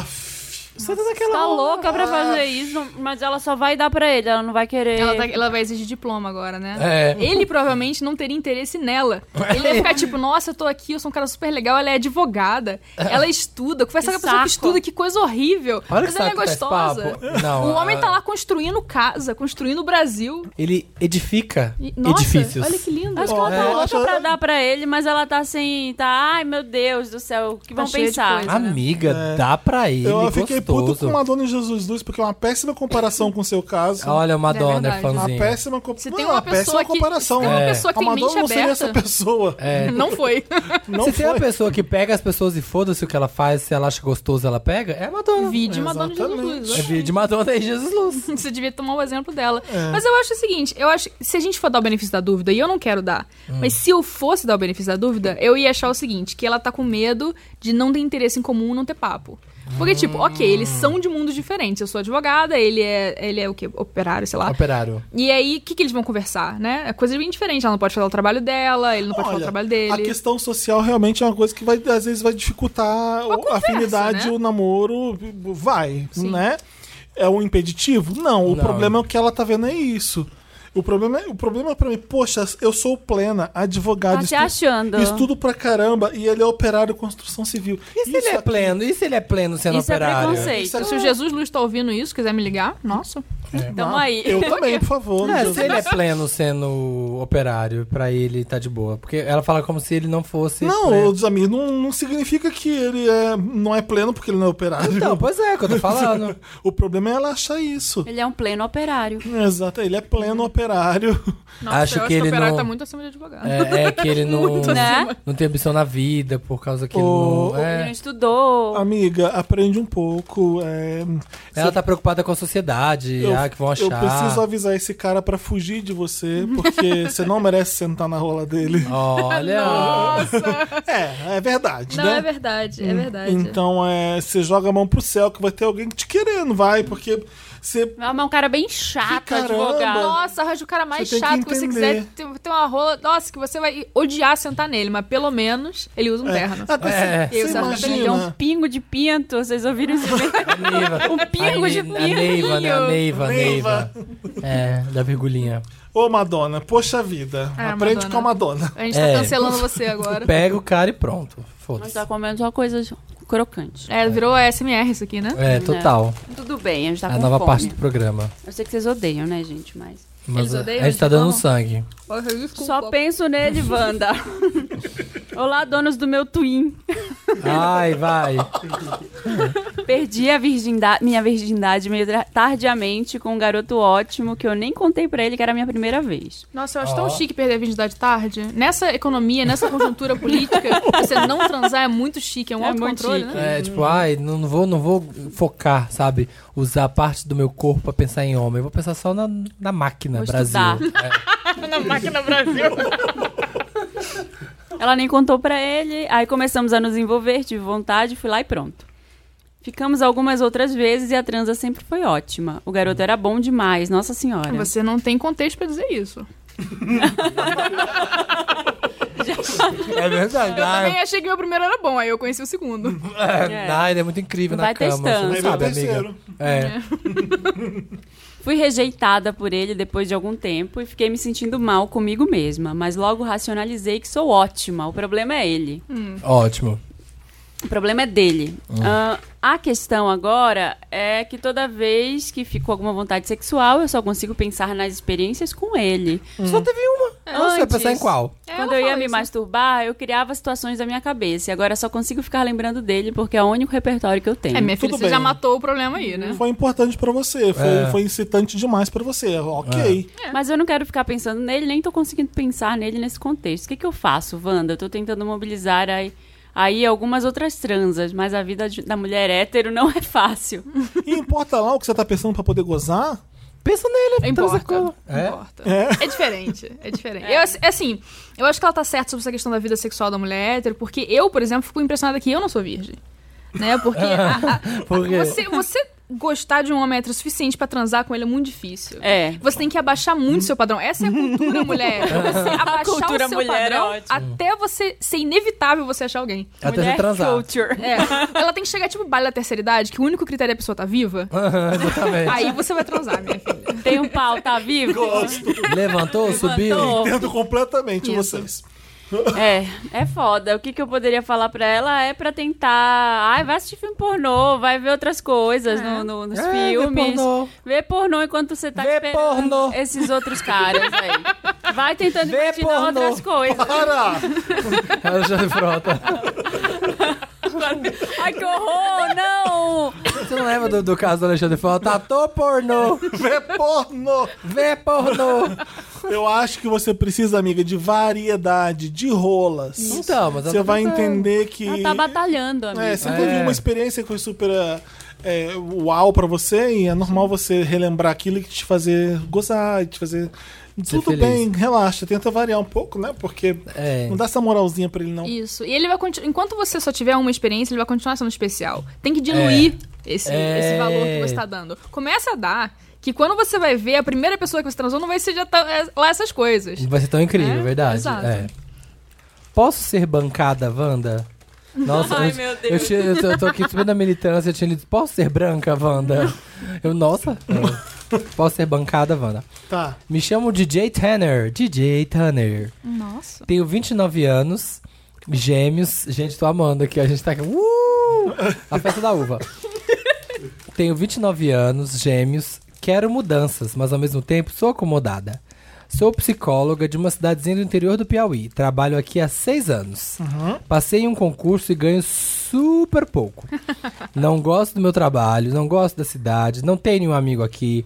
S1: Aff. Senta naquela
S3: Tá
S1: rola.
S3: louca pra fazer isso, mas ela só vai dar pra ele, ela não vai querer.
S4: Ela, tá- ela vai exigir diploma agora, né?
S2: É.
S4: Ele provavelmente não teria interesse nela. Ele ia ficar tipo, nossa, eu tô aqui, eu sou um cara super legal, ela é advogada, ela estuda, conversar com
S3: Que
S4: a pessoa que
S3: saco.
S4: estuda, que coisa horrível.
S2: É. Olha que
S4: mas ela é
S2: saco desse
S4: gostosa.
S2: papo. Não,
S4: o homem
S2: ah.
S4: tá lá construindo casa, construindo o Brasil.
S2: Ele edifica
S4: E- nossa,
S2: edifícios.
S4: olha que lindo.
S3: Acho que ela
S1: É,
S3: tá
S1: eu
S3: louca
S1: acho-
S3: pra dar pra ele, mas ela tá assim, tá, ai meu Deus do céu, o que
S4: Tá
S3: vão
S4: cheia de
S3: pensar?
S2: Ah,
S4: coisa.
S2: Amiga, dá pra ele,
S1: É. Eu fiquei puto
S2: gostoso.
S1: com Madonna e Jesus Luz, porque é uma péssima comparação com o seu caso.
S2: Olha, Madonna,
S4: É
S2: é
S4: verdade.
S1: Uma
S2: fãzinha.
S1: péssima, co-
S4: Se tem
S1: Não, é
S4: uma pessoa
S1: péssima
S4: que-
S1: comparação.
S4: se tem uma
S1: né?
S4: pessoa que
S1: a
S4: tem
S1: Madonna
S4: mente
S1: não seria
S4: aberta.
S1: essa pessoa.
S2: É.
S4: Não *laughs* foi.
S1: Não
S2: se
S1: foi.
S2: tem uma pessoa que pega as pessoas e foda-se o que ela faz, se ela acha gostoso, ela pega, é a Madonna.
S4: Vídeo Madonna Jesus
S1: Exatamente.
S4: Luz.
S2: É
S4: olha.
S2: vídeo de Madonna e Jesus Luz.
S4: *laughs* Você devia tomar o exemplo dela. Mas eu acho o seguinte, eu acho, se a gente for dar o benefício da dúvida, e eu não quero dar, mas se eu fosse dar o benefício da dúvida, eu ia achar o seguinte, que ela tá com medo de não ter interesse em comum, não ter papo. Porque, tipo, ok, eles são de mundos diferentes. Eu sou advogada, ele é, ele é o quê? Operário, sei
S2: Ah,
S4: lá.
S2: Operário.
S4: E aí, o que, que eles vão conversar, né? É coisa bem diferente. Ela não pode falar o trabalho dela, ele não pode falar o
S1: Olha,
S4: trabalho
S1: A
S4: dele.
S1: questão social realmente é uma coisa que vai, às vezes vai dificultar o- a afinidade,
S4: né?
S1: o namoro. Vai, né? É um impeditivo? Não, o
S2: Não.
S1: problema é o que ela tá vendo é isso. O problema, é- o problema pra mim, poxa, eu sou plena, advogada,
S3: Tá se
S1: estu-
S3: achando.
S1: estudo pra caramba e ele é operário de construção civil.
S2: E se ele é
S1: aqui-
S2: pleno? E se ele é pleno sendo
S3: Isso é
S2: operário?
S3: preconceito.
S1: Isso é-
S4: Se o Jesus Luz tá ouvindo isso, quiser me ligar, nossa.
S3: Tamo aí.
S1: Eu também, por favor.
S2: É,
S1: Jesus.
S2: se ele é pleno sendo operário, pra ele tá de boa. Porque ela fala como se ele não fosse.
S1: Não,
S2: pleno.
S1: o Zamir não, não significa que ele é, não é pleno porque ele não é operário.
S2: Então, pois é, que eu tô falando.
S1: *laughs* O problema é ela achar isso.
S3: Ele é um pleno operário.
S1: Exato, ele é pleno operário. *laughs*
S4: Nossa,
S2: Acho
S4: eu
S2: que
S4: acho que
S2: ele
S4: o operário
S2: não-
S4: tá muito acima de advogado.
S2: É, é que ele não,
S3: acima.
S2: não tem ambição na vida por causa que ele
S1: Ô,
S2: não.
S3: Ele não
S2: É.
S3: estudou.
S1: Amiga, aprende um pouco. é,
S2: Ela tá preocupada com a sociedade, ah, que vão achar.
S1: eu preciso avisar esse cara pra fugir de você,
S2: *laughs*
S1: porque você não merece sentar na rola dele.
S3: *laughs*
S2: Olha,
S1: É, é verdade,
S4: Não,
S1: né?
S4: é verdade, é verdade.
S1: Então, é, você joga a mão pro céu que vai ter alguém te querendo, vai, porque você
S3: Mas é um cara bem chato,
S1: Que caramba.
S3: advogado.
S4: Nossa, arranja o cara mais
S1: Você tem
S4: chato
S1: que
S4: que, você
S1: entender.
S4: quiser. Tem, tem uma rola. Nossa, que você vai odiar sentar nele, mas pelo menos ele usa um terno.
S1: Agora,
S2: É.
S1: ah, você-
S4: Eu
S1: você
S4: só-
S3: Ele é um
S1: imagina.
S3: pingo de pinto, vocês ouviram isso bem?
S2: a Neiva.
S3: Um pingo de
S2: né? *laughs* a, Ne- a Neiva, né? A Neiva, a Neiva. É, da virgulinha.
S1: Ô, Madonna, poxa vida.
S4: Ah,
S1: aprende
S4: Madonna.
S1: com a Madonna.
S4: A gente tá
S2: É.
S4: *laughs* cancelando você agora.
S2: Pega o cara e pronto.
S3: Mas
S2: Foda-se.
S3: tá comendo só coisas crocante.
S4: É, virou ASMR isso aqui, né?
S2: É, total.
S3: Tudo bem, a gente tá
S2: É
S3: com
S2: a nova
S3: fome.
S2: parte do programa.
S3: Eu sei que vocês odeiam, né, gente? Mas.
S2: Mas
S4: Eles
S2: a-
S4: odeiam
S2: a gente tá
S4: de
S2: dando
S4: fama?
S2: sangue.
S3: Só penso nele,
S2: *laughs*
S3: Wanda. Olá, donos do meu twin.
S2: Ai, vai.
S3: Perdi a virgindade, minha virgindade meio tra- tardiamente com um garoto ótimo que eu nem contei pra ele que era a minha primeira vez.
S4: Nossa, eu acho tão
S2: Ó.
S4: chique perder a virgindade tarde. Nessa economia, nessa conjuntura
S1: *laughs*
S4: política, você não transar é muito chique, é um
S3: É muito
S4: autocontrole,
S3: chique.
S4: né?
S2: É, tipo, ai, não não vou, não vou focar, sabe? Usar parte do meu corpo pra pensar em homem. Eu vou pensar só na, na máquina,
S3: Vou
S2: Brasil.
S3: estudar.
S4: Na máquina Brasil.
S3: Ela nem contou pra ele, aí começamos a nos envolver, tive vontade, fui lá e pronto. Ficamos algumas outras vezes e a transa sempre foi ótima. O garoto era bom demais, nossa senhora.
S4: *laughs* Ah, Você não tem contexto pra dizer isso.
S2: É verdade.
S4: Eu
S2: Ai,
S4: também
S1: Ah.
S4: achei que meu primeiro era bom, aí eu conheci o segundo.
S2: É. Ai, ele é muito incrível
S3: Vai
S2: na cama.
S3: testando.
S2: Você
S1: Aí
S2: não
S1: vai o
S2: sabe, amiga.
S1: terceiro.
S2: É.
S3: Fui rejeitada por ele depois de algum tempo e fiquei me sentindo mal comigo mesma, mas logo racionalizei que sou ótima, o problema é ele.
S2: Ótimo.
S3: O problema é dele. Ah, a questão agora é que toda vez que fico com alguma vontade sexual, eu só consigo pensar nas experiências com ele.
S2: Só teve uma. Não sei
S3: Antes.
S2: pensar em qual.
S4: É, ela
S3: Quando eu ia
S4: fala
S3: me
S4: isso.
S3: masturbar, eu criava situações da minha cabeça. E agora só consigo ficar lembrando dele porque é o único repertório que eu tenho.
S4: É, minha filha,
S1: Tudo
S4: você já
S1: bem.
S4: matou o problema aí, né?
S1: Foi importante pra você, foi,
S2: É.
S1: foi incitante demais pra você. Ok.
S3: Mas eu não quero ficar pensando nele, nem tô conseguindo pensar nele nesse contexto. O que, que eu faço, Wanda? Eu tô tentando mobilizar aí, aí algumas outras transas, mas a vida de- da mulher hétero não é fácil.
S1: E importa lá o que você tá pensando pra poder gozar?
S2: Pensa nele.
S4: Importa.
S2: É?
S4: Importa. É. diferente. É diferente. Eu, ass- assim, eu acho que ela tá certa sobre essa questão da vida sexual da mulher hétero, porque eu, por exemplo, fico impressionada que eu não sou virgem. Né? Porque a- a- a-
S2: Por quê?
S4: você, você gostar de um homem hétero o suficiente pra transar com ele é muito difícil.
S3: É.
S4: Você tem que abaixar muito seu padrão. Essa é a cultura
S3: *laughs*
S4: mulher. hétero. Você abaixar
S3: cultura
S4: o seu
S3: mulher é
S4: padrão
S3: ótimo.
S4: até você ser inevitável você achar alguém.
S2: Até
S3: mulher
S2: você transar.
S3: culture.
S4: É. Ela tem que chegar tipo baile da terceira idade, que o único critério é a pessoa tá viva.
S2: Aham, Exatamente.
S4: Aí você vai transar, minha filha.
S3: Tem um pau, tá vivo?
S2: Levantou, subiu.
S3: Levantou.
S1: Entendo completamente
S4: Isso.
S1: vocês.
S3: É, é foda. O que, que eu poderia falar pra ela é pra tentar. Ai, vai assistir filme pornô, vai ver outras coisas no, no- nos
S2: É, vê
S3: filmes.
S2: pornô.
S3: Vê pornô enquanto você tá
S2: Vê
S3: esperando
S2: pornô.
S3: esses outros
S2: *laughs*
S3: caras aí. Vai tentando
S2: Vê
S3: imaginar
S2: pornô.
S3: outras coisas.
S1: Para!
S2: Ela já é frota.
S3: Ai, que
S2: *laughs*
S3: horror! Não!
S2: Você não lembra do, do caso do Alexandre Frota? Ator pornô.
S1: Vê porno!
S2: Vê pornô.
S1: Eu acho que você precisa, amiga, de variedade, de rolas.
S2: Então, mas eu
S1: Você
S2: tô
S1: vai
S2: tentando.
S1: entender que.
S3: Ela tá batalhando, amigo.
S1: É, você teve
S2: É.
S1: uma experiência que foi super é, uau pra você e é normal você relembrar aquilo e te fazer gozar, e te fazer. Tudo
S2: feliz.
S1: bem, relaxa, tenta variar um pouco, né? Porque
S2: É.
S1: não dá essa moralzinha pra ele, não.
S4: Isso. E ele vai continuar. Enquanto você só tiver uma experiência, ele vai continuar sendo especial. Tem que diluir Esse,
S2: É.
S4: esse valor que você tá dando. Começa a dar. Que quando você vai ver, a primeira pessoa que você transou não vai ser já tá- é, lá essas coisas.
S2: Vai ser tão incrível,
S4: É,
S2: verdade.
S4: exato.
S2: É. Posso ser bancada, Wanda? Nossa,
S3: Ai,
S2: eu,
S3: meu Deus.
S2: eu, tinha- eu tô, eu tô aqui subindo a militância, eu tinha lido, posso ser branca, Wanda? Eu, nossa, é. posso ser bancada, Wanda.
S1: Tá.
S2: Me chamo DJ Tanner, DJ Tanner.
S4: Nossa.
S2: Tenho 29 anos, gêmeos. Gente, tô amando aqui, a gente tá aqui. Uh! A festa da uva. Tenho 29 anos, gêmeos. Quero mudanças, mas ao mesmo tempo sou acomodada. Sou psicóloga de uma cidadezinha do interior do Piauí. Trabalho aqui há seis anos. Passei em um concurso e ganho super pouco. não gosto do meu trabalho, não gosto da cidade, não tenho nenhum amigo aqui.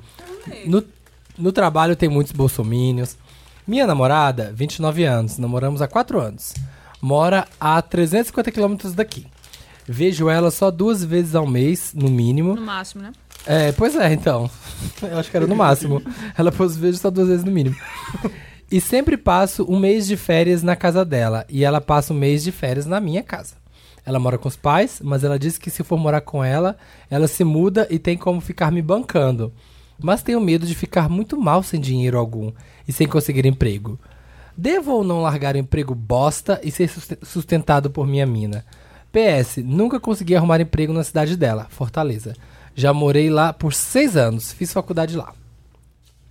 S2: No, no trabalho tem muitos bolsomínios. Minha namorada, 29 anos, namoramos há 4 anos. Mora a 350 quilômetros daqui. Vejo ela só duas vezes ao mês, no mínimo.
S4: No máximo, né?
S2: É, pois é, então. *laughs* Eu acho que era no máximo. Ela pôs vejo só duas vezes no mínimo. E sempre passo um mês de férias na casa dela. E ela passa um mês de férias na minha casa. Ela mora com os pais, mas ela disse que se for morar com ela, ela se muda e tem como ficar me bancando. Mas tenho medo de ficar muito mal sem dinheiro algum e sem conseguir emprego. Devo ou não largar o emprego bosta e ser susten- sustentado por minha mina? PS, nunca consegui arrumar emprego na cidade dela, Fortaleza. Já morei lá por seis anos, fiz faculdade lá.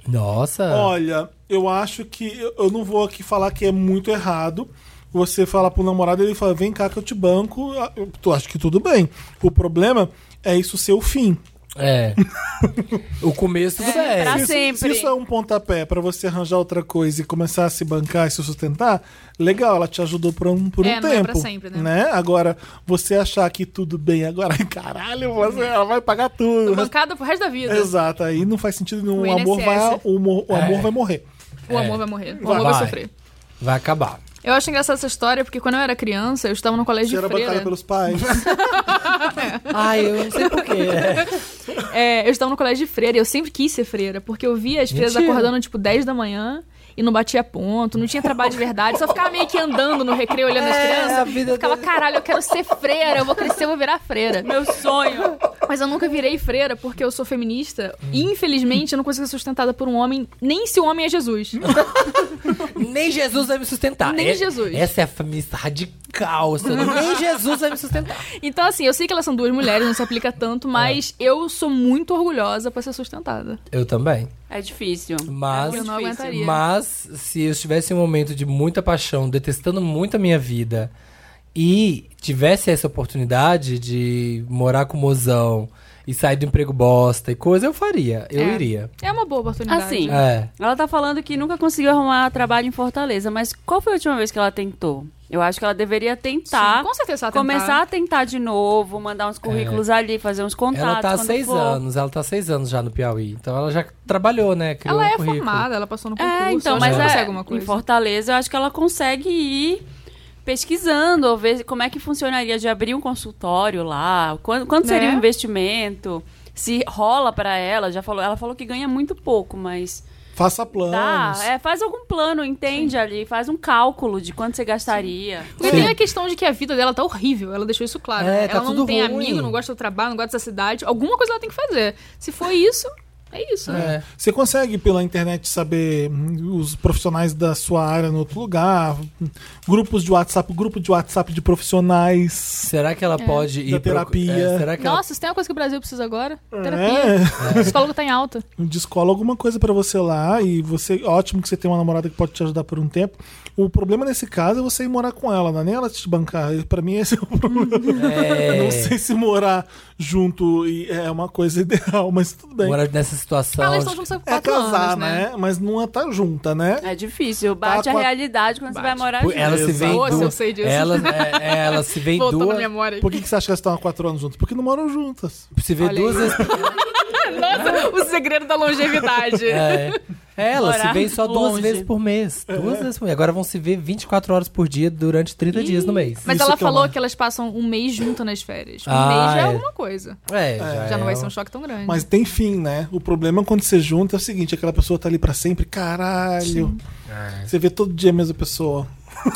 S2: Nossa!
S4: Ah.
S1: Olha, eu acho que eu eu não vou aqui falar que é muito errado. você fala pro namorado, ele fala, vem cá que eu te banco, ah, eu- tu acha que tudo bem. O problema é isso ser o fim.
S2: É. o começo, tudo bem.
S4: Tá
S3: pra-
S1: Se isso-
S3: sempre.
S1: Se isso é um pontapé pra você arranjar outra coisa e começar a se bancar e se sustentar, legal, ela te ajudou por um, por
S4: É,
S1: um
S4: não
S1: tempo.
S4: é pra sempre, né?
S1: Agora, você achar que tudo bem agora, *laughs* caralho, você, ela vai pagar
S2: Uhum.
S1: tudo.
S4: Bancada pro resto da vida.
S1: Exato, aí não faz sentido nenhum.
S4: O
S1: O amor,
S4: INSS.
S1: vai, o amor, o
S2: É.
S1: amor vai morrer.
S4: O amor
S2: É.
S4: vai morrer. O
S2: Vai.
S4: amor vai sofrer.
S2: Vai acabar.
S4: Eu acho engraçada essa história, porque quando eu era criança, eu estava no
S1: Você
S4: colégio de
S1: era
S4: freira.
S1: bancada pelos pais.
S4: *laughs*
S2: Ai, eu não sei porquê.
S4: É, eu estava no colégio de freira e eu sempre quis ser freira, porque eu via as freiras
S2: Mentira.
S4: acordando tipo 10 da manhã e não batia ponto, não tinha trabalho de verdade, só ficava meio que andando no recreio olhando as
S2: É, a
S4: crianças.
S2: vida
S4: Eu ficava,
S2: deles.
S4: caralho, eu quero ser freira, eu vou crescer, eu vou virar freira.
S3: Meu sonho.
S4: Mas eu nunca virei freira porque eu sou feminista
S2: Hum.
S4: e infelizmente eu não consigo ser sustentada por um homem, nem se o homem
S2: *laughs*
S4: é Jesus.
S2: *laughs* Nem Jesus vai me sustentar.
S4: Nem
S2: É-
S4: Jesus.
S2: Essa é a feminista radical. seu- Nem Jesus vai me sustentar.
S4: Então assim, eu sei que elas são duas mulheres, não se aplica
S2: É.
S4: tanto, mas eu sou muito orgulhosa pra ser sustentada.
S2: Eu também.
S3: É difícil.
S2: Mas,
S4: eu não
S3: difícil.
S4: aguentaria.
S2: mas se eu estivesse em um momento de muita paixão, detestando muito a minha vida, e tivesse essa oportunidade de morar com o mozão e sair do emprego bosta e coisa, eu faria. Eu
S4: É.
S2: iria.
S4: É uma boa oportunidade.
S3: Assim.
S2: É.
S3: Ela tá falando que nunca conseguiu arrumar trabalho em Fortaleza, mas qual foi a última vez que ela tentou? Eu acho que ela deveria tentar.
S4: Sim, com certeza ela tentar.
S3: Começar a tentar de novo, mandar uns currículos ali, fazer uns contatos.
S2: É. Ela tá há
S3: quando
S2: seis
S3: for.
S2: anos, ela tá há seis anos já no Piauí. Então ela já trabalhou, né? Criou
S4: Ela
S2: um
S4: é
S2: currículo.
S4: formada, ela passou no concurso,
S3: É, então,
S4: eu acho
S3: mas
S4: que
S3: é,
S4: consegue alguma coisa.
S3: em Fortaleza eu acho que ela consegue ir pesquisando, ou ver como é que funcionaria de abrir um consultório lá, quanto, quanto seria
S4: Né?
S3: o investimento, se rola pra ela, já falou, ela falou que ganha muito pouco, mas
S1: Faça planos.
S3: dá, é, faz algum plano, entende ali, faz um cálculo de quanto você gastaria.
S4: Porque
S2: Sim.
S4: tem a questão de que a vida dela tá horrível, ela deixou isso claro.
S2: É,
S4: né?
S2: tá
S4: ela não
S2: tudo
S4: tem
S2: ruim.
S4: amigo, não gosta do trabalho, não gosta dessa cidade. Alguma coisa ela tem que fazer. Se for isso, é isso. né?
S2: É.
S1: Você consegue pela internet saber hum, os profissionais da sua área no outro lugar, hum, grupos de WhatsApp, grupo de WhatsApp de profissionais.
S2: Será que ela pode ir. procu-
S1: terapia.
S2: É, será que
S4: É. Nossa, se tem uma coisa que o Brasil precisa agora, terapia.
S1: É,
S4: O psicólogo tá em alta.
S1: descola alguma coisa pra você lá e você, ótimo que você tem uma namorada que pode te ajudar por um tempo. O problema nesse caso é você ir morar com ela, não é nem ela te bancar. Pra mim esse é o problema.
S2: ela. É,
S1: Eu *laughs* não sei se morar junto e- é uma coisa *laughs* ideal, mas tudo bem.
S2: Morar nessa situação.
S4: Ah, elas estão
S2: acho que-
S4: juntos há
S1: É
S4: quatro
S1: casar,
S4: anos, né?
S1: né? Mas não é tá junta, né?
S3: É difícil, bate
S1: Tá com
S3: a é
S1: a-
S3: realidade quando você vai morar
S2: Pô,
S3: junto.
S2: Ela se vê em
S4: Nossa, eu
S2: duas-
S4: sei disso.
S2: Ela, é, é, ela se vê em
S4: Voltando à
S2: duas.
S4: memória.
S1: Por que, que você acha que elas estão há quatro anos juntas? Porque não moram juntas.
S2: Se vê
S4: Olha
S2: duas vezes.
S4: Nossa, o segredo da longevidade.
S2: É. Ela se
S3: Morar
S2: vê só duas
S3: longe.
S2: vezes por mês. Duas vezes por mês. Agora vão se ver 24 horas por dia durante 30 dias no mês.
S4: Mas
S1: Isso
S4: ela
S1: que eu
S4: falou
S1: não-
S4: que elas passam um mês junto nas férias. Um
S2: é Ah,
S4: mês já é
S2: é.
S4: alguma coisa.
S2: É,
S4: Já não
S2: é
S4: vai ser
S2: uma-
S4: um choque tão grande.
S1: Mas tem fim, né? O problema é quando você junta é o seguinte: aquela pessoa tá ali pra sempre, caralho. Você vê todo dia a mesma pessoa.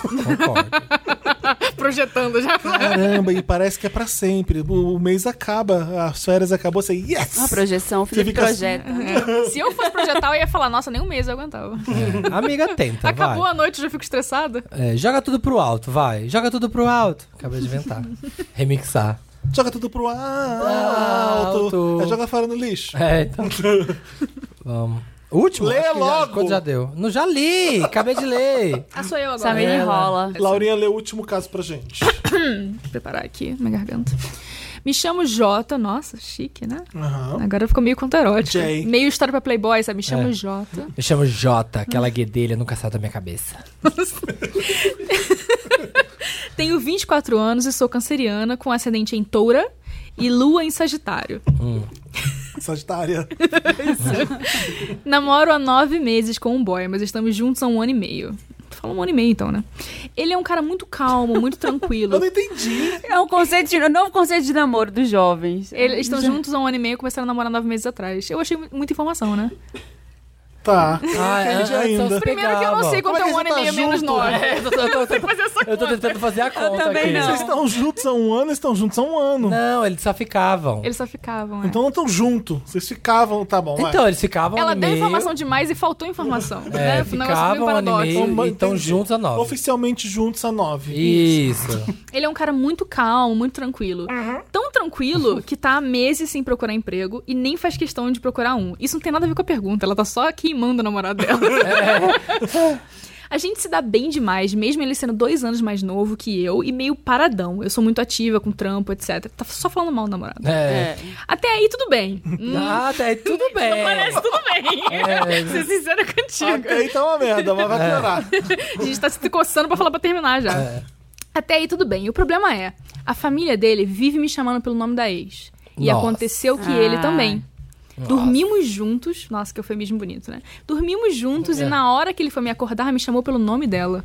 S2: Concordo.
S4: *laughs* Projetando já.
S1: Caramba, e parece que é pra sempre. O, o mês acaba, as férias acabou, você. Yes!
S2: Ah,
S3: Uma projeção, o Felipe
S1: fica assim-
S3: projeta.
S4: É. Se eu fosse projetar, eu ia falar, nossa, nem um mês eu aguentava.
S2: É. Amiga, tenta.
S4: Acabou
S2: vai.
S4: a noite, eu já fico estressada.
S2: É, joga tudo pro alto, vai. Joga tudo pro alto. Acabei de
S4: *laughs*
S2: inventar. Remixar.
S1: Joga tudo pro alto.
S2: Alto.
S1: É, joga fora no lixo.
S2: É, então.
S1: *laughs*
S2: Vamos. Último?
S1: Lê
S2: Acho que já-
S1: logo!
S2: quando já deu? Não, já li! Acabei de ler!
S4: Ah, sou eu agora.
S3: Samir
S2: Ela-
S3: enrola.
S2: É
S1: Laurinha lê o último caso pra gente.
S4: Vou preparar aqui minha garganta. Me chamo Jota. Nossa, chique, né?
S1: Aham.
S4: Agora ficou meio conterótico.
S1: Jay.
S4: Meio história pra Playboy, sabe? Me chamo
S2: É.
S4: Jota.
S2: Eu chamo
S1: *laughs*
S2: Jota, aquela guedelha nunca sai da minha cabeça.
S4: Tenho 24 anos e sou canceriana, com ascendente em toura e lua em sagitário.
S1: Sagitária.
S4: Namoro há nove meses com um boy, mas estamos juntos há um ano e meio. Fala um ano e meio, então, né? Ele é um cara muito calmo, muito tranquilo.
S1: Eu não entendi.
S3: É um conceito de, um novo conceito de namoro dos jovens.
S4: Eles estão
S2: é.
S4: juntos há um ano e meio, começaram a namorar nove meses atrás. Eu achei mu- muita informação, né?
S1: Tá.
S2: Ah,
S1: entendi ainda.
S4: Primeiro que eu não sei
S1: Como
S4: quanto
S1: é que
S4: é um
S1: você
S4: ano e
S1: tá
S4: meio menos
S1: junto?
S4: nove.
S2: É, eu tô, *laughs* eu tô- eu tô tentando fazer a conta
S3: também
S2: aqui.
S3: não.
S1: Vocês estão juntos há um ano, estão juntos há um ano.
S2: Não, eles só ficavam.
S4: Eles só ficavam, é.
S1: Então não estão junto. Vocês ficavam, tá bom. vai.
S2: Então, eles ficavam
S4: Ela
S2: um
S4: deu
S2: meio,
S4: informação demais e faltou informação. né?
S2: É,
S4: O negócio meio
S2: ficavam um ano e
S4: paradoxo.
S2: meio
S1: Então,
S2: e estão
S1: entendi.
S2: juntos a nove.
S1: Oficialmente juntos a nove.
S2: Isso.
S4: Ele é um cara muito calmo, muito tranquilo. Tão tranquilo que tá há meses sem procurar emprego e nem faz questão de procurar um. Isso não tem nada a ver com a pergunta, ela tá só queimando o namorado dela. A gente se dá bem demais, mesmo ele sendo dois anos mais novo que eu e meio paradão. Eu sou muito ativa com trampo, etc. Tá só falando mal do namorado.
S2: É.
S3: É.
S4: Até aí, tudo bem. Hum,
S2: Ah, tá, aí tudo bem.
S4: Parece tudo bem. Ser sincera contigo.
S1: Até aí tá uma merda,
S2: *laughs*
S1: mas
S2: É.
S1: vai piorar.
S4: A gente tá se coçando pra falar pra terminar já. Até aí tudo bem. E o problema é, a família dele vive me chamando pelo nome da ex. E
S2: Nossa.
S4: aconteceu que ele
S3: Ah.
S4: também. Dormimos juntos. Nossa, que eufemismo bonito, né? Dormimos juntos e na hora que ele foi me acordar, me chamou pelo nome dela.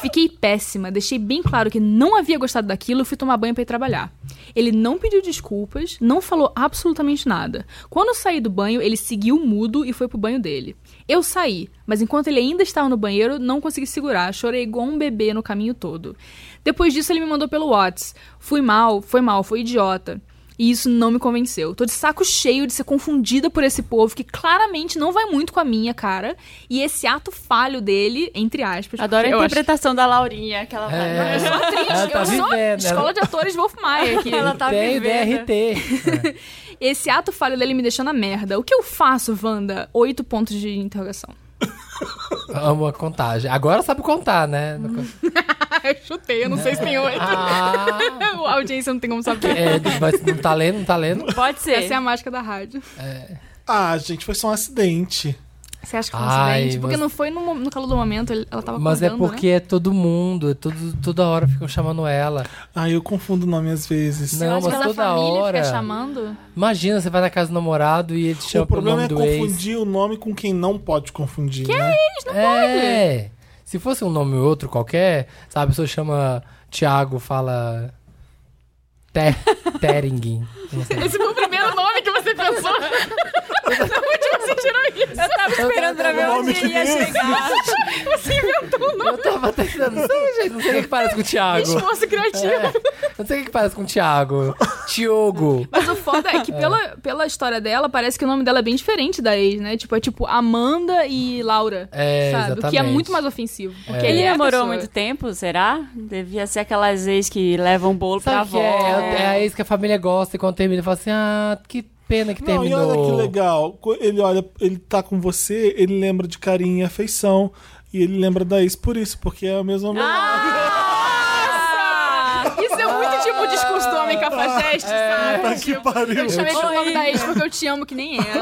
S4: Fiquei péssima, deixei bem claro que não havia gostado daquilo e fui tomar banho pra ir trabalhar. Ele não pediu desculpas, não falou absolutamente nada. Quando eu saí do banho, ele seguiu mudo e foi pro banho dele. Eu saí, mas enquanto ele ainda estava no banheiro, não consegui segurar, chorei igual um bebê no caminho todo. Depois disso, ele me mandou pelo Whats. Fui mal, foi mal, foi idiota. E isso não me convenceu. Tô de saco cheio de ser confundida por esse povo que claramente não vai muito com a minha cara. E esse ato falho dele, entre aspas.
S3: Adoro a
S4: porque eu acho-
S3: interpretação da Laurinha, que ela vai.
S2: É.
S4: eu sou atriz,
S2: Ela tá
S4: eu sou
S2: vivendo,
S4: escola
S2: ela-
S4: de atores Wolf Maia aqui.
S3: Ela tá
S2: Tem o
S3: vivendo.
S2: DRT.
S4: Esse ato falho dele me deixou na merda. O que eu faço, Wanda? Oito pontos de *laughs* interrogação.
S2: É. Amo a contagem. Agora sabe contar, né?
S4: eu chutei, eu não sei se tem oito.
S2: Ah,
S4: *laughs* a audiência não tem como saber.
S2: é, mas não tá lendo, não tá lendo.
S3: Pode ser.
S4: Essa é a mágica da rádio.
S1: Ah, gente, foi só um acidente.
S4: Você acha que foi um
S2: Ai,
S4: acidente? Porque
S2: mas-
S4: não foi no, mo- no calor do momento, ele- ela tava
S2: Mas é
S4: acordando, né?
S2: porque é todo mundo, é todo, toda hora ficam chamando ela.
S1: Ah, eu confundo o nome às vezes.
S4: Né? Eu
S2: não,
S4: acho que
S2: mas
S4: ela
S2: toda
S4: família
S2: hora.
S4: fica chamando.
S2: Imagina, você vai na casa do namorado e ele te chama
S1: O
S2: pelo
S1: problema
S2: nome
S1: é
S2: do ex.
S1: confundir o nome com quem não pode confundir. né?
S2: É. Se fosse um nome ou outro qualquer, sabe, a pessoa chama Tiago, fala. Te
S4: *laughs*
S2: Teringin. Não sei.
S4: Esse foi o primeiro nome que
S2: *laughs*
S4: você pensou. é
S3: Eu tava esperando pra ver
S1: O nome
S3: onde
S1: que
S3: ia
S1: tem.
S3: chegar.
S2: Eu tava tentando, não sei, gente, não sei o que que parece com o Thiago.
S4: Esforço criativo.
S2: É, não sei o que que parece com o Thiago. Tiogo.
S4: Mas o foda é
S2: *laughs*
S4: que pela, pela história dela, parece que o nome dela é bem diferente da ex, né? Tipo, é tipo Amanda e Laura.
S2: É,
S4: sabe? O que é
S2: exatamente.
S4: muito mais ofensivo. Porque
S3: Ele
S4: é a
S3: demorou
S4: pessoa.
S3: muito tempo, será? Devia ser aquelas ex que levam um bolo pra
S2: Sabe que
S3: avó.
S2: é, é a ex que a família gosta e quando termina, fala assim: ah, que pena que
S1: Não, e
S2: terminou.
S1: olha que legal. Co- Ele olha, ele tá com você, ele lembra de carinho e afeição. E ele lembra da ex por isso, porque é a mesma memória.
S4: Ah, Isso é muito tipo o discurso do homem cafajeste,
S2: É.
S4: sabe?
S1: Puta que pariu.
S4: Eu chamei pelo nome da ex porque eu te amo que nem
S2: *laughs*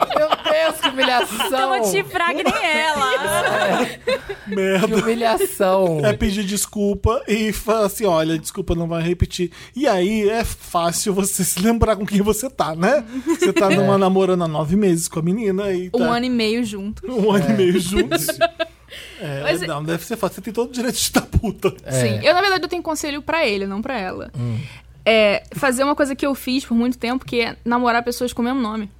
S2: Tá.
S4: ela.
S2: Meu Deus, que
S3: Eu
S2: humilhação!
S3: vou te fragar que nem ela.
S2: Que
S1: Merda.
S2: humilhação!
S1: É pedir desculpa e falar assim: olha, desculpa, não vai repetir. E aí é fácil você *laughs* se lembrar com quem você tá, né? Você
S4: *laughs*
S1: tá numa namorando há nove meses com a menina e. Tá
S4: É. Um ano e meio junto.
S1: um ano e meio juntos.
S4: *laughs*
S1: É,
S4: Mas- É.
S1: não, deve ser fácil. Você tem todo o direito de estar puta.
S2: É.
S4: Sim. Eu, na verdade, eu tenho conselho pra ele, não pra ela.
S2: Hum.
S4: É fazer uma coisa que eu fiz por muito tempo, que é namorar pessoas com o
S2: *laughs*
S4: mesmo nome.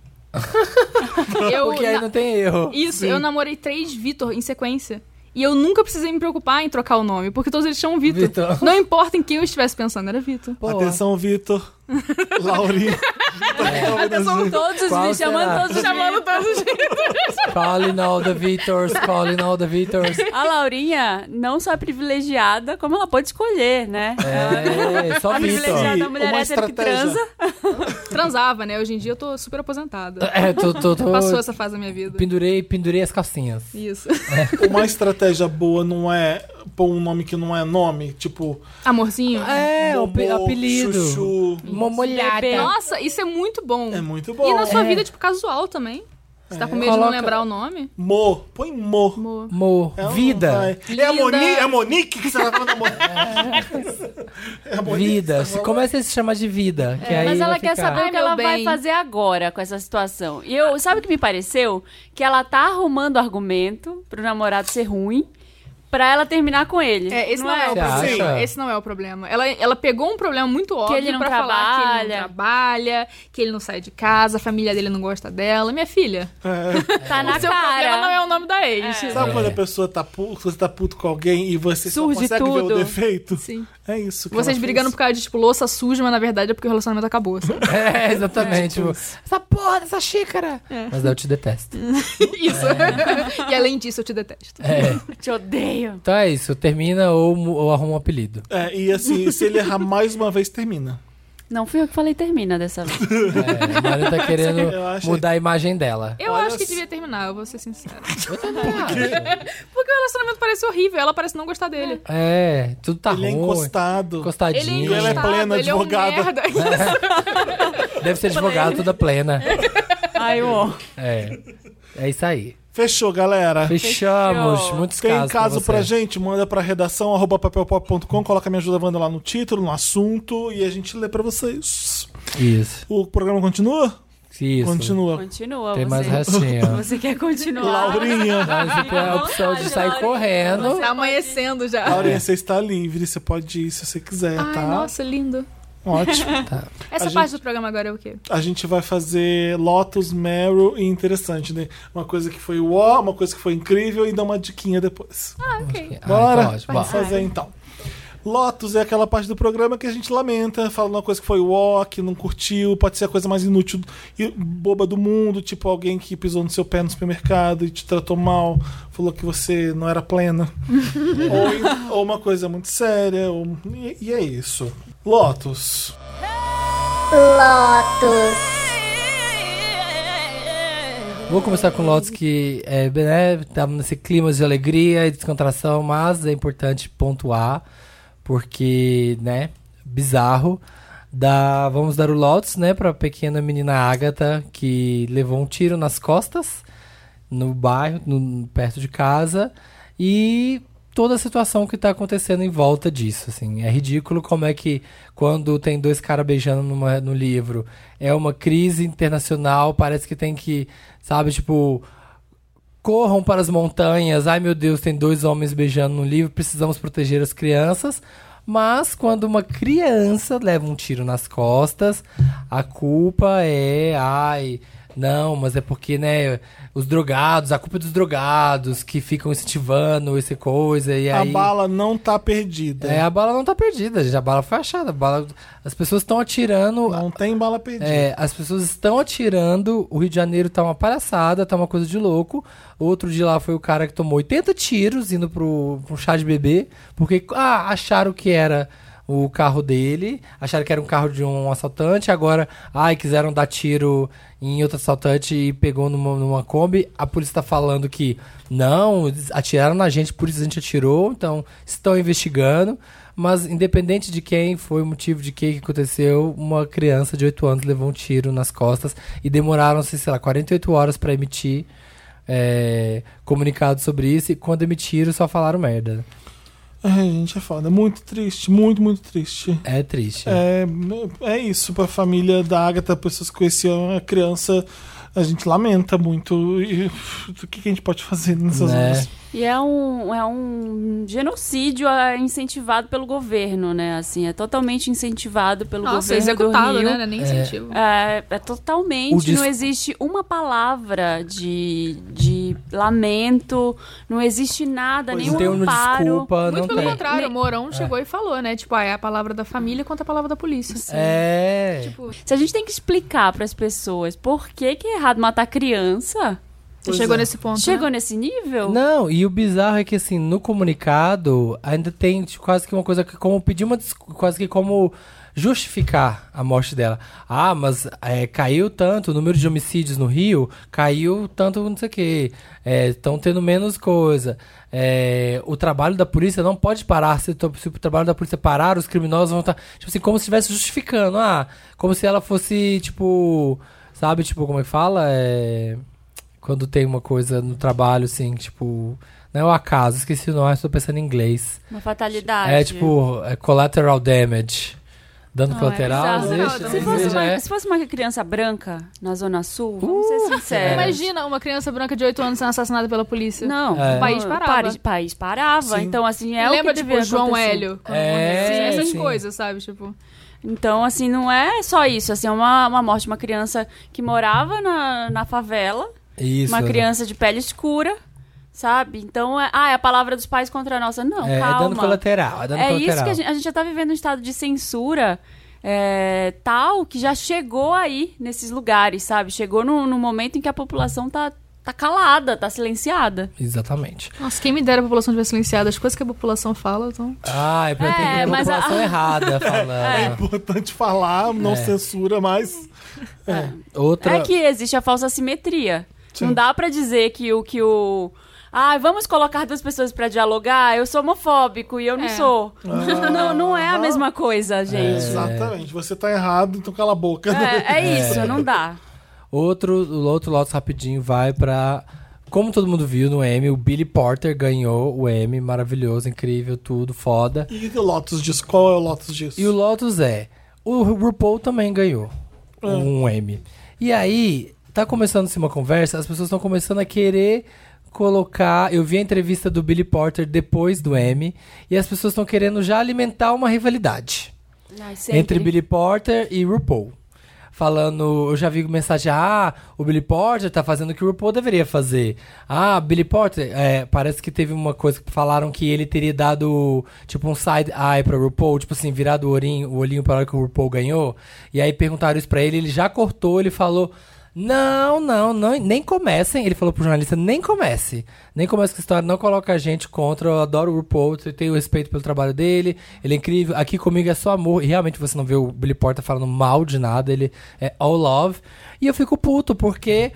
S4: eu,
S2: É Porque aí
S4: na-
S2: não tem erro.
S4: Isso, eu namorei três Vitor em sequência. E eu nunca precisei me preocupar em trocar o nome, porque todos eles chamam Vitor.
S2: Vitor.
S4: Não importa em quem eu estivesse pensando, era Vitor.
S2: Pô,
S1: Atenção, Vitor. Laurinha.
S3: *laughs*
S4: *laughs*
S3: São todos os
S2: Qual
S3: vídeos, chamando
S2: será?
S3: todos os vídeos.
S4: todos os
S2: calling all the Victors, calling all the Victors.
S3: A Laurinha, não só é privilegiada, como ela pode escolher, né?
S2: É, só
S3: A
S2: Victor.
S3: privilegiada
S1: Sim,
S3: mulher
S1: uma
S3: hétero que
S1: estratégia.
S3: transa.
S4: Transava, né? Hoje em dia eu tô super aposentada.
S2: É, tô, tô, tô-
S4: Passou essa fase da minha vida.
S2: Pendurei, pendurei as calcinhas.
S4: Isso. *laughs*
S1: Uma estratégia boa não é pôr um nome que não é nome, tipo.
S4: Amorzinho?
S2: É, o pe-
S1: Momô,
S2: apelido.
S1: Chuchu.
S2: Momolhada.
S3: Bebê.
S4: Nossa, isso é muito bom.
S1: É muito bom.
S4: E na sua
S2: tá. É.
S4: vida, tipo, casual também? Você tá com medo de
S2: Coloca-
S4: não lembrar o nome?
S1: Mo. Põe Mo.
S4: Amor.
S2: Mo,
S1: Ela não vai.
S2: vida.
S1: É a, Moni,
S4: Linda.
S1: é a Monique que você tá falando da Monique. É a Monique.
S2: Vida. Se começa a se chamar de vida. que aí
S3: É, Mas ela
S2: vai
S3: quer
S2: ficar.
S3: saber o
S2: *laughs*
S4: Ai,
S3: que ela
S4: meu
S3: vai
S4: bem.
S3: fazer agora com essa situação. E eu, sabe o que me pareceu? Que ela tá arrumando argumento pro namorado ser ruim pra ela terminar com ele.
S4: É, esse não, é, o
S2: Você
S4: problema.
S2: acha?
S4: Esse não é o problema. Ela, ela pegou um problema muito óbvio
S3: ele não
S4: pra falar que ele
S3: trabalha.
S4: não trabalha, que ele não sai de casa, a família dele não gosta dela. Minha filha,
S3: Tá na
S4: o seu
S3: cara.
S4: problema não é o nome da ex.
S1: Sabe quando a pessoa tá puto, você tá puto com alguém e você
S3: Surge
S1: só consegue ver
S3: tudo.
S1: o defeito?
S4: Sim.
S1: É isso. que
S4: Vocês
S1: ela
S4: brigando
S1: fez.
S4: por causa de, tipo, louça suja, mas na verdade é porque o relacionamento acabou.
S1: *laughs*
S4: sabe?
S2: É, exatamente. tipo, essa porra dessa xícara.
S3: É.
S2: Mas eu te detesto.
S4: Isso.
S1: É.
S4: *laughs* e além disso, eu te detesto.
S2: É.
S3: Te odeio.
S2: Então é isso. Termina ou, mu- ou arruma um apelido.
S1: É, e assim, se ele errar mais uma vez, termina.
S3: Não fui eu que falei termina dessa vez.
S2: É, a Mariana tá querendo
S1: *laughs* Eu acho-
S2: mudar a imagem dela.
S4: Eu
S1: Olha
S4: acho que
S1: só.
S4: devia terminar, eu vou ser sincera.
S2: Ah,
S4: *laughs* Porque o relacionamento parece horrível, ela parece não gostar dele.
S2: É, tudo tá
S1: Ele é
S2: ruim.
S1: encostado.
S4: Ele
S2: Encostadinho.
S1: E ela é
S4: é
S1: plena,
S4: plena, ele é um
S1: advogada.
S4: merda.
S2: Deve ser advogado toda plena.
S3: *laughs* Ai, ó.
S2: É. É isso aí.
S1: Fechou, galera.
S2: Fechamos.
S3: Fechou.
S2: Muitos
S1: Tem
S2: casos.
S1: caso
S2: pra
S1: pra
S2: você.
S1: gente, manda pra redação arroba papelpop.com, coloca Me Ajuda Wanda lá no título, no assunto e a gente lê pra vocês.
S2: Isso.
S1: O programa continua?
S2: Isso.
S1: Continua.
S3: Continua,
S2: Tem
S3: você.
S2: mais restinho.
S3: *laughs* Você quer continuar?
S1: Laurinha,
S2: Mas tem a opção de sair correndo.
S4: *laughs* Tá amanhecendo já.
S1: Laurinha, você está livre, você pode ir se você quiser,
S4: Ai,
S1: tá?
S4: nossa, lindo.
S1: Ótimo.
S4: Essa
S1: A
S4: parte
S1: gente-
S4: do programa agora é o quê?
S1: A gente vai fazer Lotus, Meryl e interessante, né? Uma coisa que foi uó, uma coisa que foi incrível e dá uma diquinha depois.
S4: Ah, ok.
S2: Ah,
S1: Bora?
S2: então, ótimo.
S1: Vamos
S2: Bora.
S1: fazer então. Lotus é aquela parte do programa que a gente lamenta, falando uma coisa que foi uó, que não curtiu, pode ser a coisa mais inútil e boba do mundo, tipo alguém que pisou no seu pé no supermercado e te tratou mal, falou que você não era
S2: *laughs*
S1: plena. ou, ou uma coisa muito séria, ou- e, e é isso. Lotus.
S6: Lotus,
S2: Vou começar com Lotus que é, né, tava nesse clima de alegria e descontração, mas é importante pontuar, porque, né, bizarro. Da, vamos dar o Lotus, né, pra pequena menina Agatha, que levou um tiro nas costas, no bairro, no- perto de casa, e toda a situação que tá acontecendo em volta disso, assim. É ridículo como é que quando tem dois caras beijando numa- no livro, é uma crise internacional, parece que tem que, sabe, tipo, corram para as montanhas, ai meu Deus, tem dois homens beijando no livro, precisamos proteger as crianças. Mas quando uma criança leva um tiro nas costas, a culpa é, ai, não, mas é porque, né, os drogados, a culpa é dos drogados que ficam incentivando essa coisa e
S1: A
S2: aí
S1: bala não tá perdida.
S2: é, a bala não tá perdida, gente. A bala foi achada. A bala... As pessoas estão atirando.
S1: Não tem bala perdida.
S2: É, as pessoas estão atirando. O Rio de Janeiro tá uma palhaçada, tá uma coisa de louco. Outro de lá foi o cara que tomou 80 tiros indo pro, pro chá de bebê, porque ah, acharam que era o carro dele, acharam que era um carro de um assaltante, agora, ai, quiseram dar tiro em outro assaltante e pegou numa, numa Kombi. A polícia tá falando que não, eles atiraram na gente, por isso a gente atirou, então estão investigando. Mas independente de quem foi o motivo de que que aconteceu, uma criança de 8 anos levou um tiro nas costas e demoraram-se, sei lá, 48 horas pra emitir é, comunicado sobre isso. E quando emitiram, só falaram merda.
S1: Ai, gente, é foda. Muito triste, muito, muito triste.
S2: É triste.
S1: É, é isso, pra família da Agatha, pessoas que conheciam assim, a criança, a gente lamenta muito. E, o que, que a gente pode fazer nessas
S2: Né?
S1: horas?
S3: E é um, é um genocídio ah, incentivado pelo governo, né? Assim, é totalmente incentivado pelo
S4: Nossa,
S3: governo do
S4: executado,
S3: Rio.
S4: né? Não é nem incentivo.
S3: É, é
S2: O
S3: totalmente.
S2: dis-
S3: Não existe uma palavra de, de lamento, não existe nada,
S1: Pois
S3: nenhum
S2: não tem uma
S3: amparo.
S2: desculpa,
S4: Muito
S2: não
S4: pelo
S2: tem.
S4: contrário, o Mourão chegou e falou, né? Tipo, ah, é a palavra da família contra a palavra da polícia.
S2: É.
S4: Tipo,
S3: Se a gente tem que explicar para as pessoas por que, que é errado matar criança,
S4: você chegou nesse ponto.
S3: chegou
S4: né?
S3: nesse nível?
S2: Não, e o bizarro é que assim, no comunicado ainda tem tipo, quase que uma coisa que como pedir uma desculpa, quase que como justificar a morte dela. Ah, mas é, caiu tanto o número de homicídios no Rio, caiu tanto não sei o que. Estão tendo menos coisa. É, o trabalho da polícia não pode parar. Se, to- se o trabalho da polícia parar, os criminosos vão estar. tipo assim, como se estivesse justificando. Ah, como se ela fosse, tipo. Sabe, tipo, como é que fala? É quando tem uma coisa no trabalho, assim, tipo. Não é o acaso, esqueci o nome, estou pensando em inglês.
S3: Uma fatalidade.
S2: É tipo, é collateral damage. Dano colateral,
S3: Ah, é bizarro. né?
S2: existe?
S3: Se fosse,
S2: Existe,
S3: uma,
S2: é. Uh,
S3: se fosse uma criança branca na Zona Sul, vamos ser
S2: é.
S3: sinceros.
S4: Imagina uma criança branca de 8 anos sendo assassinada pela polícia.
S3: Não,
S2: É.
S4: O país parava.
S3: Paris- país parava.
S1: Sim.
S3: Então, assim, é
S4: Lembra,
S3: o que
S4: tipo,
S3: devia
S4: João
S3: acontecer.
S4: Hélio. quando
S2: É,
S4: morreu? Assim, essas
S2: sim.
S4: coisas, sabe? Tipo,
S3: Então, assim, não é só isso. Assim, é uma, uma morte de uma criança que morava na, na favela,
S2: Isso. né?
S3: uma criança de pele escura, sabe? Então, é, ah, é a palavra dos pais contra a nossa. Não,
S2: É, é
S3: calma.
S2: dano colateral, é dano
S3: É
S2: colateral.
S3: isso que a gente, a gente já tá vivendo um estado de censura é, tal que já chegou aí nesses lugares, sabe? Chegou no, no momento em que a população tá tá calada, tá silenciada.
S2: Exatamente.
S4: Nossa, quem me dera a população tivesse silenciada, as coisas que a população fala, então.
S2: Ah, é pra ter
S3: É,
S2: a
S3: mas a- É. *laughs*
S2: população errada falando.
S1: É Importante falar, não
S2: É.
S1: censura, mas.
S2: Outra...
S3: É que existe a falsa simetria.
S1: Sim.
S3: Não dá pra dizer que o que o ah, vamos colocar duas pessoas pra dialogar. Eu sou homofóbico e eu não
S4: É.
S3: sou. *laughs* Não, não é a mesma coisa,
S2: É.
S3: gente.
S1: Exatamente. Você tá errado, então cala a boca.
S3: É, é isso, não dá.
S2: Outro, o outro Lotus rapidinho vai pra. Como todo mundo viu no M, o Billy Porter ganhou o M, maravilhoso, incrível, tudo, foda.
S1: *laughs* E o Lotus disso? Qual é o Lotus disso?
S2: E o Lotus é. O RuPaul também ganhou um M. E aí, tá começando-se uma conversa, as pessoas estão começando a querer colocar. Eu vi a entrevista do Billy Porter depois do M, e as pessoas estão querendo já alimentar uma rivalidade entre Billy Porter e RuPaul. Falando, eu já vi mensagem, ah, o Billy Porter tá fazendo o que o RuPaul deveria fazer. Ah, Billy Porter, é, parece que teve uma coisa que falaram que ele teria dado, tipo, um side eye pra RuPaul, tipo assim, virado o olhinho, o olhinho pra hora que o RuPaul ganhou. E aí perguntaram isso pra ele, ele já cortou, ele falou, não, não, não, nem comecem. Ele falou pro jornalista, nem comece. Nem comece com essa história, não coloca a gente contra. Eu adoro o RuPaul, eu tenho respeito pelo trabalho dele. Ele é incrível. Aqui comigo é só amor. E realmente você não vê o Billy Porter falando mal de nada. Ele é all love. E eu fico puto, porque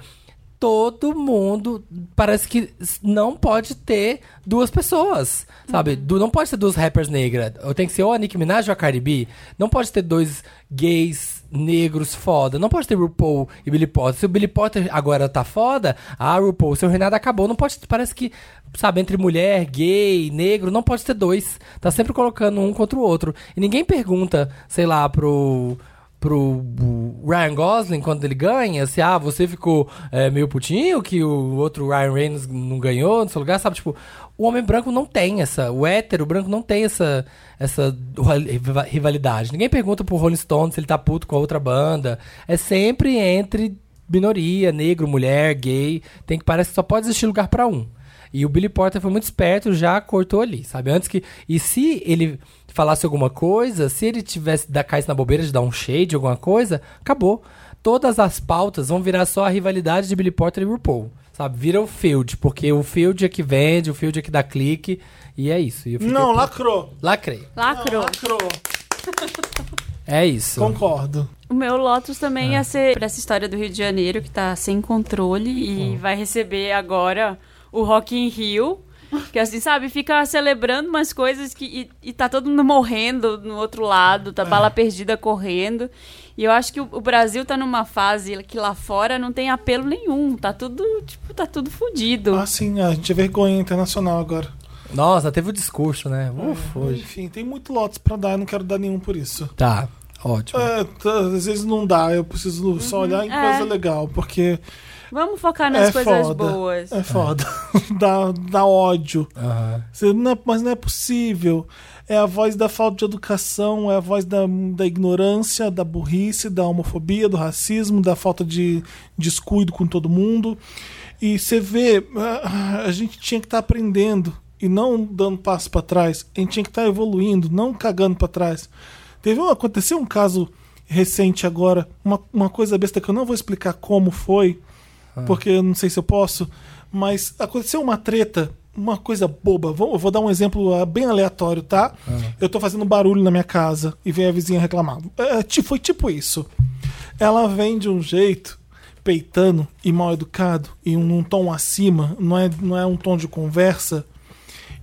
S2: todo mundo parece que s- não pode ter duas pessoas, sabe? Du- não pode ter duas rappers negras. Ou Tem que ser ou a Nicki Minaj ou a Cardi B. Não pode ter dois gays negros foda. Não pode ter RuPaul e Billy Potter. Se o Billy Potter agora tá foda, ah, RuPaul, seu reinado acabou. Não pode, parece que, sabe, entre mulher, gay, negro, não pode ter dois. Tá sempre colocando um contra o outro. E ninguém pergunta, sei lá, pro pro Ryan Gosling quando ele ganha, se ah, você ficou é, meio putinho que o outro Ryan Reynolds não ganhou no seu lugar, sabe? Tipo, o homem branco não tem essa, o hétero branco não tem essa, essa riva- rivalidade. Ninguém pergunta pro Rolling Stone se ele tá puto com a outra banda. É sempre entre minoria, negro, mulher, gay. Tem que parece que só pode existir lugar pra um. E o Billy Porter foi muito esperto, já cortou ali, sabe? Antes que. E se ele falasse alguma coisa, se ele tivesse da caísse na bobeira de dar um shade, alguma coisa, acabou. Todas as pautas vão virar só a rivalidade de Billy Porter e RuPaul. Sabe? Vira o field, porque o field é que vende, o field é que dá clique. E é isso. E eu fiquei-
S1: Não, lacrou.
S2: Lacrei.
S3: Lacro.
S1: Lacrou.
S2: É isso.
S1: Concordo.
S3: O meu Lotus também
S1: É.
S3: ia ser pra essa história do Rio de Janeiro, que tá sem controle
S1: Hum.
S3: e vai receber agora o Rock in Rio. Que assim, sabe, fica celebrando umas coisas que, e, e tá todo mundo morrendo no outro lado,
S1: É.
S3: tá bala perdida correndo. E eu acho que o, o Brasil tá numa fase que lá fora não tem apelo nenhum. Tá tudo, tipo, tá tudo fudido.
S1: Ah, sim, a gente é vergonha internacional agora.
S2: Nossa, teve o discurso,
S1: É.
S2: né? Ufa, hoje.
S1: Enfim, tem muito Lotus pra dar, eu não quero dar nenhum por isso.
S2: Tá, ótimo.
S1: É, tá, às vezes não dá, eu preciso só olhar em
S3: é.
S1: coisa legal, porque
S3: Vamos focar nas
S1: é
S3: coisas
S1: foda.
S3: boas.
S1: é foda. *laughs* dá, dá ódio.
S2: Aham.
S1: Você não é- mas não é possível. É a voz da falta de educação, é a voz da, da ignorância, da burrice, da homofobia, do racismo, da falta de descuido com todo mundo. E você vê, ah, a gente tinha que estar aprendendo e não dando passo para trás. A gente tinha que estar evoluindo, não cagando para trás. Teve um, aconteceu um caso recente agora, uma, uma coisa besta que eu não vou explicar como foi, porque eu não sei se eu posso, mas aconteceu uma treta, uma coisa boba. Vou, eu vou dar um exemplo ah, bem aleatório, tá? Eu tô fazendo barulho na minha casa e vem a vizinha reclamar. É, ti- foi tipo isso. Ela vem de um jeito peitando e mal educado e um, um tom acima, não é, não é um tom de conversa.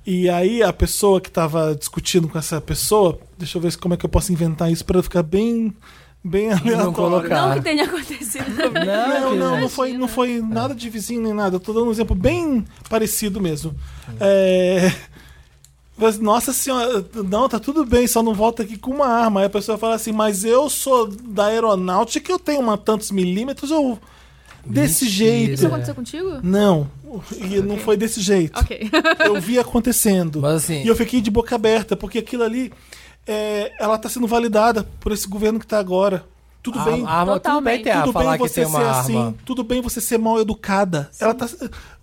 S1: E aí a pessoa que tava discutindo com essa pessoa, deixa eu ver se- como é que eu posso inventar isso pra ficar bem bem aleatório.
S3: Não
S2: colocar. Cara.
S3: que tenha *laughs* acontecido.
S1: Não,
S2: que-
S1: não, não foi, não foi nada de vizinho nem nada. Eu tô dando um exemplo bem parecido mesmo. É, mas, Nossa senhora, não, tá tudo bem, só não volta aqui com uma arma. Aí a pessoa fala assim, mas eu sou da aeronáutica, eu tenho uma tantos milímetros, eu. Desse
S4: Isso
S1: jeito.
S4: aconteceu contigo?
S1: É. Não, e não foi desse jeito.
S4: Ok.
S1: Eu vi acontecendo.
S2: Mas assim-
S1: E eu fiquei de boca aberta, porque aquilo ali, é, ela tá sendo validada por esse governo que tá agora. Tudo
S2: A-
S1: bem.
S2: a arma- tudo bem
S3: Totalmente.
S2: ter a
S1: Tudo
S2: É, falar
S1: bem
S2: que
S1: você ser
S2: tem uma arma.
S1: assim, tudo bem você ser mal educada. Ela tá.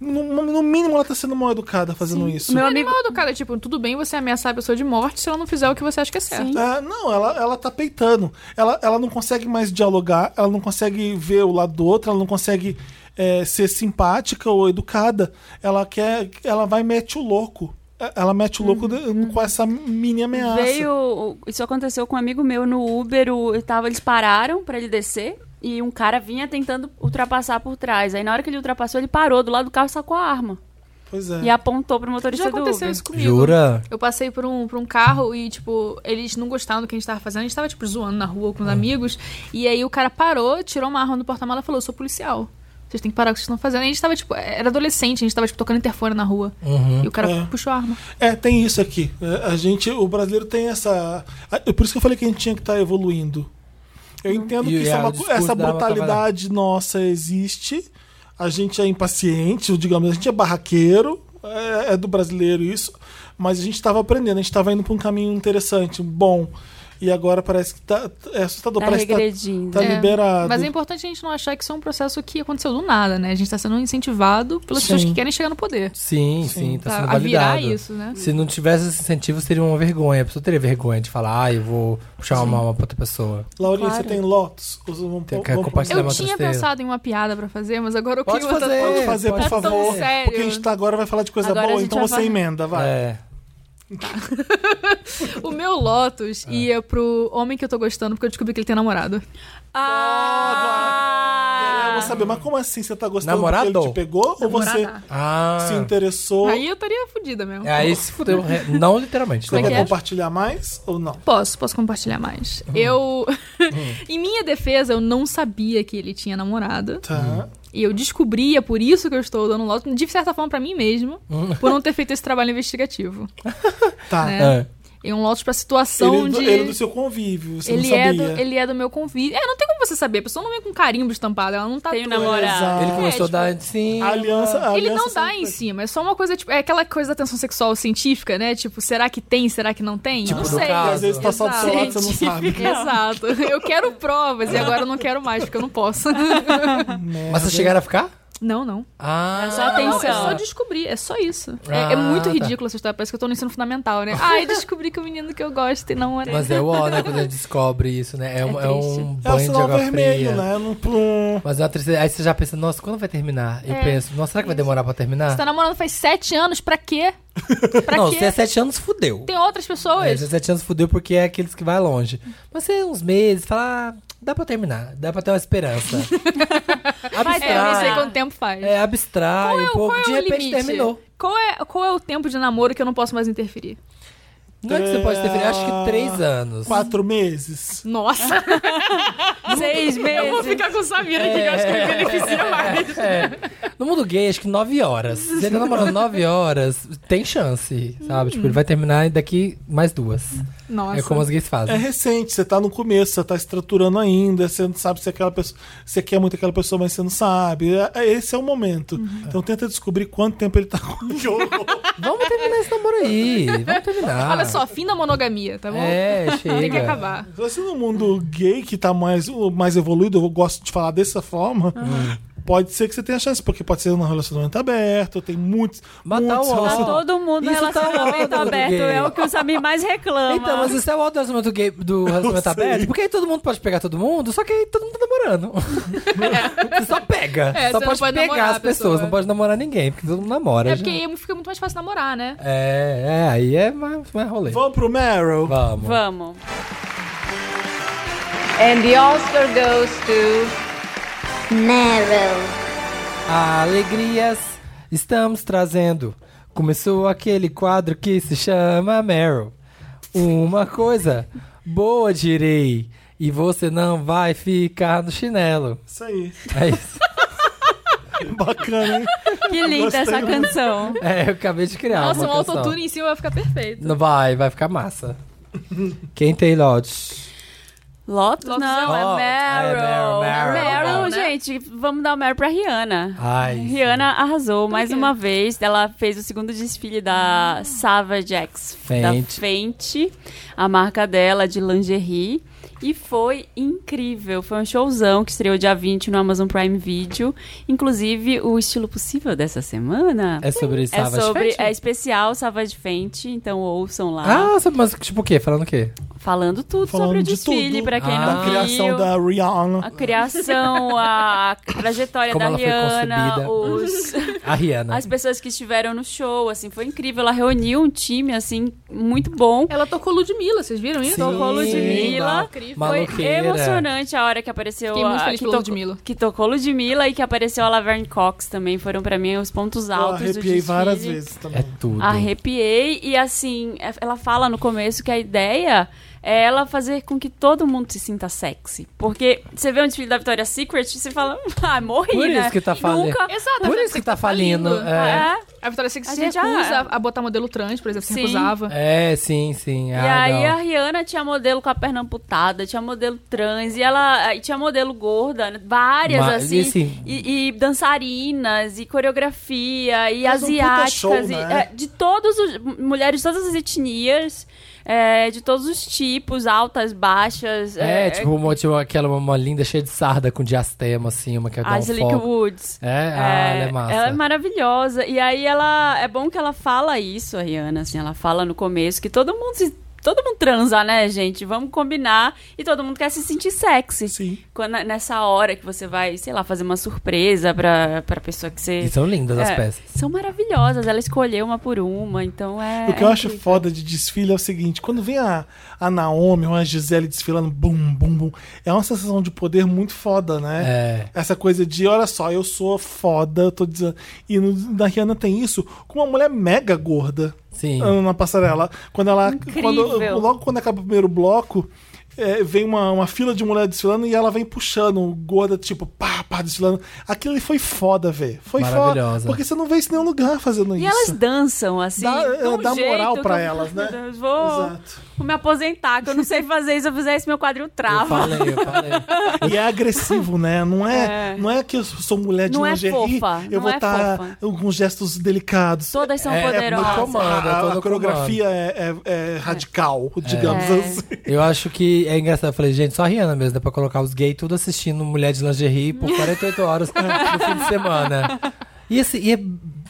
S1: No, no mínimo, ela tá sendo mal educada fazendo isso.
S4: Meu
S3: Meu amigo-
S4: amigo... *laughs* animal do cara, tipo, tudo bem você ameaçar a pessoa de morte se ela não fizer o que você acha que é certo.
S1: É, não, ela, ela tá peitando. Ela, ela não consegue mais dialogar, ela não consegue ver o lado do outro, ela não consegue é, ser simpática ou educada, ela quer. Ela vai e mete o louco. É, Ela mete o louco de- com essa mini ameaça.
S3: Uhum. Veio. o- Isso aconteceu com um amigo meu no Uber, o, ele tava, eles pararam pra ele descer. E um cara vinha tentando ultrapassar por trás. Aí na hora que ele ultrapassou, ele parou do lado do carro e sacou a arma.
S1: Pois é.
S3: E apontou pro motorista
S4: Já
S3: do
S4: aconteceu
S3: Uber.
S4: isso comigo.
S2: Jura?
S4: Eu passei por um, por um carro e, tipo, eles não gostavam do que a gente tava fazendo. A gente tava, tipo, zoando na rua
S2: É.
S4: com os amigos. E aí o cara parou, tirou uma arma do porta-mala e falou: Eu sou policial. Vocês têm que parar o que vocês estão fazendo. E a gente tava, tipo, era adolescente, a gente tava, tipo, tocando interfone na rua.
S2: Uhum.
S4: E o cara
S1: É.
S4: puxou a arma.
S1: É, tem isso aqui. É, A gente, o brasileiro tem essa. a- é Por isso que eu falei que a gente tinha que estar evoluindo. Eu entendo
S2: E,
S1: que isso é
S2: é,
S1: uma
S2: o
S1: co-
S2: discurso
S1: essa
S2: da Ana
S1: brutalidade nossa existe. A gente é impaciente, digamos, a gente é barraqueiro, é, é do brasileiro isso. Mas a gente estava aprendendo, a gente estava indo para um caminho interessante, bom. E agora parece que tá, é assustador.
S3: Tá
S1: parece que tá-
S3: regredindo.
S1: tá,
S4: É,
S2: Ah,
S1: liberado.
S4: Mas é importante a gente não achar que isso é um processo que aconteceu do nada, né? A gente tá sendo incentivado pelas pessoas
S2: Sim.
S4: que querem chegar no poder.
S2: Sim, sim, tá
S4: Tá,
S2: sendo
S4: a virar
S2: validado.
S4: isso, né?
S2: Se não tivesse esse incentivo, seria uma vergonha. A pessoa teria vergonha de falar, ah, eu vou puxar uma mão pra outra pessoa.
S1: Laurinha,
S3: claro.
S1: você tem lotos? Os- Vamos,
S2: Tem-
S1: pôr-
S2: quer
S1: vamos-
S2: compartilhar? Isso dá
S4: Eu
S2: uma
S4: tinha
S2: tristeza.
S4: pensado em uma piada pra fazer, mas agora o
S2: Pode
S4: clima tá
S2: fazer.
S4: tão...
S3: É,
S1: Pode fazer,
S2: Pode
S1: por
S4: tá
S1: favor.
S4: tão
S2: fazer.
S4: sério.
S1: Porque a gente tá agora vai falar de coisa
S3: Agora a
S1: boa,
S3: gente
S1: então
S3: vai
S1: você
S3: falar-
S1: emenda, vai.
S2: É.
S4: O meu Lotus
S2: Ah.
S4: ia pro homem que eu tô gostando, porque eu descobri que ele tem namorado.
S1: Eu
S3: Ah!
S1: não saber, mas como assim você tá gostando
S2: Namorado?
S1: porque ele te pegou? Ou você
S4: Namorada.
S2: Ah.
S1: se interessou?
S4: Aí eu estaria fodida mesmo.
S2: É, Aí se fudeu. Re- Não literalmente. né?
S1: Você
S4: Como é
S1: quer
S4: que é?
S1: compartilhar mais ou não?
S4: Posso, posso compartilhar mais.
S1: Uhum.
S4: Eu. *laughs* em minha defesa, eu não sabia que ele tinha namorada.
S1: Tá.
S4: E eu descobria, por isso que eu estou dando Lotus, de certa forma pra mim mesma,
S1: Uhum.
S4: por não ter feito esse trabalho investigativo.
S1: Tá.
S2: É.
S4: Né? E um Lotus pra situação
S1: Ele, é do-
S4: de.
S1: ele é do seu convívio, você
S4: Ele
S1: não
S4: é, do,
S1: sabia.
S4: ele é do meu convite. É, não tem como você saber. A pessoa não vem com carimbo estampado, ela não tá
S3: Tem um
S4: doida.
S3: namorado.
S1: Exato.
S2: Ele começou
S4: tipo,
S2: a dar. Sim.
S1: A aliança, a
S4: Ele não
S1: aliança
S4: dá
S1: sempre-
S4: em cima, é só uma coisa, tipo, é aquela coisa da tensão sexual científica, né? Tipo, será que tem, será que não tem?
S2: Tipo,
S4: não
S2: no
S4: sei.
S2: caso.
S1: E às vezes tá só do seu lado, você não sabe.
S4: Exato. Eu quero provas e agora eu não quero mais, porque eu
S3: *laughs*
S4: não posso.
S1: Né?
S2: Mas vocês chegaram a ficar?
S4: Não, não.
S2: Ah.
S3: É só
S4: Não, é
S3: atenção.
S4: só descobrir, é só isso. é, é
S2: Ah,
S4: muito
S2: tá.
S4: ridículo essa história, parece que eu tô no ensino fundamental, né? Ai, descobri que o menino que eu gosto e não era.
S2: Mas é o né? Quando a gente descobre isso, né? É, um,
S3: É
S2: é um
S3: triste.
S1: É o
S2: banho de
S1: sinal
S2: água
S1: vermelho,
S2: fria.
S1: né? Não plum.
S2: Mas é uma tristeza. Aí você já pensa, nossa, quando vai terminar? Eu
S4: É.
S2: penso, nossa, será que vai demorar pra terminar?
S4: Você tá namorando faz sete anos,
S2: *laughs*
S4: pra quê? Pra
S2: não,
S4: quê?
S2: se é sete anos, fudeu.
S4: Tem outras
S2: É,
S4: pessoas.
S2: se é sete anos, fudeu porque é aqueles que vai longe. Mas se é uns meses, fala, ah, dá pra terminar. Dá pra ter uma esperança.
S3: Vai
S4: *laughs* É, eu nem sei
S3: terminar.
S2: abstrai.
S4: quanto tempo faz.
S2: É, abstrai
S4: Qual é
S2: um
S4: o-
S2: pouco.
S4: qual é
S2: de
S4: o
S2: repente
S4: limite?
S2: terminou.
S4: Qual é, qual é o tempo de namoro que eu não posso mais interferir?
S2: Não é que você pode ter feito, acho que três
S1: É,
S2: anos.
S1: Quatro meses.
S4: Nossa!
S3: *laughs* Seis
S4: eu vou
S3: meses.
S4: ficar com o Samira aqui, que eu acho que me beneficia mais.
S2: No mundo gay, acho que nove horas. Se ele tá namorando nove horas, tem chance, sabe? Tipo, ele vai terminar daqui mais duas.
S4: Nossa.
S2: É como os gays
S1: É
S4: *laughs*
S2: fazem.
S1: recente, você tá no começo, você tá estruturando ainda, você não sabe se é aquela pessoa. Você quer muito aquela pessoa, mas você não sabe. É- é- Esse é o momento.
S4: Uhum.
S1: Então tenta descobrir quanto tempo ele tá com o jogo.
S2: Vamos terminar esse namoro aí. Vamos terminar.
S4: Olha só, fim da monogamia, tá bom?
S2: É, chega.
S4: Tem que acabar.
S1: Assim, no mundo gay que tá mais, o mais evoluído, eu gosto de falar dessa forma,
S3: Ah.
S1: pode ser que você tenha chance, porque pode ser um relacionamento aberto, tem muitos.
S2: Matar
S1: muitos
S2: o
S3: Tá
S1: relacion-
S2: Nossa.
S3: todo mundo no
S2: Isso tá
S3: relacionamento
S2: ótimo,
S3: aberto.
S2: gay.
S3: É o que o Samir mais reclama.
S2: Então, mas isso é o outro relacionamento gay do relacionamento
S1: sei.
S2: aberto, porque aí todo mundo pode pegar todo mundo, só que aí todo mundo tá namorando. Você só pega. só
S4: É, você não
S2: pode,
S4: pode
S2: pegar
S4: namorar
S2: as
S4: a
S2: pessoas,
S4: pessoa.
S2: não pode namorar ninguém, porque todo mundo namora.
S4: É
S2: já.
S4: porque aí fica muito mais fácil namorar, né?
S2: é, é, aí é mais, mais rolê.
S1: Vamos pro Meryl.
S2: Vamos.
S3: Vamos.
S7: And the Oscar goes to.
S6: Meryl.
S2: Alegrias estamos trazendo. Começou aquele quadro que se chama Meryl. Uma coisa boa direi. E você não vai ficar no chinelo.
S1: Isso aí. *laughs*
S2: É isso.
S1: Bacana, hein?
S3: Que linda
S1: Gostei
S3: essa
S1: muito.
S3: canção.
S2: É, eu acabei de criar.
S4: Nossa, um
S2: uma canção.
S4: autotune em cima vai ficar perfeito.
S2: Não vai, vai ficar massa. Quem tem lotes?
S3: Lotus?
S4: Lotus
S3: não,
S2: é-
S3: é Meryl.
S2: É Meryl, Meryl.
S3: Meryl,
S4: Né?
S3: gente, vamos dar o Meryl pra Rihanna.
S2: Ai,
S3: Rihanna arrasou mais
S4: quê?
S3: uma vez. Ela fez o segundo desfile da Savage X, da
S2: Fenty.
S3: Fenty, a marca dela de lingerie. E foi incrível. Foi um showzão que estreou dia 20 no Amazon Prime Video. Inclusive, o estilo possível dessa semana
S2: É sobre
S3: é
S2: Savage
S3: sobre.
S2: Fenty?
S3: É especial Savage Fenty, então ouçam lá.
S2: Ah, sobre- mas tipo o quê? Ah! Falando o quê?
S3: falando tudo
S1: Falando
S3: sobre o
S1: de
S3: desfile,
S1: tudo.
S3: pra quem
S2: Ah.
S1: da
S3: não viu.
S1: criação da
S3: A
S1: Rihanna.
S3: criação, a trajetória
S2: Como
S3: da
S2: ela foi
S3: Rihanna,
S2: concebida.
S3: os,
S2: A Rihanna.
S3: as pessoas que estiveram no show, assim, foi incrível. Ela reuniu um time, assim, muito bom.
S4: Ela tocou Ludmilla, vocês viram isso?
S2: Sim, tá.
S3: tocou Ludmilla.
S2: incrível.
S3: Foi
S2: Maloqueira.
S3: emocionante a hora que apareceu
S4: Fiquei muito
S3: a,
S4: feliz
S3: que,
S4: pela
S3: tocou-
S4: Ludmilla.
S3: que tocou Ludmilla e que apareceu a Laverne Cox também. Foram pra mim os pontos
S1: Eu
S3: altos do
S1: arrepiei
S3: desfile.
S1: várias vezes
S2: É
S1: também.
S2: tudo.
S3: Arrepiei e assim, é- ela fala no começo que a ideia é ela fazer com que todo mundo se sinta sexy. Porque você vê um desfile da Victoria's Secret e você fala, ah, morri,
S2: Por
S3: né?
S2: isso que tá falando.
S3: Nunca...
S4: Exato.
S2: Por isso que tá falindo. É,
S3: É.
S4: A Vitória Secret
S3: A
S4: se
S3: gente já-
S4: recusa a botar modelo trans, por exemplo, se
S3: Sim.
S4: recusava.
S2: é sim, sim.
S3: E
S2: Ah,
S3: aí
S2: não.
S3: a Rihanna tinha modelo com a perna amputada, tinha modelo trans, e ela e tinha modelo gorda, né? várias,
S2: Ma-
S3: assim.
S2: e assim-
S3: E, e dançarinas, e coreografia, e
S1: Fez um puta
S3: asiáticas,
S1: show,
S3: e,
S1: né?
S3: é, de todos os. Mulheres de todas as etnias, é, de todos os tipos, altas, baixas.
S2: É, tipo, uma, tipo, aquela uma, uma linda cheia de sarda com diastema, assim, uma que é
S3: A
S2: um
S3: Angelique
S2: foco.
S3: Woods.
S2: É, ah, ela é massa.
S3: ela é maravilhosa. E aí ela. É bom que ela fala isso, a Rihanna, assim, ela fala no começo que todo mundo se- Todo mundo transa, né, gente? Vamos combinar. E todo mundo quer se sentir sexy.
S1: Sim.
S3: Quando, né, nessa hora que você vai, sei lá, fazer uma surpresa pra, pra pessoa que você.
S2: E são lindas as
S3: É,
S2: peças.
S3: São maravilhosas. Ela escolheu uma por uma, então é.
S1: O que eu
S3: é
S1: acho
S3: incrível.
S1: foda de desfile é o seguinte: quando vem a, a Naomi ou a Gisele desfilando, bum, bum, bum, é uma sensação de poder muito foda,
S2: É.
S1: né? Essa coisa de, olha só, eu sou foda, eu tô dizendo. E no, na Rihanna tem isso com uma mulher mega gorda
S2: Sim.
S1: ah, na passarela. Quando ela.
S3: Incrível.
S1: Quando, logo quando acaba o primeiro bloco. é, vem uma, uma fila de mulher desfilando e ela vem puxando, gorda, tipo, pá, pá, desfilando. Aquilo foi foda, velho. Foi foda.
S2: Maravilhosa.
S1: Porque você não vê isso em nenhum lugar fazendo
S3: E
S1: isso.
S3: elas dançam, assim.
S1: Dá- é,
S3: de um
S1: dá
S3: jeito
S1: moral
S3: que
S1: pra
S3: eu-
S1: elas, né?
S3: Meu Deus, Vou,
S1: Exato.
S3: vou me aposentar, que eu não sei fazer isso. Se eu fizer isso, meu quadril
S2: Eu
S3: trava.
S2: falei, eu falei.
S1: E é agressivo, né? Não é,
S3: *laughs* É.
S1: Não é que eu sou mulher de
S3: Não é
S1: lingerie,
S3: fofa,
S1: eu
S3: não
S1: vou
S3: é
S1: estar
S3: fofa.
S1: com gestos delicados.
S3: Todas são
S2: É, no
S3: poderosas.
S2: comando, eu tô
S1: a, a
S2: no
S1: coreografia é, é- é radical, digamos
S3: É.
S1: assim.
S2: Eu acho que é engraçado. Eu falei, gente, só a Rihanna mesmo, dá pra colocar os gays tudo assistindo Mulher de
S3: *laughs*
S2: Lingerie por 48 horas no fim de semana. E, assim, e é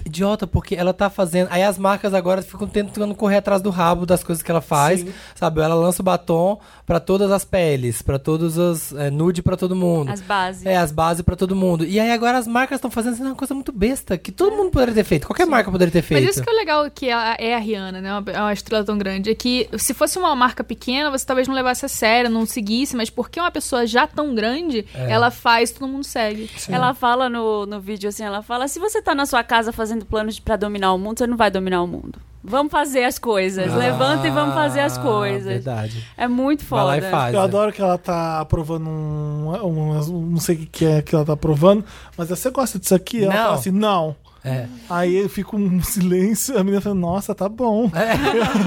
S2: idiota, porque ela tá fazendo. Aí as marcas agora ficam tentando correr atrás do rabo das coisas que ela faz. Sabe? Ela lança o batom pra todas as peles, pra todas as. é, nude pra todo mundo.
S3: As bases.
S2: É, as bases pra todo mundo. E aí agora as marcas estão fazendo assim, uma coisa muito besta, que todo mundo poderia ter feito. Qualquer marca poderia ter feito.
S4: Mas isso que é o legal que ela é a Rihanna, né? Uma- É uma estrela tão grande. É que se fosse uma marca pequena, você talvez não levasse a sério, não seguisse, mas porque é uma pessoa já tão grande,
S2: É.
S4: ela faz, todo mundo segue.
S3: Ela fala no, no vídeo assim, ela fala, se você tá na sua casa fazendo planos de- pra dominar o mundo, você não vai dominar o mundo. Vamos fazer as coisas. Levanta e vamos fazer as
S2: Ah,
S3: coisas.
S2: Verdade.
S3: É muito foda.
S2: Vai lá e faz.
S1: Eu
S2: né?
S1: adoro que ela tá aprovando um, um- um- Não sei o que que é que ela tá aprovando, mas você gosta disso aqui? Ela
S2: Não.
S1: fala assim, não.
S2: É.
S1: Aí fica um *laughs* silêncio, a menina fala, nossa, tá
S2: *laughs*
S1: bom.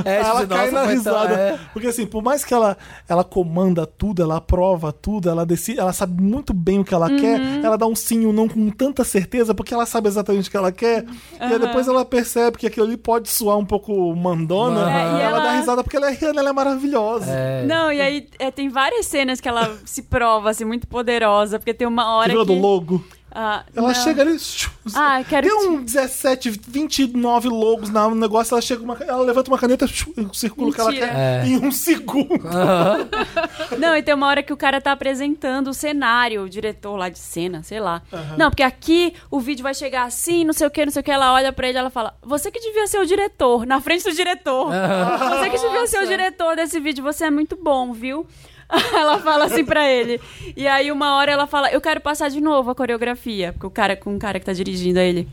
S2: É,
S1: ela
S2: tipo,
S1: cai
S2: nossa,
S1: na
S2: mas então,
S1: risada.
S2: é.
S1: Porque assim, por mais que ela, ela comanda tudo, ela aprova tudo, ela decide, ela sabe muito bem o que ela quer,
S2: Uhum.
S1: ela dá um sim ou não com tanta certeza, porque ela sabe exatamente o que ela quer. E aí depois ela percebe que aquilo ali pode soar um pouco mandona.
S2: Aham.
S1: e
S3: É, e
S1: ela,
S3: ela-
S1: dá risada porque ela é Rihanna, ela é maravilhosa.
S2: É.
S3: Não, e aí é, tem várias cenas que ela se prova, assim, muito poderosa, porque tem uma hora
S1: Você viu a
S3: que...
S1: do logo?
S3: Ah,
S1: Ela
S3: não.
S1: chega ali.
S3: Ah, quero
S1: Tem um 17, 29 logos na- no negócio, ela chega, uma- ela levanta uma caneta, o círculo que ela
S3: Mentira.
S1: quer
S2: É.
S1: em um
S2: *laughs*
S1: segundo.
S3: Não, e tem uma hora que o cara tá apresentando o cenário, o diretor lá de cena, sei lá. Não, porque aqui o vídeo vai chegar assim, não sei o que, não sei o que. Ela olha pra ele ela fala: Você que devia ser o diretor, na frente
S1: *laughs*
S3: do diretor. Você que devia ser o diretor desse vídeo, você é muito bom, viu? *laughs* Ela fala assim pra ele. E aí, uma hora ela fala: Eu quero passar de novo a coreografia. Porque o cara, com o cara que tá dirigindo aí, ele.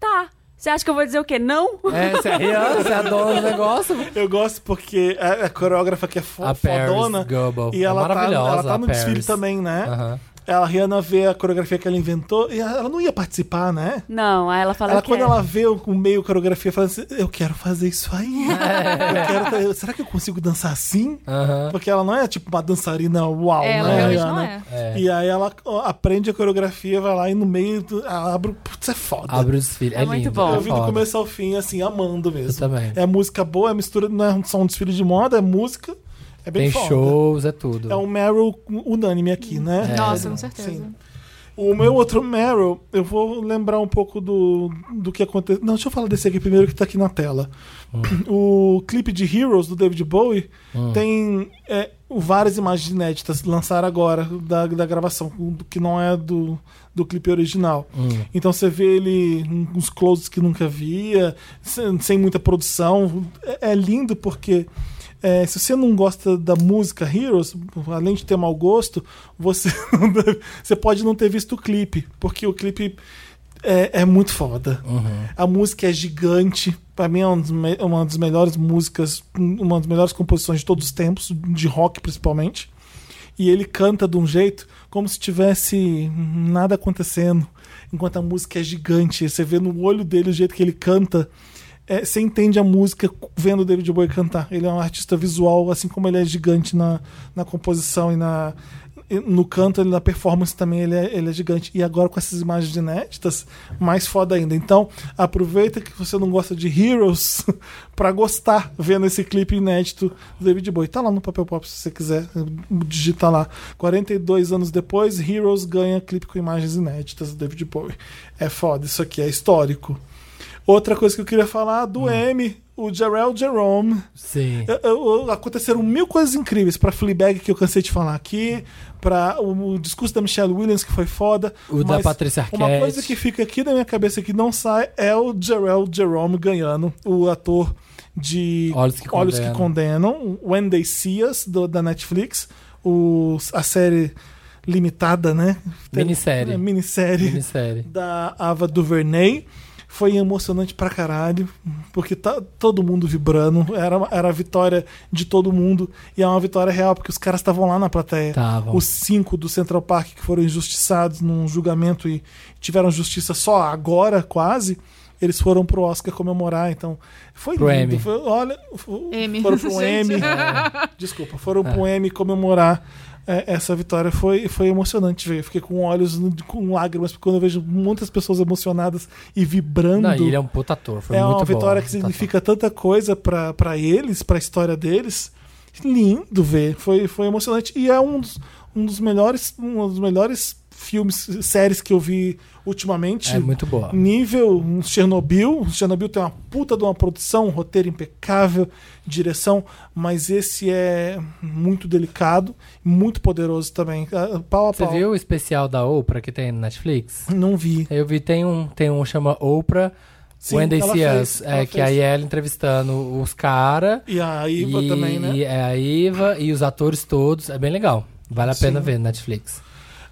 S3: Tá. Você acha que eu vou dizer o quê? Não? *laughs*
S2: É, você é Rihanna,
S1: *laughs*
S2: você é a dona do negócio.
S1: Eu gosto porque a, a coreógrafa que é fo
S2: A Paris
S1: fodona
S2: Goebel.
S1: e ela
S2: É
S1: tá,
S2: maravilhosa,
S1: ela tá
S2: a
S1: no
S2: Paris.
S1: desfile também, né?
S2: Aham.
S1: Ela, a Rihanna vê a coreografia que ela inventou e ela ela não ia participar, né?
S3: Não, aí ela fala
S1: Ela,
S3: que
S1: quando
S3: é.
S1: ela vê o o meio coreografia, fala assim: Eu quero fazer isso aí. Eu quero ter- será que eu consigo dançar assim?
S2: Aham.
S1: Porque ela não é tipo uma dançarina uau,
S4: É, ela
S1: né?
S4: realmente
S1: Rihanna?
S4: não é.
S2: É.
S1: E aí ela ó, aprende a coreografia, vai lá e no meio do- ela abre. o- Putz, é foda.
S2: Abre o desfile. É,
S3: É muito
S2: lindo,
S3: bom.
S2: é
S1: Eu vi do
S2: foda.
S1: começo ao fim, assim, amando mesmo.
S2: Eu também.
S1: É música boa, é mistura, não é só um desfile de moda, é música. É bem
S2: Tem
S1: foda.
S2: shows, é tudo.
S1: É um Meryl unânime aqui, né?
S4: Nossa, com certeza.
S1: Sim. O meu outro Meryl, eu vou lembrar um pouco do, do que aconteceu. Não, deixa eu falar desse aqui primeiro que tá aqui na tela. O clipe de Heroes do David Bowie
S2: Hum.
S1: tem é, várias imagens inéditas lançaram agora da, da gravação, do- que não é do, do clipe original. Então você vê ele uns closes que nunca via, sem, sem muita produção. É, é lindo porque. é, se você não gosta da música Heroes, além de ter mau gosto, você, *laughs* não deve- você pode não ter visto o clipe, porque o clipe é, é muito foda. A música é gigante. Pra mim é um dos me- uma das melhores músicas, uma das melhores composições de todos os tempos, de rock principalmente. E ele canta de um jeito como se tivesse nada acontecendo, enquanto a música é gigante. Você vê no olho dele o jeito que ele canta. é, você entende a música vendo o David Bowie cantar. Ele é um artista visual, assim como ele é gigante na, na composição e na, no canto, ele, na performance também, ele é, ele é gigante. E agora com essas imagens inéditas, mais foda ainda. Então, aproveita que você não gosta de Heroes *laughs* pra gostar vendo esse clipe inédito do David Bowie. Tá lá no Papel Pop se você quiser, digita lá. 42 anos depois, Heroes ganha clipe com imagens inéditas do David Bowie. É foda, isso aqui é histórico. Outra coisa que eu queria falar do M, o Jarrell Jerome.
S2: Sim.
S1: Eu- eu- eu- aconteceram mil coisas incríveis pra Fleabag, que eu cansei de falar aqui, pra o, o discurso da Michelle Williams, que foi foda.
S2: O da é
S1: mas
S2: Patrícia
S1: Uma
S2: Arquette.
S1: coisa que fica aqui na minha cabeça que não sai é o Jarrell Jerome ganhando, o ator de
S2: Olhos que
S1: Condenam, When They See Us, do- da Netflix, o- a série limitada, né?
S2: Minissérie.
S1: É, minissérie
S2: Minissérie.
S1: da Ava DuVernay. Foi emocionante pra caralho, porque tá todo mundo vibrando. Era, era a vitória de todo mundo. E é uma vitória real, porque os caras estavam lá na plateia.
S2: Tavam.
S1: Os cinco do Central Park que foram injustiçados num julgamento e tiveram justiça só agora, quase. Eles foram pro Oscar comemorar, então. Foi
S2: Pro
S1: lindo.
S2: Emmy.
S1: Foi- olha, fo-
S4: M.
S1: foram pro
S4: Gente.
S1: M. Desculpa, foram pro M comemorar é, essa vitória. Foi, foi emocionante ver. Fiquei com olhos, no- com lágrimas, porque quando eu vejo muitas pessoas emocionadas e vibrando.
S2: Não, e ele é um puta ator. Foi
S1: é
S2: muito
S1: uma
S2: bom,
S1: vitória que
S2: puta ator.
S1: significa tanta coisa pra pra eles, pra história deles. Lindo ver. Foi, foi emocionante. E é um dos, um dos melhores. Um dos melhores filmes, séries que eu vi ultimamente
S2: É muito boa.
S1: nível um Chernobyl. Chernobyl tem uma puta de uma produção, um roteiro impecável, direção, mas esse é muito delicado, muito poderoso também. Ah, Pau a
S2: Você
S1: pau.
S2: viu o especial da Oprah que tem no Netflix?
S1: Não vi.
S2: Eu vi, tem um, tem um chama Oprah
S1: Sim,
S2: Wendy
S1: ela
S2: Sears,
S1: fez,
S2: é,
S1: ela
S2: que
S1: fez.
S2: aí é ela entrevistando os caras.
S1: E a Iva
S2: e,
S1: também, né?
S2: e é a Iva e os atores todos. É bem legal. Vale a pena ver no Netflix.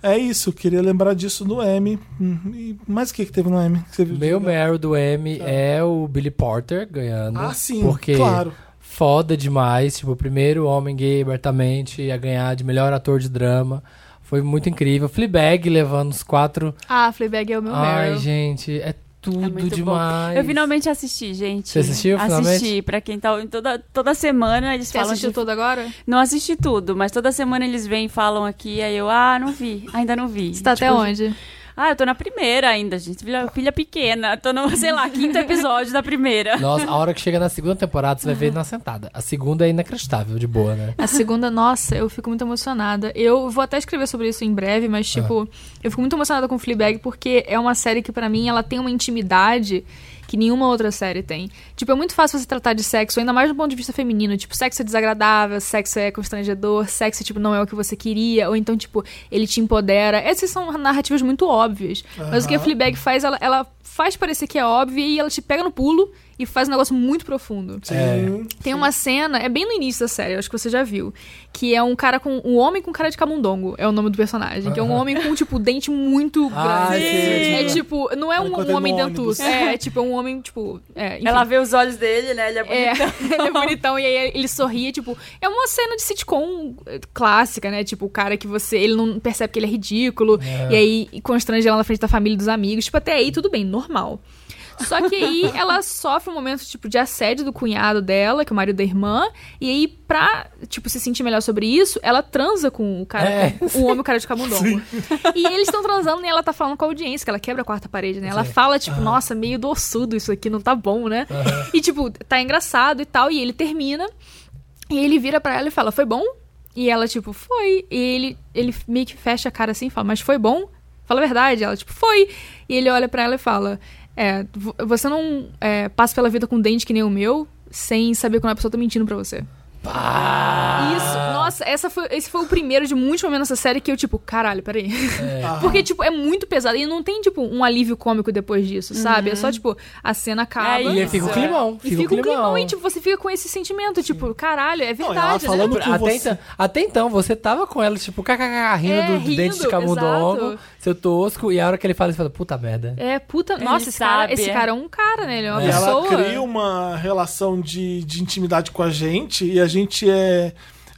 S1: É isso, queria lembrar disso no M. Hum, e- Mas o que, que teve no M? que você viu?
S2: Meu né? Meryl do M é o Billy Porter ganhando.
S1: Ah, sim,
S2: porque
S1: claro.
S2: Foda demais. Tipo, o primeiro homem gay abertamente a ganhar de melhor ator de drama. Foi muito incrível. Fleabag levando os quatro.
S4: Ah, Fleabag é o meu
S2: Ai,
S4: Meryl.
S2: gente, é
S3: É
S2: tudo
S3: muito bom.
S2: demais.
S3: Eu finalmente assisti, gente.
S2: Você assistiu,
S3: Assisti.
S2: finalmente?
S3: Pra quem tá. Toda, toda semana eles
S4: Você
S3: falam.
S4: assistiu
S3: de-
S4: todo agora?
S3: Não assisti tudo, mas toda semana eles vêm e falam aqui. Aí eu, ah, não vi. Ainda não vi.
S4: Você tá até
S3: Tipo,
S4: onde?
S3: Ah, eu tô na primeira ainda, gente. Filha, filha pequena. Tô no, *laughs* sei lá, quinto episódio da primeira.
S2: Nossa, a hora que chega na segunda temporada, você vai ver na sentada. A segunda é inacreditável, de boa, né?
S4: A segunda, nossa, eu fico muito emocionada. Eu vou até escrever sobre isso em breve, mas, tipo, eu fico muito emocionada com Fleabag porque é uma série que, pra mim, ela tem uma intimidade que nenhuma outra série tem. Tipo, é muito fácil você tratar de sexo, ainda mais do ponto de vista feminino. Tipo, sexo é desagradável, sexo é constrangedor, sexo, tipo, não é o que você queria, ou então, tipo, ele te empodera. Essas são narrativas muito óbvias. Mas o que a Fleabag faz, ela, ela faz parecer que é óbvio e ela te pega no pulo e faz um negócio muito profundo.
S2: É,
S1: Sim.
S4: Tem uma cena, é bem no início da série, eu acho que você já viu, que é um cara com um homem com cara de camundongo, é o nome do personagem, que é um homem com tipo dente muito
S2: Ah,
S4: grande.
S2: sim.
S4: É tipo, não é um,
S1: Enquanto ele
S4: homem
S1: no ônibus.
S4: dentuço, é, tipo é um homem tipo, é,
S3: *laughs*
S4: enfim.
S3: Ela vê os olhos dele, né? Ele é
S4: É, *laughs*
S3: bonitão.
S4: ele é bonitão e aí ele sorria, tipo, é uma cena de sitcom eh, clássica, né? Tipo, o cara que você, ele não percebe que ele é ridículo e aí constrange ela na frente da família e dos amigos, tipo, até aí tudo bem, normal. Só que aí ela sofre um momento, tipo, de assédio do cunhado dela, que é o marido da irmã, e aí pra, tipo, se sentir melhor sobre isso, ela transa com o cara,
S2: É.
S4: com o homem, o cara de camundongo. E eles estão transando e ela tá falando com a audiência, que ela quebra a quarta parede, né? Ela fala, tipo, nossa, meio doçudo isso aqui, não tá bom, né? E, tipo, tá engraçado e tal. E ele termina. E ele vira pra ela e fala, foi bom? E ela, tipo, foi. E ele, ele meio que fecha a cara assim e fala, mas foi bom? Fala a verdade. Ela, tipo, foi. E ele olha pra ela e fala: É, vo- você não é, passa pela vida com um dente que nem o meu, sem saber quando a pessoa tá mentindo pra você. Isso, nossa, essa foi, esse foi o primeiro de muitos momentos nessa série que eu, tipo, caralho, peraí. Porque, tipo, é muito pesado e não tem, tipo, um alívio cômico depois disso, sabe? É só, tipo, a cena acaba.
S3: É
S2: E aí fica o
S3: Isso,
S2: climão.
S4: E fica um climão e, tipo, você fica com esse sentimento, tipo, caralho, é
S1: ela
S4: verdade, né?
S1: falando com
S2: até,
S1: você.
S2: então, até então, você tava com ela, tipo, kkk, rindo
S4: É,
S2: do
S4: rindo,
S2: dente de camundongo,
S4: exato.
S2: seu tosco, e a hora que ele fala, você fala, puta merda.
S4: É, puta, nossa, esse cara,
S3: sabe,
S4: esse
S3: é.
S4: cara é um cara, né? Ele é uma
S1: E ela
S4: pessoa.
S1: cria
S2: um-
S1: uma relação de, de intimidade com a gente e a gente é.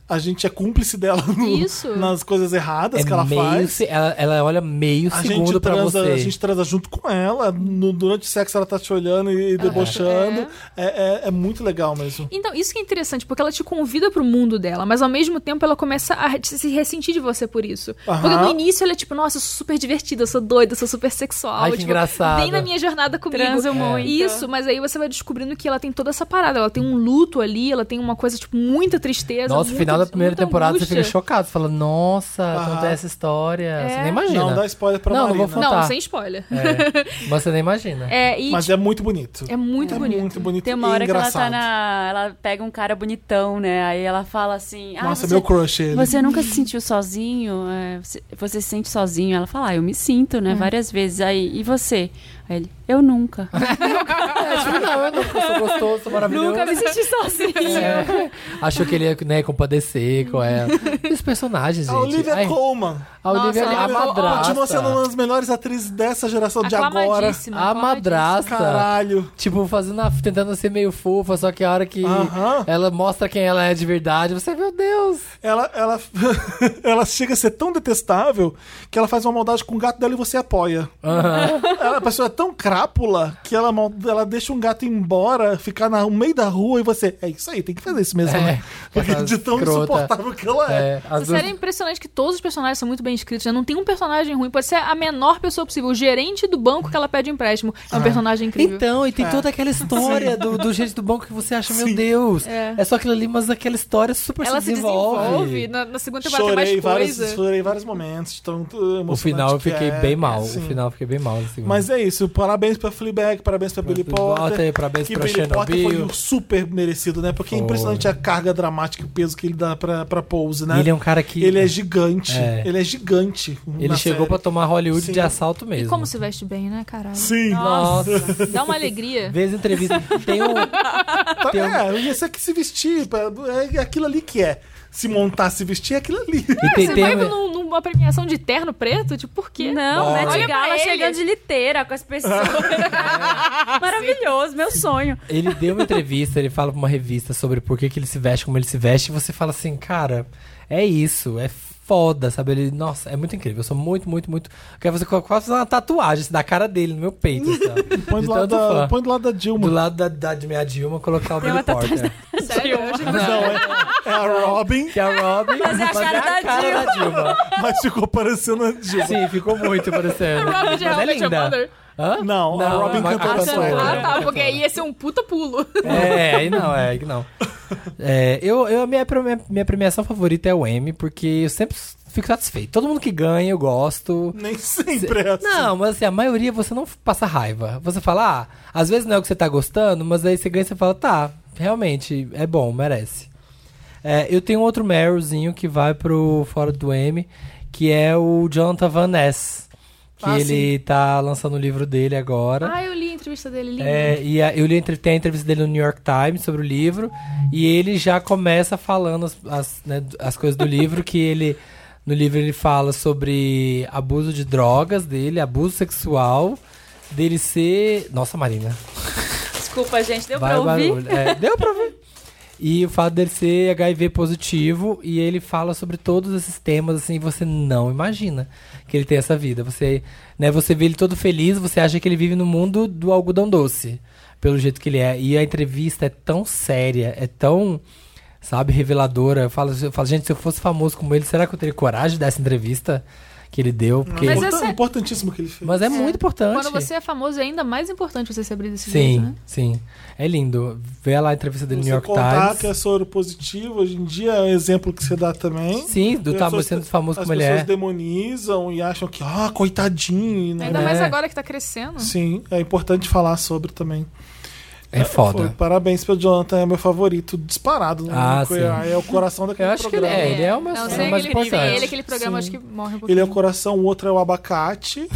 S1: A gente é cúmplice dela no-
S4: Isso.
S1: nas coisas erradas
S2: É
S1: que ela
S2: meio
S1: faz.
S2: se- ela, ela olha meio
S1: A gente,
S2: segundo pra
S1: transa,
S2: você.
S1: a gente transa junto com ela. no- durante o sexo ela tá te olhando e, e debochando. É, é- é muito legal mesmo.
S4: Então, isso que é interessante, porque ela te convida pro mundo dela, mas ao mesmo tempo ela começa a re- se ressentir de você por isso.
S1: Aham.
S4: Porque no início ela é tipo, nossa, eu sou super divertida, eu sou doida, eu sou super sexual.
S2: Ai, que
S4: tipo,
S2: engraçado.
S4: Vem na minha jornada comigo. É.
S3: Transo muito.
S4: Isso, mas aí você vai descobrindo que ela tem toda essa parada. Ela tem um luto ali, ela tem uma coisa, tipo, muita tristeza.
S2: Nossa, no
S4: muita-
S2: final da primeira
S4: muita
S2: temporada você
S4: angústia. É.
S2: fica chocado. Você fala, nossa, então
S1: Aham.
S2: tem essa história. Você nem imagina.
S1: Não dá spoiler pra
S2: Não, não
S1: Marina.
S2: vou
S4: Não,
S2: Tá.
S4: sem spoiler.
S2: É, mas você nem imagina.
S4: *laughs* É, e
S1: Mas é muito bonito.
S4: é muito
S1: É
S4: bonito.
S1: muito bonito
S3: Tem
S1: e
S3: uma hora que ela
S1: engraçado.
S3: tá na. Ela pega um cara bonitão, né? Aí ela fala assim. Ah,
S1: Nossa,
S3: você,
S1: meu crush ele.
S3: você nunca se sentiu sozinho? É, você, você se sente sozinho? Ela fala, ah, eu me sinto, né? Várias vezes. Aí, e você? Aí ele, eu nunca.
S2: É, tipo, não, eu nunca sou gostoso, sou maravilhoso.
S3: nunca me senti sozinho.
S2: É. Achou que ele ia né, compadecer com
S4: *laughs*
S2: ela. E os personagens, gente.
S1: A Olivia
S2: Ai,
S1: Colman.
S2: a Olivia, é
S4: Nossa,
S2: a
S4: Olivia é Colman
S1: Continua sendo uma
S2: madrasta.
S1: das melhores atrizes dessa geração de agora.
S4: Aclamadíssima.
S2: A madrasta.
S1: Caralho.
S2: Tipo, fazendo a- tentando ser meio fofa, só que a hora que
S1: Aham.
S2: ela mostra quem ela é de verdade, você, meu Deus.
S1: Ela, ela, *laughs* ela chega a ser tão detestável que ela faz uma maldade com o gato dela e você apoia. Ela, a pessoa é tão crápula que ela, mal- ela deixa um gato embora, ficar na- no meio da rua e você. É isso aí, tem que fazer isso mesmo,
S2: É,
S1: né? Porque
S2: essa
S1: de tão
S2: escrota.
S1: insuportável que ela é.
S2: É, as
S4: Essa série é impressionante que todos os personagens são muito bem escritos, né? Não tem um personagem ruim, pode ser a menor pessoa possível. O gerente do banco que ela pede empréstimo é um personagem incrível.
S2: Então, e tem toda aquela história do, do jeito do banco que você acha, meu Deus, é.
S4: É.
S2: só aquilo ali, mas aquela história super
S4: ela
S2: se
S4: se
S2: desenvolve.
S4: desenvolve, né? na, na segunda temporada
S1: Chorei
S4: tem mais
S1: vários,
S4: coisa.
S1: chorei vários momentos. de Tão
S2: O final eu fiquei bem mal,
S1: é, Sim.
S2: o final eu fiquei bem mal. assim. no segundo.
S1: Mas é isso, parabéns pra Fleabag, parabéns pra Billy Potter.
S2: Potter, parabéns
S1: que
S2: pra
S1: Billy Potter foi
S2: Chernobyl.
S1: um super merecido, né? Porque é
S2: Foi.
S1: impressionante a carga dramática e o peso que ele dá pra, pra Pose, né?
S2: E ele é um cara que...
S1: Ele é gigante.
S2: É.
S1: Ele é gigante.
S2: Ele
S1: na
S2: chegou
S1: série.
S2: pra tomar Hollywood
S1: Sim.
S2: de assalto
S4: E
S2: mesmo.
S4: como se veste bem, né, caralho?
S1: Sim.
S2: Nossa.
S4: Dá uma alegria.
S2: Vez entrevista. Tem
S4: *laughs*
S2: um...
S1: Tá-
S2: tem um-
S1: É, ia ser que se vestir. pra- É aquilo ali que é. Se montar, se vestir, é aquilo
S2: *laughs*
S1: ali.
S2: e tem,
S4: Você
S2: tem
S4: vai
S2: um-
S4: num- numa premiação de terno preto? Tipo, por quê?
S3: Não,
S2: Olha
S3: Met
S4: pra
S3: Gala
S4: ele.
S3: chegando de liteira com as pessoas. *laughs* Maravilhoso, meu sonho.
S2: Ele deu uma entrevista, ele fala pra uma revista sobre por que, que ele se veste como ele se veste, e você fala assim, cara, é isso, é foda, sabe? Ele, nossa, é muito incrível, eu sou muito, muito, muito. Eu quero fazer quase fazer uma tatuagem assim, da cara dele no meu peito,
S1: *laughs*
S2: sabe?
S1: Põe
S2: De
S1: do, lado
S2: tanto
S1: da,
S2: fã.
S1: põe do lado da Dilma.
S2: Do lado da, da de minha Dilma, colocar o Billy Porter.
S4: Sério? eu achei que você-
S1: Não, é, é a Robin,
S2: Que é a Robin, mas
S3: é a cara
S2: é a
S3: da
S2: cara da Dilma.
S1: mas ficou parecendo a Dilma.
S2: Sim, ficou muito parecendo.
S4: A Robin de
S2: mas
S4: How I
S2: é
S4: Met Your
S2: linda.
S4: Mother.
S2: Hã?
S1: Não, a Robin
S2: é uma-
S1: cantora
S2: cantora.
S1: solo.
S4: Ah, tá, porque aí ia ser um puta pulo.
S2: É, aí não, é, aí não. É, eu, eu, a minha, preme- minha premiação favorita é o M, porque eu sempre fico satisfeito. Todo mundo que ganha, eu gosto.
S1: Nem sempre é assim.
S2: Não, mas assim, a maioria você não passa raiva. Você fala, ah, às vezes não é o que você tá gostando, mas aí você ganha e você fala, tá, realmente, é bom, merece. É, eu tenho outro Merylzinho que vai pro Fora do M, que é o Jonathan Van Ness. Que
S1: Ah,
S2: ele tá lançando o livro dele agora.
S4: Ah, eu li a entrevista dele, linda.
S2: É, e a- eu li a entre- tem a entrevista dele no New York Times sobre o livro, e ele já começa falando as, as, né, as coisas do livro, que ele. No livro ele fala sobre abuso de drogas dele, abuso sexual, dele ser. Nossa, Marina.
S3: Desculpa, gente, deu
S2: Vai
S3: pra
S2: o
S3: ouvir.
S2: barulho. É, deu pra ouvir. E o fato dele ser HIV positivo e ele fala sobre todos esses temas assim, você não imagina que ele tem essa vida. Você, né, você vê ele todo feliz, você acha que ele vive no mundo do algodão doce, pelo jeito que ele é. E a entrevista é tão séria, é tão sabe, reveladora. Eu falo, eu falo, gente, se eu fosse famoso como ele, será que eu teria coragem de dar essa entrevista? que ele deu. Porque...
S4: Mas
S2: Mas,
S1: Mas
S2: é...
S4: essa-
S1: Importantíssimo que ele fez.
S2: muito importante.
S4: Quando você é famoso, é ainda mais importante você se abrir desse
S2: Sim,
S4: jeito, né?
S2: sim. É lindo. Vê lá a entrevista do New
S1: Você
S2: York
S1: contar
S2: Times.
S1: que é soro positivo, hoje em dia é um exemplo que você dá também.
S2: Sim, do
S1: E as
S2: tá
S1: pessoas-
S2: sendo famoso
S1: as
S2: como ele é.
S1: pessoas demonizam e acham que, ah, coitadinho, né?
S4: Ainda
S2: É.
S4: mais agora que tá crescendo.
S1: Sim, é importante falar sobre também.
S2: É
S1: Foi,
S2: foda.
S1: parabéns pro Jonathan, é meu favorito, disparado. né?
S2: Ah,
S1: Foi-
S2: sim.
S1: É o coração daquele
S2: Eu acho que ele
S1: programa.
S2: é. Ele é o mais,
S4: Não,
S2: é
S4: sem
S2: o mais
S4: aquele,
S2: importante.
S4: sem ele, aquele programa,
S1: Sim.
S4: acho que morre um pouquinho.
S1: Ele é o coração, o outro é o
S2: *laughs*
S1: abacate,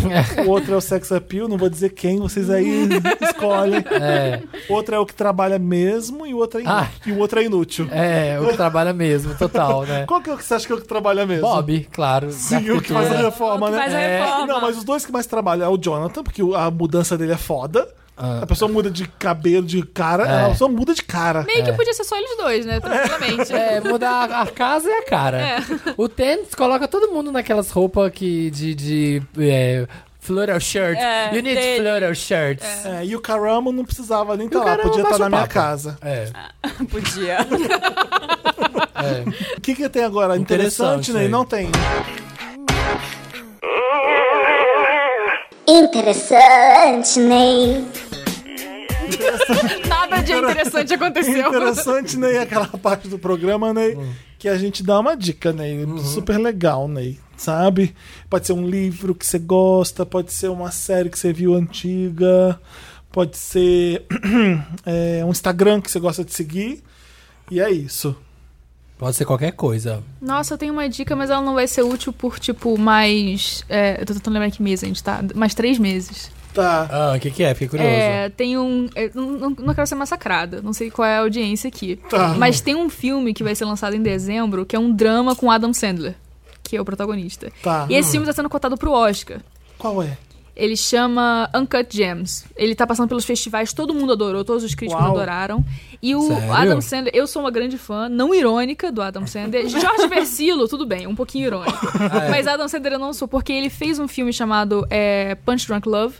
S1: o outro é o sex appeal, não vou dizer quem, vocês aí escolhem.
S2: É,
S1: Outro é o que trabalha mesmo e o outro é, inu-
S2: Ah.
S1: e o outro é inútil.
S2: é, o que trabalha mesmo, total, *laughs* né?
S1: Qual que é o que você acha que é o que trabalha mesmo?
S2: Bob, claro.
S1: Sim, o que faz a reforma,
S3: O que
S1: né?
S3: faz a
S1: É.
S3: reforma.
S1: Não, mas os dois que mais trabalham é o Jonathan, porque o- a mudança dele é foda.
S2: Ah.
S1: A pessoa muda de cabelo, de cara,
S2: É.
S1: a pessoa muda de cara.
S4: Meio que podia ser só eles
S2: *laughs*
S4: dois, né? Tranquilamente.
S2: É, mudar a casa e a cara.
S4: É.
S2: O tênis coloca todo mundo naquelas roupas que de. de é, floral shirt.
S3: É,
S2: you need
S3: dele.
S2: floral shirts.
S1: É, e o Caramo não precisava nem estar lá,
S2: Caramo
S1: podia estar
S2: bate
S1: na
S2: um
S1: minha
S2: papo.
S1: casa.
S2: É.
S3: Podia.
S2: é.
S1: O que, que tem agora? Interessante,
S2: Interessante,
S1: né?
S2: né?
S1: Não tem.
S6: Interessante, né? Ney.
S4: Nada de interessante aconteceu.
S1: Interessante, Ney, aquela *laughs* parte do programa, Ney, que a gente dá uma dica, Ney. Super legal, Ney. Sabe? Pode ser um livro que você gosta, pode ser uma série que você viu antiga, pode ser *clears throat* é, um Instagram que você gosta de seguir. E é isso.
S2: Pode ser qualquer coisa.
S4: Nossa, eu tenho uma dica, mas ela não vai ser útil por, tipo, mais. é, eu tô tentando lembrar que mês a gente tá. Mais três meses.
S1: Tá.
S2: Ah, o que, que é? Fiquei curioso.
S4: É, tem um. é, não, não- não quero ser massacrada, não sei qual é a audiência aqui.
S1: Tá.
S4: Mas tem um filme que vai ser lançado em dezembro, que é um drama com Adam Sandler, que é o protagonista.
S1: Tá.
S4: E esse filme tá sendo cotado pro Oscar.
S1: Qual é?
S4: Ele chama Uncut Gems. Ele tá passando pelos festivais, todo mundo adorou, todos os críticos
S1: Uau.
S4: adoraram. E o
S2: Sério?
S4: Adam Sandler, eu sou uma grande fã, não irônica do Adam Sandler. Jorge Versilo, tudo bem, um pouquinho irônico. Mas Adam Sandler eu não sou, porque ele fez um filme chamado é, Punch Drunk Love.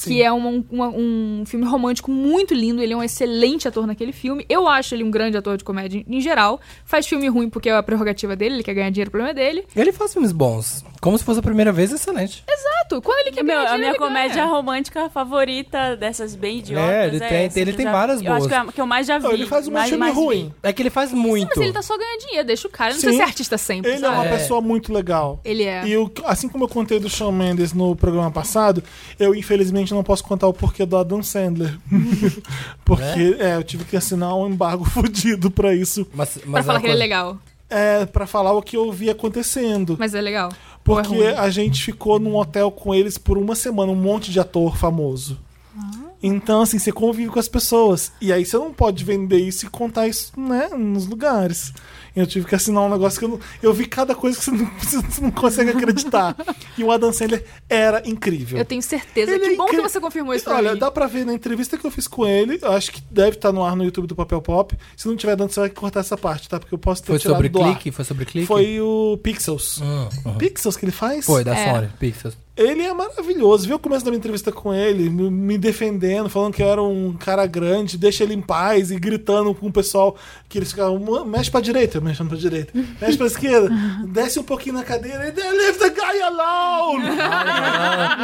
S4: Que é uma- uma- um filme romântico muito lindo. Ele é um excelente ator naquele filme. Eu acho ele um grande ator de comédia em geral. Faz filme ruim porque é a prerrogativa dele, ele quer ganhar dinheiro, o problema é dele.
S2: Ele faz filmes bons. Como se fosse a primeira vez, excelente.
S4: Exato, quando ele quer
S3: Meu,
S4: ganhar dinheiro.
S3: a minha
S4: ele ganha.
S3: comédia romântica favorita dessas bem idiotas.
S2: É, ele tem-
S3: essa
S2: ele
S3: que
S2: tem
S3: eu já-
S2: várias
S3: Eu acho
S2: boas.
S3: que, é a que eu mais já vi.
S1: Ele faz um
S3: mais,
S1: filme
S3: mais vi.
S1: ruim.
S2: É que ele faz muito.
S4: Mas ele tá só ganhando dinheiro, deixa o cara. Ele Não
S1: Sim.
S4: precisa ser artista sempre.
S1: Ele é uma
S4: sabe?
S1: pessoa muito legal.
S4: Ele é.
S1: E eu, assim como eu contei do Shawn Mendes no programa passado, eu infelizmente não posso contar o porquê do Adam Sandler. *laughs* Porque é, eu tive que assinar um embargo *laughs* fudido pra isso.
S2: Mas,
S4: Pra
S2: mas
S4: falar
S2: uma
S4: que ele é
S2: coisa-
S4: legal.
S1: É, pra falar o que eu vi acontecendo.
S4: Mas é legal. Ou é
S1: porque
S4: ruim.
S1: a gente ficou num hotel com eles por uma semana, um monte de ator famoso.
S4: Ah.
S1: Então, assim, você convive com as pessoas. E aí você não pode vender isso e contar isso, né, nos lugares. Eu tive que assinar um negócio que eu não. Eu vi cada coisa que você não, *laughs* você não consegue acreditar. e o Adam Sandler era incrível.
S4: Eu tenho certeza.
S1: Ele
S4: que
S1: é
S4: bom que
S1: incrível.
S4: você confirmou isso pra
S1: Olha,
S4: mim.
S1: dá pra ver na entrevista que eu fiz com ele, eu acho que deve estar no ar no YouTube do Papel Pop. Se não tiver dando, você vai cortar essa parte, tá? Porque eu posso ter
S2: Foi
S1: tirado
S2: sobre
S1: do ar.
S2: clique? Foi sobre clique?
S1: Foi o Pixels.
S2: Hum, uhum.
S1: Pixels que ele faz?
S2: Foi, da
S4: É.
S2: Sony, Pixels.
S1: Ele é maravilhoso. Viu o começo da minha entrevista com ele, me- me defendendo, falando que eu era um cara grande, deixa ele em paz e gritando com o pessoal que eles ficavam, "Mu- mexe pra direita, eu mexendo pra direita, mexe pra esquerda, desce um pouquinho na cadeira e "Then leave the guy alone!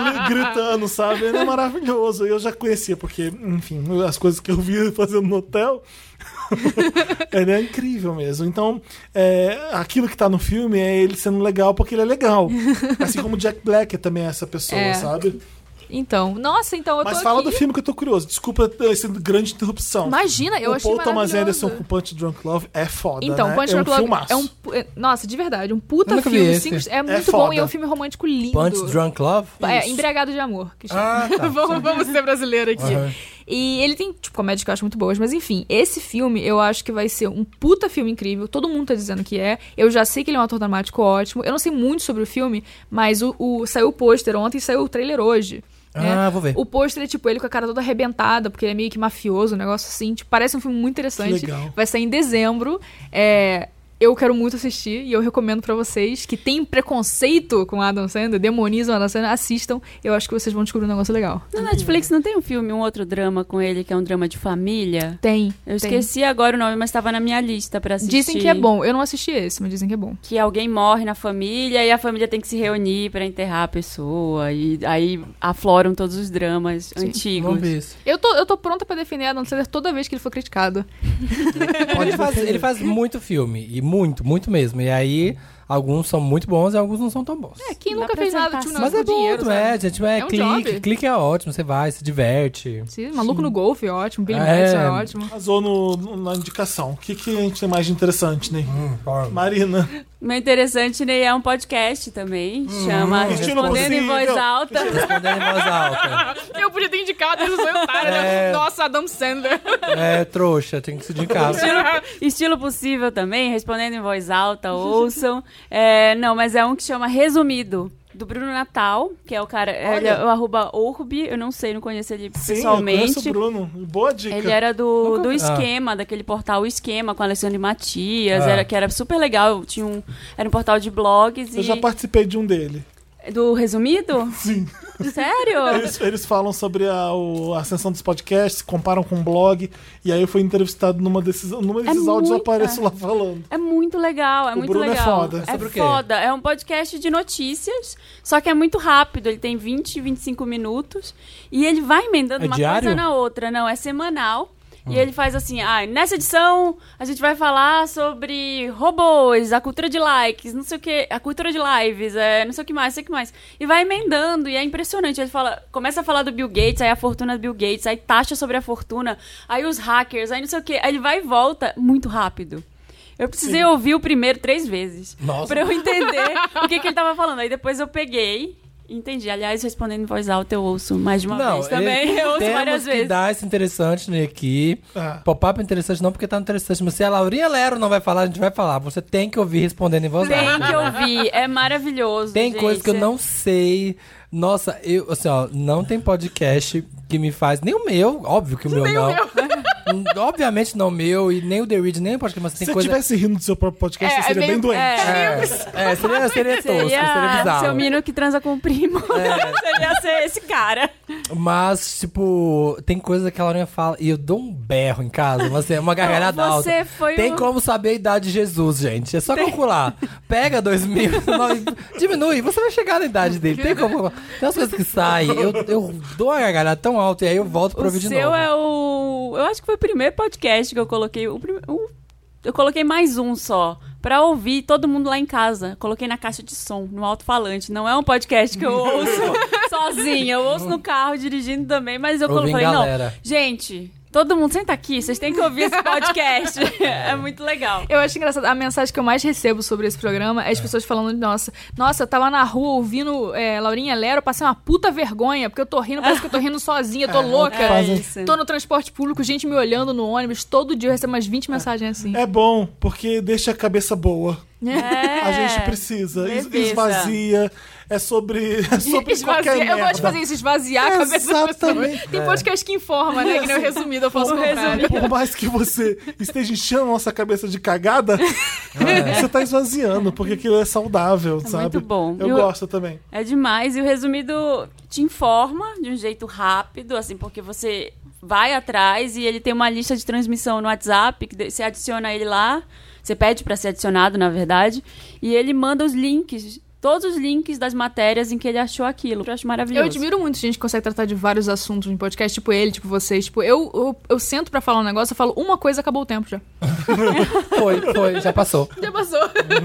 S1: Ele gritando, sabe? Ele é maravilhoso. Eu já conhecia, porque, enfim, as coisas que eu vi fazendo no hotel. ele é incrível mesmo. Então, é, aquilo que tá no filme é ele sendo legal porque ele é legal. Assim como o Jack Black é também essa pessoa,
S4: É.
S1: sabe?
S4: Então, nossa, então eu tô
S1: Mas fala
S4: aqui.
S1: do filme que eu tô curioso. Desculpa essa grande interrupção.
S4: Imagina, eu
S1: o
S4: achei
S1: Paul Thomas
S4: maravilhoso.
S1: Anderson com Punch Drunk Love é foda.
S4: Então,
S1: né?
S4: Punch
S1: é um
S4: Drunk Love
S1: filmaço.
S4: é um... pu- é- Nossa, de verdade, um puta
S2: Eu nunca vi
S4: filme.
S2: esse.
S4: simples- é muito bom
S1: foda.
S4: e é um filme romântico lindo.
S2: Punch Drunk Love?
S4: É,
S1: Isso.
S4: Embriagado de Amor. Que chama.
S2: Ah, tá.
S4: *laughs* vamos, vamos ser brasileiro aqui.
S2: Aham.
S4: E ele tem, tipo, comédias que eu acho muito boas, mas enfim, esse filme eu acho que vai ser um puta filme incrível. Todo mundo tá dizendo que é. Eu já sei que ele é um ator dramático ótimo. Eu não sei muito sobre o filme, mas o, o- saiu o pôster ontem e saiu o trailer hoje. né?
S2: Ah, vou ver.
S4: O pôster é tipo ele com a cara toda arrebentada, porque ele é meio que mafioso, um negócio assim. Tipo, parece um filme muito interessante.
S1: Que legal.
S4: Vai sair em dezembro. É, eu quero muito assistir e eu recomendo pra vocês que têm preconceito com Adam Sandler, demonizam Adam Sandler, assistam. Eu acho que vocês vão descobrir um negócio legal.
S3: Na Netflix não tem um filme, um outro drama com ele, que é um drama de família?
S4: Tem.
S3: Eu esqueci agora o nome, mas estava na minha lista pra assistir.
S4: Dizem que é bom. Eu não assisti esse, mas dizem que é bom.
S3: Que alguém morre na família e a família tem que se reunir pra enterrar a pessoa. E aí afloram todos os dramas antigos.
S2: Vamos ver isso.
S4: Eu tô, eu tô pronta pra defender Adam Sandler toda vez que ele for criticado.
S2: Ele faz, ele faz muito filme. E muito, muito mesmo. E aí, alguns são muito bons e alguns não são tão bons.
S4: É, quem
S3: Dá
S4: nunca
S3: pra
S4: fez nada
S3: sentar
S4: tipo,
S3: assim.
S4: não,
S2: Mas
S4: com
S2: é bom,
S4: dinheiro,
S2: é,
S4: sabe?
S2: gente, é,
S4: É um
S2: clique,
S4: job.
S2: clique é ótimo, você vai, se diverte.
S4: Sim, Maluco no Golfe é ótimo, Billy
S2: É.
S4: Madison é ótimo.
S1: Arrasou no, no- na indicação. O que, que a gente tem mais de interessante, né?
S2: Hum.
S1: Marina.
S3: Meu interessante, né? É um podcast também. chama
S1: Estilo
S3: Respondendo em Voz
S1: Possível.
S3: Alta.
S2: *laughs* Respondendo é em voz alta.
S4: Eu podia ter indicado, eles não otário,
S2: né? É.
S4: Nossa, Adam Sandler.
S2: É, trouxa, tem que se dedicar.
S3: *laughs* Estilo possível também, respondendo em voz alta, ouçam. É, não, mas é um que chama Resumido. Do Bruno Natal, que é o cara. Ele é o arroba Orbi, eu não sei, não conheço ele
S1: Sim, eu conheço
S3: pessoalmente.
S1: o Bruno. Boa dica.
S4: é
S3: Ele era do,
S2: Nunca
S3: do
S2: vi.
S3: esquema, daquele portal O Esquema, com Alexandre Matias,
S2: Ah.
S3: era, que era super legal. Tinha um, era um portal de blogs
S1: Eu
S3: e.
S1: já participei de um dele.
S3: Do
S2: *laughs*
S3: resumido?
S1: Sim.
S2: É
S3: Sério?
S1: Eles, eles falam sobre a, o- a ascensão dos podcasts, comparam com o blog. E aí eu fui entrevistado numa desses, numa
S4: É
S1: desses áudios eu
S3: muita.
S1: apareço lá falando.
S3: É muito legal, é muito
S1: Bruno é
S3: legal.
S1: foda.
S2: Sobre o quê?
S3: foda. É um podcast de notícias, só que é muito rápido. Ele tem 20, 25 minutos. E ele vai emendando
S2: É
S3: uma
S2: diário?
S3: coisa na outra. Não, é semanal. E ele faz assim, ah, nessa edição a gente vai falar sobre robôs, a cultura de likes, não sei o que, a cultura de lives, é, não sei o que mais, não sei o que mais. E vai emendando, e é impressionante. Ele fala, começa a falar do Bill Gates, aí a fortuna do Bill Gates, aí taxa sobre a fortuna, aí os hackers, aí não sei o que. Aí ele vai e volta muito rápido. Eu precisei ouvir o primeiro três vezes.
S2: Nossa. *laughs*
S3: Pra eu entender o que, que ele tava falando. Aí depois eu peguei. e Entendi. Aliás, respondendo em voz alta, eu ouço mais de uma vez também. *laughs*
S2: é-
S3: Eu ouço
S2: temos
S3: várias
S2: que
S3: vezes.
S2: dar esse interessante né, aqui.
S1: Ah.
S2: Pop-up interessante não, porque tá interessante. Mas se a Laurinha Lero não vai falar, a gente vai falar. Você tem que ouvir respondendo em voz
S3: Tem
S2: alta.
S3: que ouvir. É maravilhoso.
S2: Tem
S3: gente.
S2: coisa que eu não sei. Nossa, eu, assim, ó, não tem podcast que me faz. Nem o meu, óbvio que o meu não. Hum, *laughs* Obviamente não o meu, e nem o The Read, nem o podcast, mas tem
S1: Se eu
S2: coisa.
S1: estivesse rindo do seu próprio podcast,
S4: É,
S1: você seria
S4: é
S1: bem
S4: meio-
S1: doente.
S2: É, é, seria, seria tosco, seria
S3: Seria
S2: bizarro. É.
S3: seu menino que transa com o primo. *laughs* Seria ser esse cara.
S2: Mas, tipo, tem coisa que a Laurinha fala e eu dou um berro em casa, mas assim, é uma gargalhada
S3: *laughs* Não,
S2: alta.
S3: você foi
S2: tem
S3: o-
S2: como saber a idade de Jesus, gente. É só calcular. Pega
S3: *laughs*
S2: 2000, e diminui, você vai chegar na idade dele. Tem como. Tem umas coisas que saem. Eu, eu dou uma gargalhada tão alta e aí eu volto pra
S3: O
S2: ouvir de
S3: seu
S2: novo.
S3: é o. Eu acho que foi o primeiro podcast que eu coloquei. O prime- o- Eu coloquei mais um só. Pra ouvir todo mundo lá em casa. Coloquei na caixa de som, no alto-falante. Não é um podcast
S2: *laughs*
S3: que eu ouço sozinha. Eu ouço no carro, dirigindo também, mas eu
S2: Ouvi
S3: colo-
S2: em
S3: falei,
S2: galera.
S3: não. Gente, todo mundo senta aqui, vocês têm que ouvir esse podcast. *laughs* é muito legal.
S4: Eu acho engraçado. A mensagem que eu mais recebo sobre esse programa é as pessoas falando de nossa. Nossa, eu tava na rua ouvindo é, Laurinha Lero, eu passei uma puta vergonha, porque eu tô rindo, parece que eu tô rindo sozinha, eu tô louca.
S3: É isso.
S4: Tô no transporte público, gente me olhando no ônibus, todo dia eu recebo umas 20 mensagens assim.
S1: É bom, porque deixa a cabeça boa.
S3: É.
S1: A gente precisa. Es-
S3: Beleza.
S1: Esvazia. É sobre, *laughs* é
S3: *laughs*
S1: sobre
S4: Esvazia-
S1: qualquer
S4: eu gosto
S1: merda.
S4: de fazer isso, esvaziar a cabeça das pessoas.
S1: Exatamente.
S4: Tem podcast que informa, né? Que nem o resumido, eu faço o contrário.
S1: Por mais que você esteja enchendo a nossa cabeça de cagada, você tá esvaziando, porque aquilo é saudável, sabe?
S3: É. muito bom.
S1: Eu
S3: E o-
S1: gosto também.
S3: É demais. E o resumido te informa de um jeito rápido, assim, porque você vai atrás e ele tem uma lista de transmissão no WhatsApp, que de- você adiciona ele lá, você pede pra ser adicionado, na verdade, e ele manda os links, todos os links das matérias em que ele achou aquilo. Eu acho maravilhoso.
S4: Eu admiro muito gente que consegue tratar de vários assuntos em podcast, tipo ele, tipo vocês. Tipo, eu, eu, eu sento pra falar um negócio, eu falo uma coisa, acabou o tempo já.
S2: É, Foi, foi, já passou.
S4: Já passou. *laughs*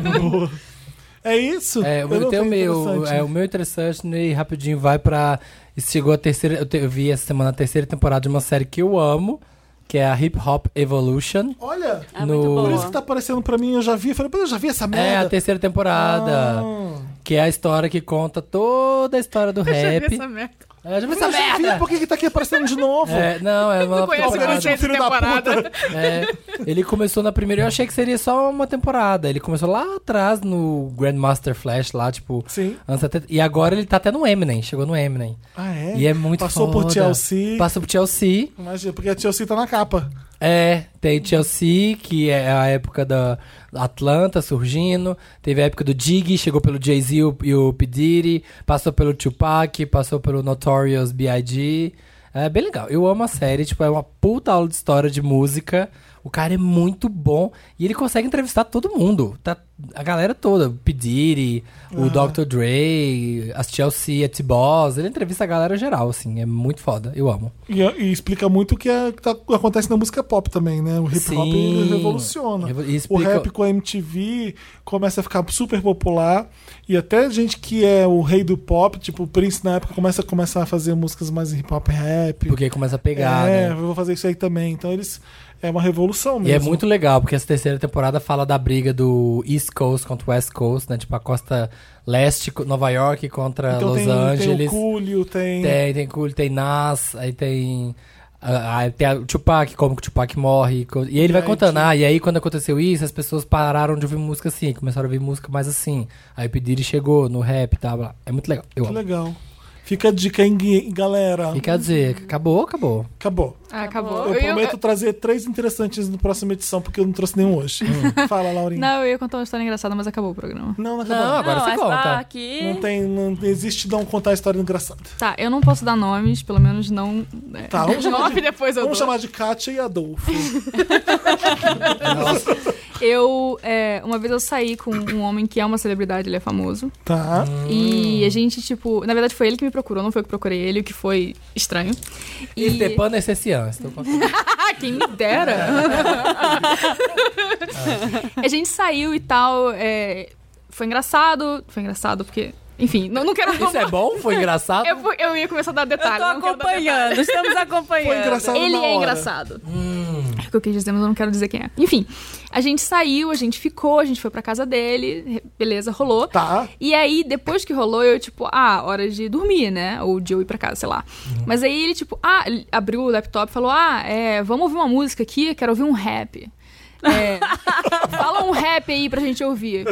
S1: É isso?
S2: É,
S1: Eu não
S2: eu tenho
S1: tenho
S2: o meu.
S1: interessante,
S2: É,
S1: né?
S2: o meu interessante né, e rapidinho vai pra. Chegou a terceira. Eu, te- eu vi essa semana a terceira temporada de uma série que eu amo, que é a Hip Hop Evolution.
S1: Olha,
S3: É muito
S2: no-
S1: por
S3: boa.
S1: isso que tá aparecendo pra mim, eu já vi. Eu falei, pô, eu já vi essa
S2: É a
S1: merda.
S2: terceira temporada.
S1: Ah.
S2: Que é a história que conta toda a história do rap.
S4: merda.
S2: É, já vi essa
S1: Eu já vi,
S2: merda!
S1: por que que tá aqui aparecendo de novo?
S2: É, não, é uma
S4: conhece
S1: Olha,
S2: temporada.
S1: gente, um filho da
S4: temporada.
S1: puta.
S2: É, ele começou na primeira, eu achei que seria só uma temporada. Ele começou lá atrás no Grandmaster Flash, lá, tipo,
S1: Sim.
S2: anos 70. E agora ele tá até no Eminem, chegou no Eminem.
S1: Ah, é?
S2: E é muito
S1: Passou
S2: foda.
S1: por Chelsea.
S2: Passou por Chelsea.
S1: Imagina, porque a Chelsea tá na capa.
S2: É, tem Chelsea, que é a época da Atlanta surgindo. Teve a época do Diggy, chegou pelo Jay-Z e o- e o P. Diddy, Passou pelo Tupac, passou pelo Notorious B.I.G. É bem legal. Eu amo a série, tipo, é uma puta aula de história de música. O cara é muito bom e ele consegue entrevistar todo mundo. Tá, a galera toda. O P. Diddy, o Dr. Dre, as Chelsea, a T-Boss. Ele entrevista a galera geral, assim. É muito foda. Eu amo.
S1: E, e explica muito o que é- que tá- acontece na música pop também, né? O hip hop
S2: Sim.
S1: revoluciona.
S2: Revo- e
S1: O
S2: explica-
S1: rap com a MTV começa a ficar super popular. E até gente que é o rei do pop, tipo o Prince na época, começa, começa a fazer músicas mais hip hop e rap.
S2: Porque aí começa a pegar,
S1: é,
S2: né?
S1: eu vou fazer isso aí também. Então eles. É uma revolução
S2: E
S1: mesmo.
S2: é muito legal, porque essa terceira temporada fala da briga do East Coast contra o West Coast, né? Tipo, a costa leste, co- Nova York contra
S1: então
S2: Los
S1: tem, tem o
S2: Angeles.
S1: Coolio, tem.
S2: Tem, tem Cool, tem Nas, aí tem. ah, ah, tem a- o Tupac, como que o Tupac morre. co- E ele vai
S1: aí
S2: contando,
S1: tinha-
S2: ah, e aí quando aconteceu isso, as pessoas pararam de ouvir música assim, começaram a ouvir música mais assim. Aí o Pediri chegou no rap e tal. blá. É muito legal. Eu
S1: Que
S2: amo.
S1: legal. Fica a dica, hein, gui- galera.
S2: E quer dizer, acabou, acabou.
S1: Acabou.
S4: Ah, acabou.
S1: Então, Eu, prometo trazer três interessantes na próxima edição, porque eu não trouxe nenhum hoje.
S2: Hum.
S1: *laughs* Fala, Laurinha.
S4: Não, eu ia contar uma história engraçada, mas acabou o programa.
S1: Não, não acabou.
S2: Não, agora
S3: não,
S2: você
S3: essa
S2: conta.
S3: Aqui...
S1: Não tem. Não existe não contar a história engraçada.
S4: Tá, eu não posso dar nomes, pelo menos não. é, *laughs*
S1: Tá, vamos chamar
S4: nove
S1: de-
S4: depois eu
S1: Vamos
S4: dou.
S1: chamar de Kátia e Adolfo.
S4: Eu, é, uma vez eu saí com um homem que é uma celebridade, ele é famoso.
S1: Tá.
S4: E a gente, tipo. Na verdade, foi ele que me procurou, não foi eu que procurei ele, o que foi estranho. E.
S2: E Stepan é Essencian. estou contando.
S4: *laughs* Ah, quem
S1: *laughs*
S4: me dera! a gente saiu e tal. é, foi engraçado. Foi engraçado porque. Enfim, não, não quero.
S2: Isso é bom? Foi engraçado?
S4: *laughs* Eu, vou- eu ia começar a dar
S3: Eu
S4: detalhes.
S3: tô
S4: não quero dar
S3: acompanhando, estamos acompanhando.
S1: Foi engraçado
S4: Ele
S1: na hora.
S4: é engraçado. É o que eu quis dizer, mas eu não quero dizer quem é. Enfim, a gente saiu, a gente ficou, a gente foi pra casa dele, beleza, rolou.
S1: Tá.
S4: E aí, depois que rolou, eu, tipo, ah, hora de dormir, né? Ou de eu ir pra casa, sei lá.
S1: Uhum.
S4: Mas aí ele, tipo, ah, ele abriu o laptop e falou: ah, é, vamos ouvir uma música aqui, quero ouvir um rap. É, fala um rap aí pra gente ouvir.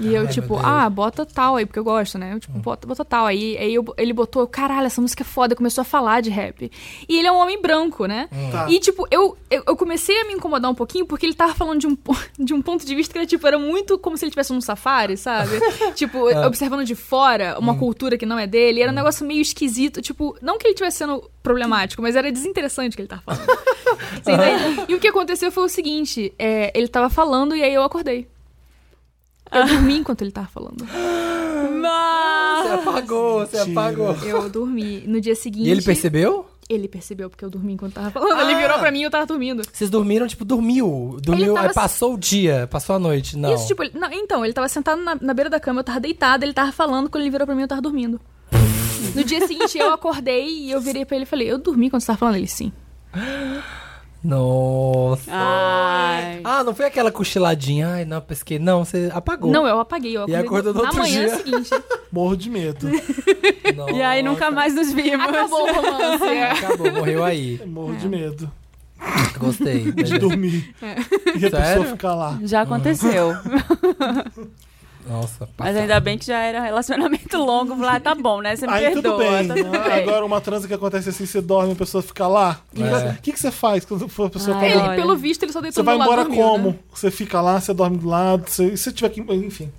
S4: E eu, tipo,
S2: Deus.
S4: ah, bota tal aí, porque eu gosto, né? Eu, tipo, bota, bota tal aí. Aí eu- ele botou, caralho, essa música é foda, começou a falar de rap. E ele é um homem branco, né?
S1: Tá.
S4: E, tipo, eu, eu, eu comecei a me incomodar um pouquinho porque ele tava falando de um, po- *laughs* de um ponto de vista que era, tipo, era muito como se ele estivesse num safari, sabe? tipo, observando de fora uma cultura que não é dele. Era um negócio meio esquisito. Tipo, não que ele estivesse sendo problemático, mas era desinteressante o que ele tava falando. Você entende? né? E o que aconteceu foi o seguinte: é, ele tava falando e aí eu acordei. Eu dormi enquanto ele tava falando.
S3: Nossa!
S2: Você apagou, você
S1: Mentira.
S2: apagou.
S4: Eu dormi. No dia seguinte.
S2: Ah, E ele percebeu?
S4: Ele percebeu porque eu dormi enquanto tava falando.
S2: Ah.
S4: Ele virou pra mim e eu tava dormindo.
S2: Vocês dormiram, tipo, dormiu. Dormiu,
S4: Ele tava
S2: aí passou o dia, passou a noite. Não.
S4: Isso, tipo, ele- não, então, ele tava sentado na, na beira da cama, eu tava deitada, ele tava falando, quando ele virou pra mim, eu tava dormindo. No dia seguinte, eu acordei e eu virei pra ele e falei, eu dormi quando você tava falando? Ele, sim.
S1: Hum.
S2: Nossa.
S3: Ai.
S2: Ah, não foi aquela cochiladinha. Ai, não, pesquei. Não, você apagou.
S4: Não, eu apaguei, eu
S2: E
S4: acordei
S2: acordou no
S4: na
S2: outro
S4: manhã
S2: dia. *laughs*
S4: seguinte.
S1: Morro de medo.
S2: Nossa.
S3: E aí nunca mais nos vimos.
S4: Acabou o romance. é.
S2: Acabou, morreu aí.
S1: Morro de medo.
S2: *laughs* Gostei.
S1: De dormir. E a
S2: É. Sério?
S1: pessoa ficar lá. *laughs*
S3: Já aconteceu.
S2: Nossa,
S3: Mas
S2: passado.
S3: ainda é bem que já era relacionamento longo. Lá tá bom, né? Você me
S1: Aí tudo
S3: perdoa.
S1: bem.
S3: tá
S1: né? Agora uma transa que acontece assim, você dorme e a pessoa fica lá. O que,
S2: É.
S1: que- que você faz quando for a pessoa
S3: Ai,
S1: tá
S4: Ele,
S1: lá?
S3: olha.
S4: pelo visto, ele só
S1: Você
S4: deitou
S1: vai
S4: do lado
S1: embora
S4: dormiu,
S1: como?
S4: né?
S1: Você fica lá, você dorme do lado, você, e se tiver que. Enfim.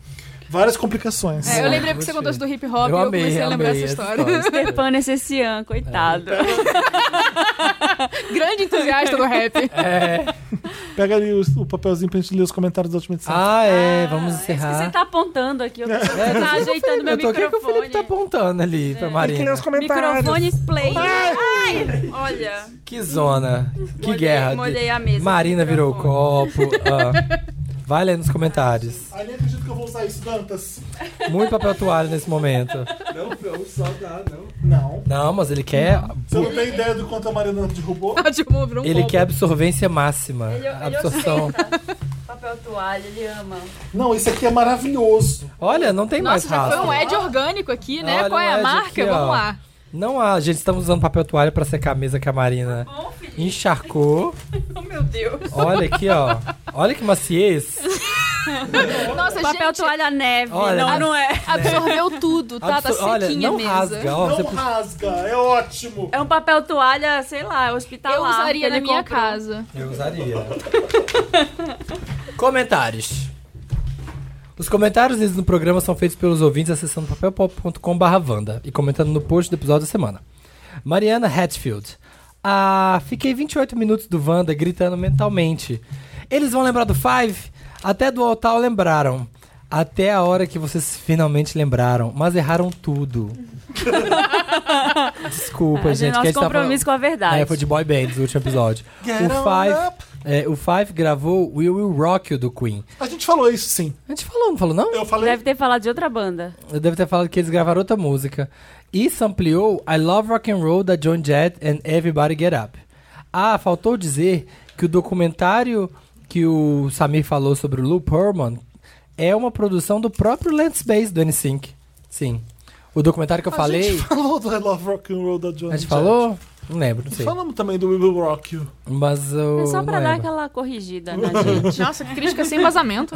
S1: Várias complicações.
S4: É, eu lembrei que
S2: Gostei.
S4: você contou isso do hip hop e
S2: Eu
S4: eu
S2: amei,
S4: comecei a lembrar
S2: amei
S4: essa história.
S3: *laughs* Stefano Essessian, coitado.
S4: *laughs*
S2: É.
S4: Grande entusiasta do rap.
S2: É.
S1: Pega ali o, o papelzinho pra gente ler os comentários da última edição.
S2: Ah, é, vamos
S3: Esqueci, Você
S2: encerrar.
S3: tá apontando aqui, eu tô,
S2: É,
S3: tá
S2: eu tô
S3: ajeitando meu
S2: eu tô aqui que o
S3: microfone.
S2: Felipe tá apontando ali pra Marina.
S3: Microfone play. Ai, olha,
S2: Que zona. Que guerra.
S3: molhei a mesa.
S2: É, Marina virou o
S3: Microfone.
S2: copo. ah. Vai ler nos comentários.
S1: Ai, nem acredito que eu vou usar isso, Dantas.
S2: Muito papel toalha nesse momento.
S1: Não.
S2: Não, mas ele quer.
S1: Você não tem ideia do quanto a Marina
S2: *laughs*
S1: derrubou?
S4: tipo, virou um
S2: Ele
S4: combo.
S2: quer absorvência máxima.
S3: Ele- ele
S2: absorção.
S3: papel toalha, ele ama.
S1: Não, isso aqui é maravilhoso.
S2: Olha, não tem mais
S4: Nossa, já foi
S2: rastro.
S4: um ad orgânico aqui, né?
S2: Olha,
S4: Qual é
S2: um
S4: a
S2: ad
S4: marca?
S2: aqui, ó.
S4: Vamos lá.
S2: Não há, gente, estamos usando papel toalha pra secar a mesa que a Marina
S3: Bom, Felipe,
S2: encharcou.
S3: oh, meu Deus.
S2: Olha aqui, ó. Olha que maciez.
S4: Nossa,
S3: Papel
S4: gente,
S3: toalha neve.
S2: Olha,
S3: não,
S2: mas-
S4: *laughs*
S3: não é.
S4: absorveu tudo, tá?
S2: Absor-
S4: Tá
S2: Olha,
S4: sequinha
S2: não
S4: a mesa.
S2: rasga, ó.
S1: Não
S2: você-
S1: rasga, é ótimo.
S3: É um papel toalha, sei Tá lá, hospitalar.
S4: Eu usaria
S3: que
S4: na
S3: ele
S4: minha
S3: comprou.
S4: casa.
S2: Eu usaria. comentários. Os comentários lidos no programa são feitos pelos ouvintes acessando papelpop.com/vanda e comentando no post do episódio da semana. Mariana Hatfield. Ah, fiquei 28 minutos do Vanda gritando mentalmente. Eles vão lembrar do Five? Até do altar lembraram. Até a hora que vocês finalmente lembraram, mas erraram
S3: *laughs*
S2: tudo. Desculpa,
S3: É,
S2: gente. que a
S3: nosso
S2: gente tá falando-
S3: compromisso com a verdade.
S2: é, foi de boy bands o último episódio.
S1: *laughs* Get on
S2: o,
S1: up.
S2: Five, é, o Five gravou We Will Rock You do Queen.
S1: A gente falou isso sim.
S2: A gente falou, não falou não?
S1: Eu falei.
S3: Deve ter falado de outra banda.
S2: Eu devo ter falado que eles gravaram outra música. E sampleou I Love Rock and Roll da John Jett and Everybody Get Up. Ah, faltou dizer que o documentário que o Samir falou sobre o Lou Pearlman é uma produção do próprio Lance Bass do NSYNC. Sim. O documentário que eu
S1: a
S2: falei...
S1: gente falou do I Love Rock and Roll da Johnny
S2: A gente falou? Não lembro, não sei.
S1: Falamos também do We Will Rock You.
S2: Mas eu
S3: é só
S2: não
S3: pra dar
S2: lembro.
S3: aquela
S2: *laughs*
S3: corrigida na gente.
S4: Nossa, que crítica sem vazamento.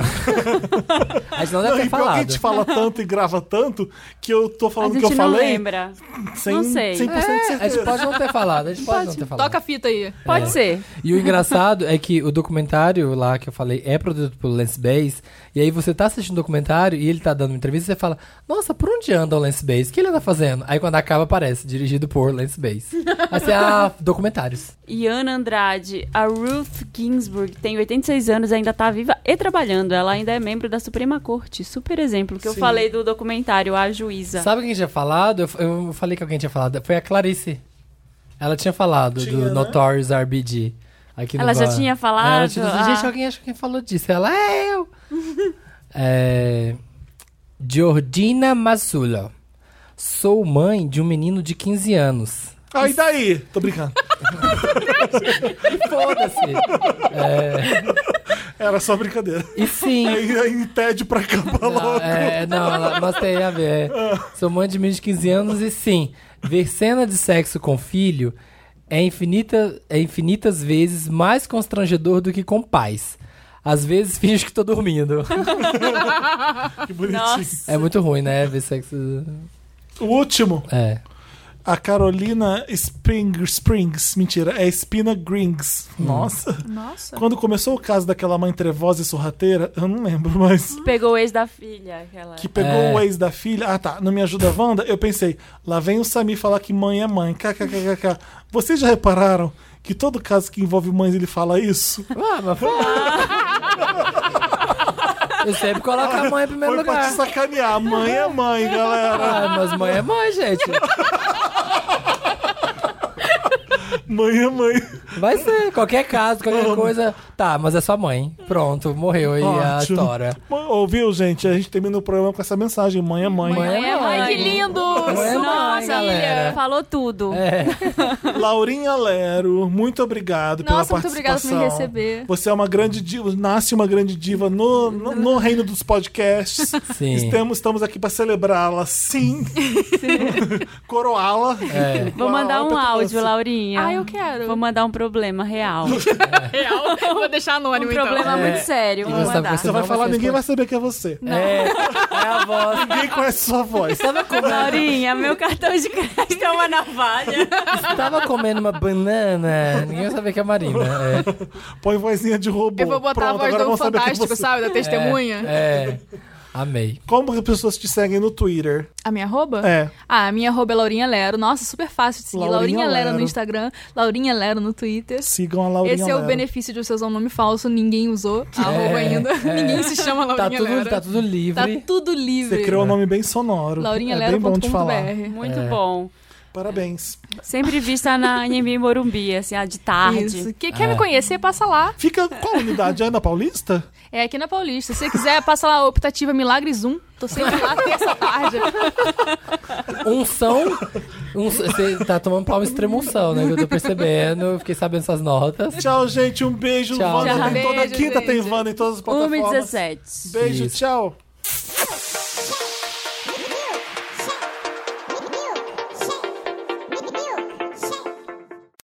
S2: A gente não deve
S1: Não,
S2: ter
S1: e pior que a
S2: falado.
S1: gente fala tanto e grava tanto que eu tô
S3: A
S1: falando
S3: gente
S1: que eu
S3: não
S1: falei
S3: lembra.
S1: sem
S3: não sei.
S1: 100% de
S2: É, A gente
S1: certeza.
S2: pode não ter falado, a gente pode, não ter falado.
S4: Toca a fita aí.
S2: É.
S3: Pode ser.
S2: E o engraçado é que o documentário lá que eu falei é produzido pelo Lance Bass, e aí você tá assistindo o documentário e ele tá dando uma entrevista e você fala, nossa, por onde anda o Lance Bass? O que ele anda fazendo? Aí quando acaba aparece, dirigido por Lance Bass. Aí você, ah, documentários.
S3: Iana Andrade, a Ruth Ginsburg tem 86 anos, ainda tá viva e trabalhando. Ela ainda é membro da Suprema Corte. Super exemplo que eu falei do documentário A Juíza.
S2: Sabe quem tinha falado? Eu, eu falei que alguém tinha falado, foi a Clarice. Ela tinha falado
S1: Tinha,
S2: do
S1: né?
S2: Notorious RBG. Aqui no
S3: Ela já
S2: Van.
S3: tinha falado?
S2: Ela tinha- Gente,
S3: Ah.
S2: alguém acha que falou disso. Ela
S3: *laughs*
S2: é eu. é... Georgina Masula. Sou mãe de um menino de 15 anos.
S1: Ah, e daí? Tô brincando.
S2: Foda-se.
S1: Era só
S2: *laughs*
S1: brincadeira.
S2: E sim.
S1: Aí, aí pede pra acabar
S2: Não,
S1: logo.
S2: é, não, ela- mas tem a
S1: *laughs*
S2: ver. é. Sou mãe de menino de 15 anos e sim, ver cena de sexo com filho é, infinita, é infinitas vezes mais constrangedor do que com pais. Às vezes finge que tô dormindo.
S1: Que bonitinho.
S3: Nossa.
S2: É muito ruim, né? Ver sexo.
S1: O último,
S2: É.
S1: a Carolina Spring, Springs. Mentira, é Spina Grings.
S2: Hum.
S1: Nossa.
S4: Nossa.
S1: Quando começou o caso daquela mãe trevosa e sorrateira, eu não lembro, mas.
S3: Pegou o ex da filha. Aquela...
S1: Que pegou
S2: É.
S1: o ex da filha. Ah, tá. Não me ajuda, Wanda? Eu pensei, lá vem o Sami falar que mãe é mãe. KKKKK. Vocês já repararam que todo caso que envolve mães ele fala isso?
S2: Ah, mas foi. Eu sempre coloco a mãe em primeiro
S1: Foi pra
S2: lugar.
S1: te sacanear. Mãe é mãe, galera.
S2: Ah, mas mãe é mãe, gente.
S1: Mãe é mãe.
S2: Vai ser. Qualquer caso, qualquer coisa. Tá, mas é sua mãe. Pronto, morreu aí a
S1: Ótimo.
S2: história.
S1: Mãe- Ouviu, gente? A gente termina o programa com essa mensagem. Mãe é mãe.
S2: Mãe é
S3: é
S2: mãe.
S4: Ai, que lindo!
S2: Mãe é mãe,
S3: Nossa,
S2: galera. É.
S3: filha, falou tudo.
S1: Laurinha Lero, muito obrigado
S4: Nossa,
S1: pela
S4: muito obrigada
S1: participação.
S4: por me receber.
S1: Você é uma grande diva, nasce uma grande diva no, no,
S4: *laughs*
S1: no reino dos podcasts.
S2: Sim.
S1: Estamos, estamos aqui para celebrá-la, sim. *laughs* Coroá-la.
S2: É.
S3: Vou mandar
S1: tá
S3: um áudio, Laurinha.
S4: Ah, eu quero.
S3: Vou mandar um problema real. Um
S4: Real. Vou deixar anônimo, então.
S3: problema
S2: É.
S3: muito sério.
S2: E
S3: Vou
S2: você sabe
S3: mandar.
S2: que
S1: Você vai
S2: Não,
S1: falar,
S2: você
S1: ninguém
S2: responde.
S1: vai saber que é você.
S2: É, é a voz.
S4: *laughs*
S1: Ninguém conhece sua voz.
S2: Estava comendo,
S3: Laurinha, meu cartão de crédito é uma navalha.
S2: estava comendo uma banana. Ninguém sabia que é a Marina.
S4: *laughs*
S2: É,
S1: Põe vozinha de robô.
S4: Eu vou botar
S1: Pronto,
S4: a voz
S1: agora
S4: do
S1: vão saber que é
S4: Fantástico,
S1: você.
S4: sabe? Da testemunha.
S2: é. Amei.
S1: Como que as pessoas te seguem no Twitter?
S4: A minha arroba?
S1: É.
S4: Ah, a minha arroba é Laurinha Lero. Nossa, super fácil de seguir.
S1: Laurinha
S4: Laurinha, Lero.
S1: Lero.
S4: no Instagram, Laurinha Lero no Twitter.
S1: Sigam a Laurinha
S4: Esse é o
S1: Lero. É,
S4: benefício de você usar um nome falso, ninguém usou. Arroba ainda. *laughs* ninguém se chama
S2: Tá
S4: Laurinha
S2: tudo,
S4: Lero.
S2: tá tudo
S4: Tá
S2: livre.
S4: tudo
S1: Você
S4: livre.
S1: criou um nome bem sonoro. é bem bom te falar.
S4: laurinhalero.com.br.
S3: Muito bom.
S1: Parabéns.
S3: Sempre vista na NB Morumbi, assim, ah, de tarde.
S4: Isso. Quem
S1: É.
S4: quer me conhecer, passa lá.
S1: Fica qual unidade? Ana Paulista?
S4: É aqui na Paulista. Se você quiser, passa lá a optativa Milagre Zoom. Tô sempre lá terça tarde.
S2: Unção. um- Você tá tomando palma extrema unção, né? Que eu tô percebendo. Eu Fiquei sabendo suas notas.
S1: Tchau, gente. Um beijo.
S2: Tchau.
S1: Wanda
S2: Tchau.
S1: tem Toda
S4: Beijo,
S1: quinta tem
S4: gente.
S1: Wanda em todas as plataformas.
S3: 1h17.
S1: Beijo,
S2: Isso.
S1: tchau.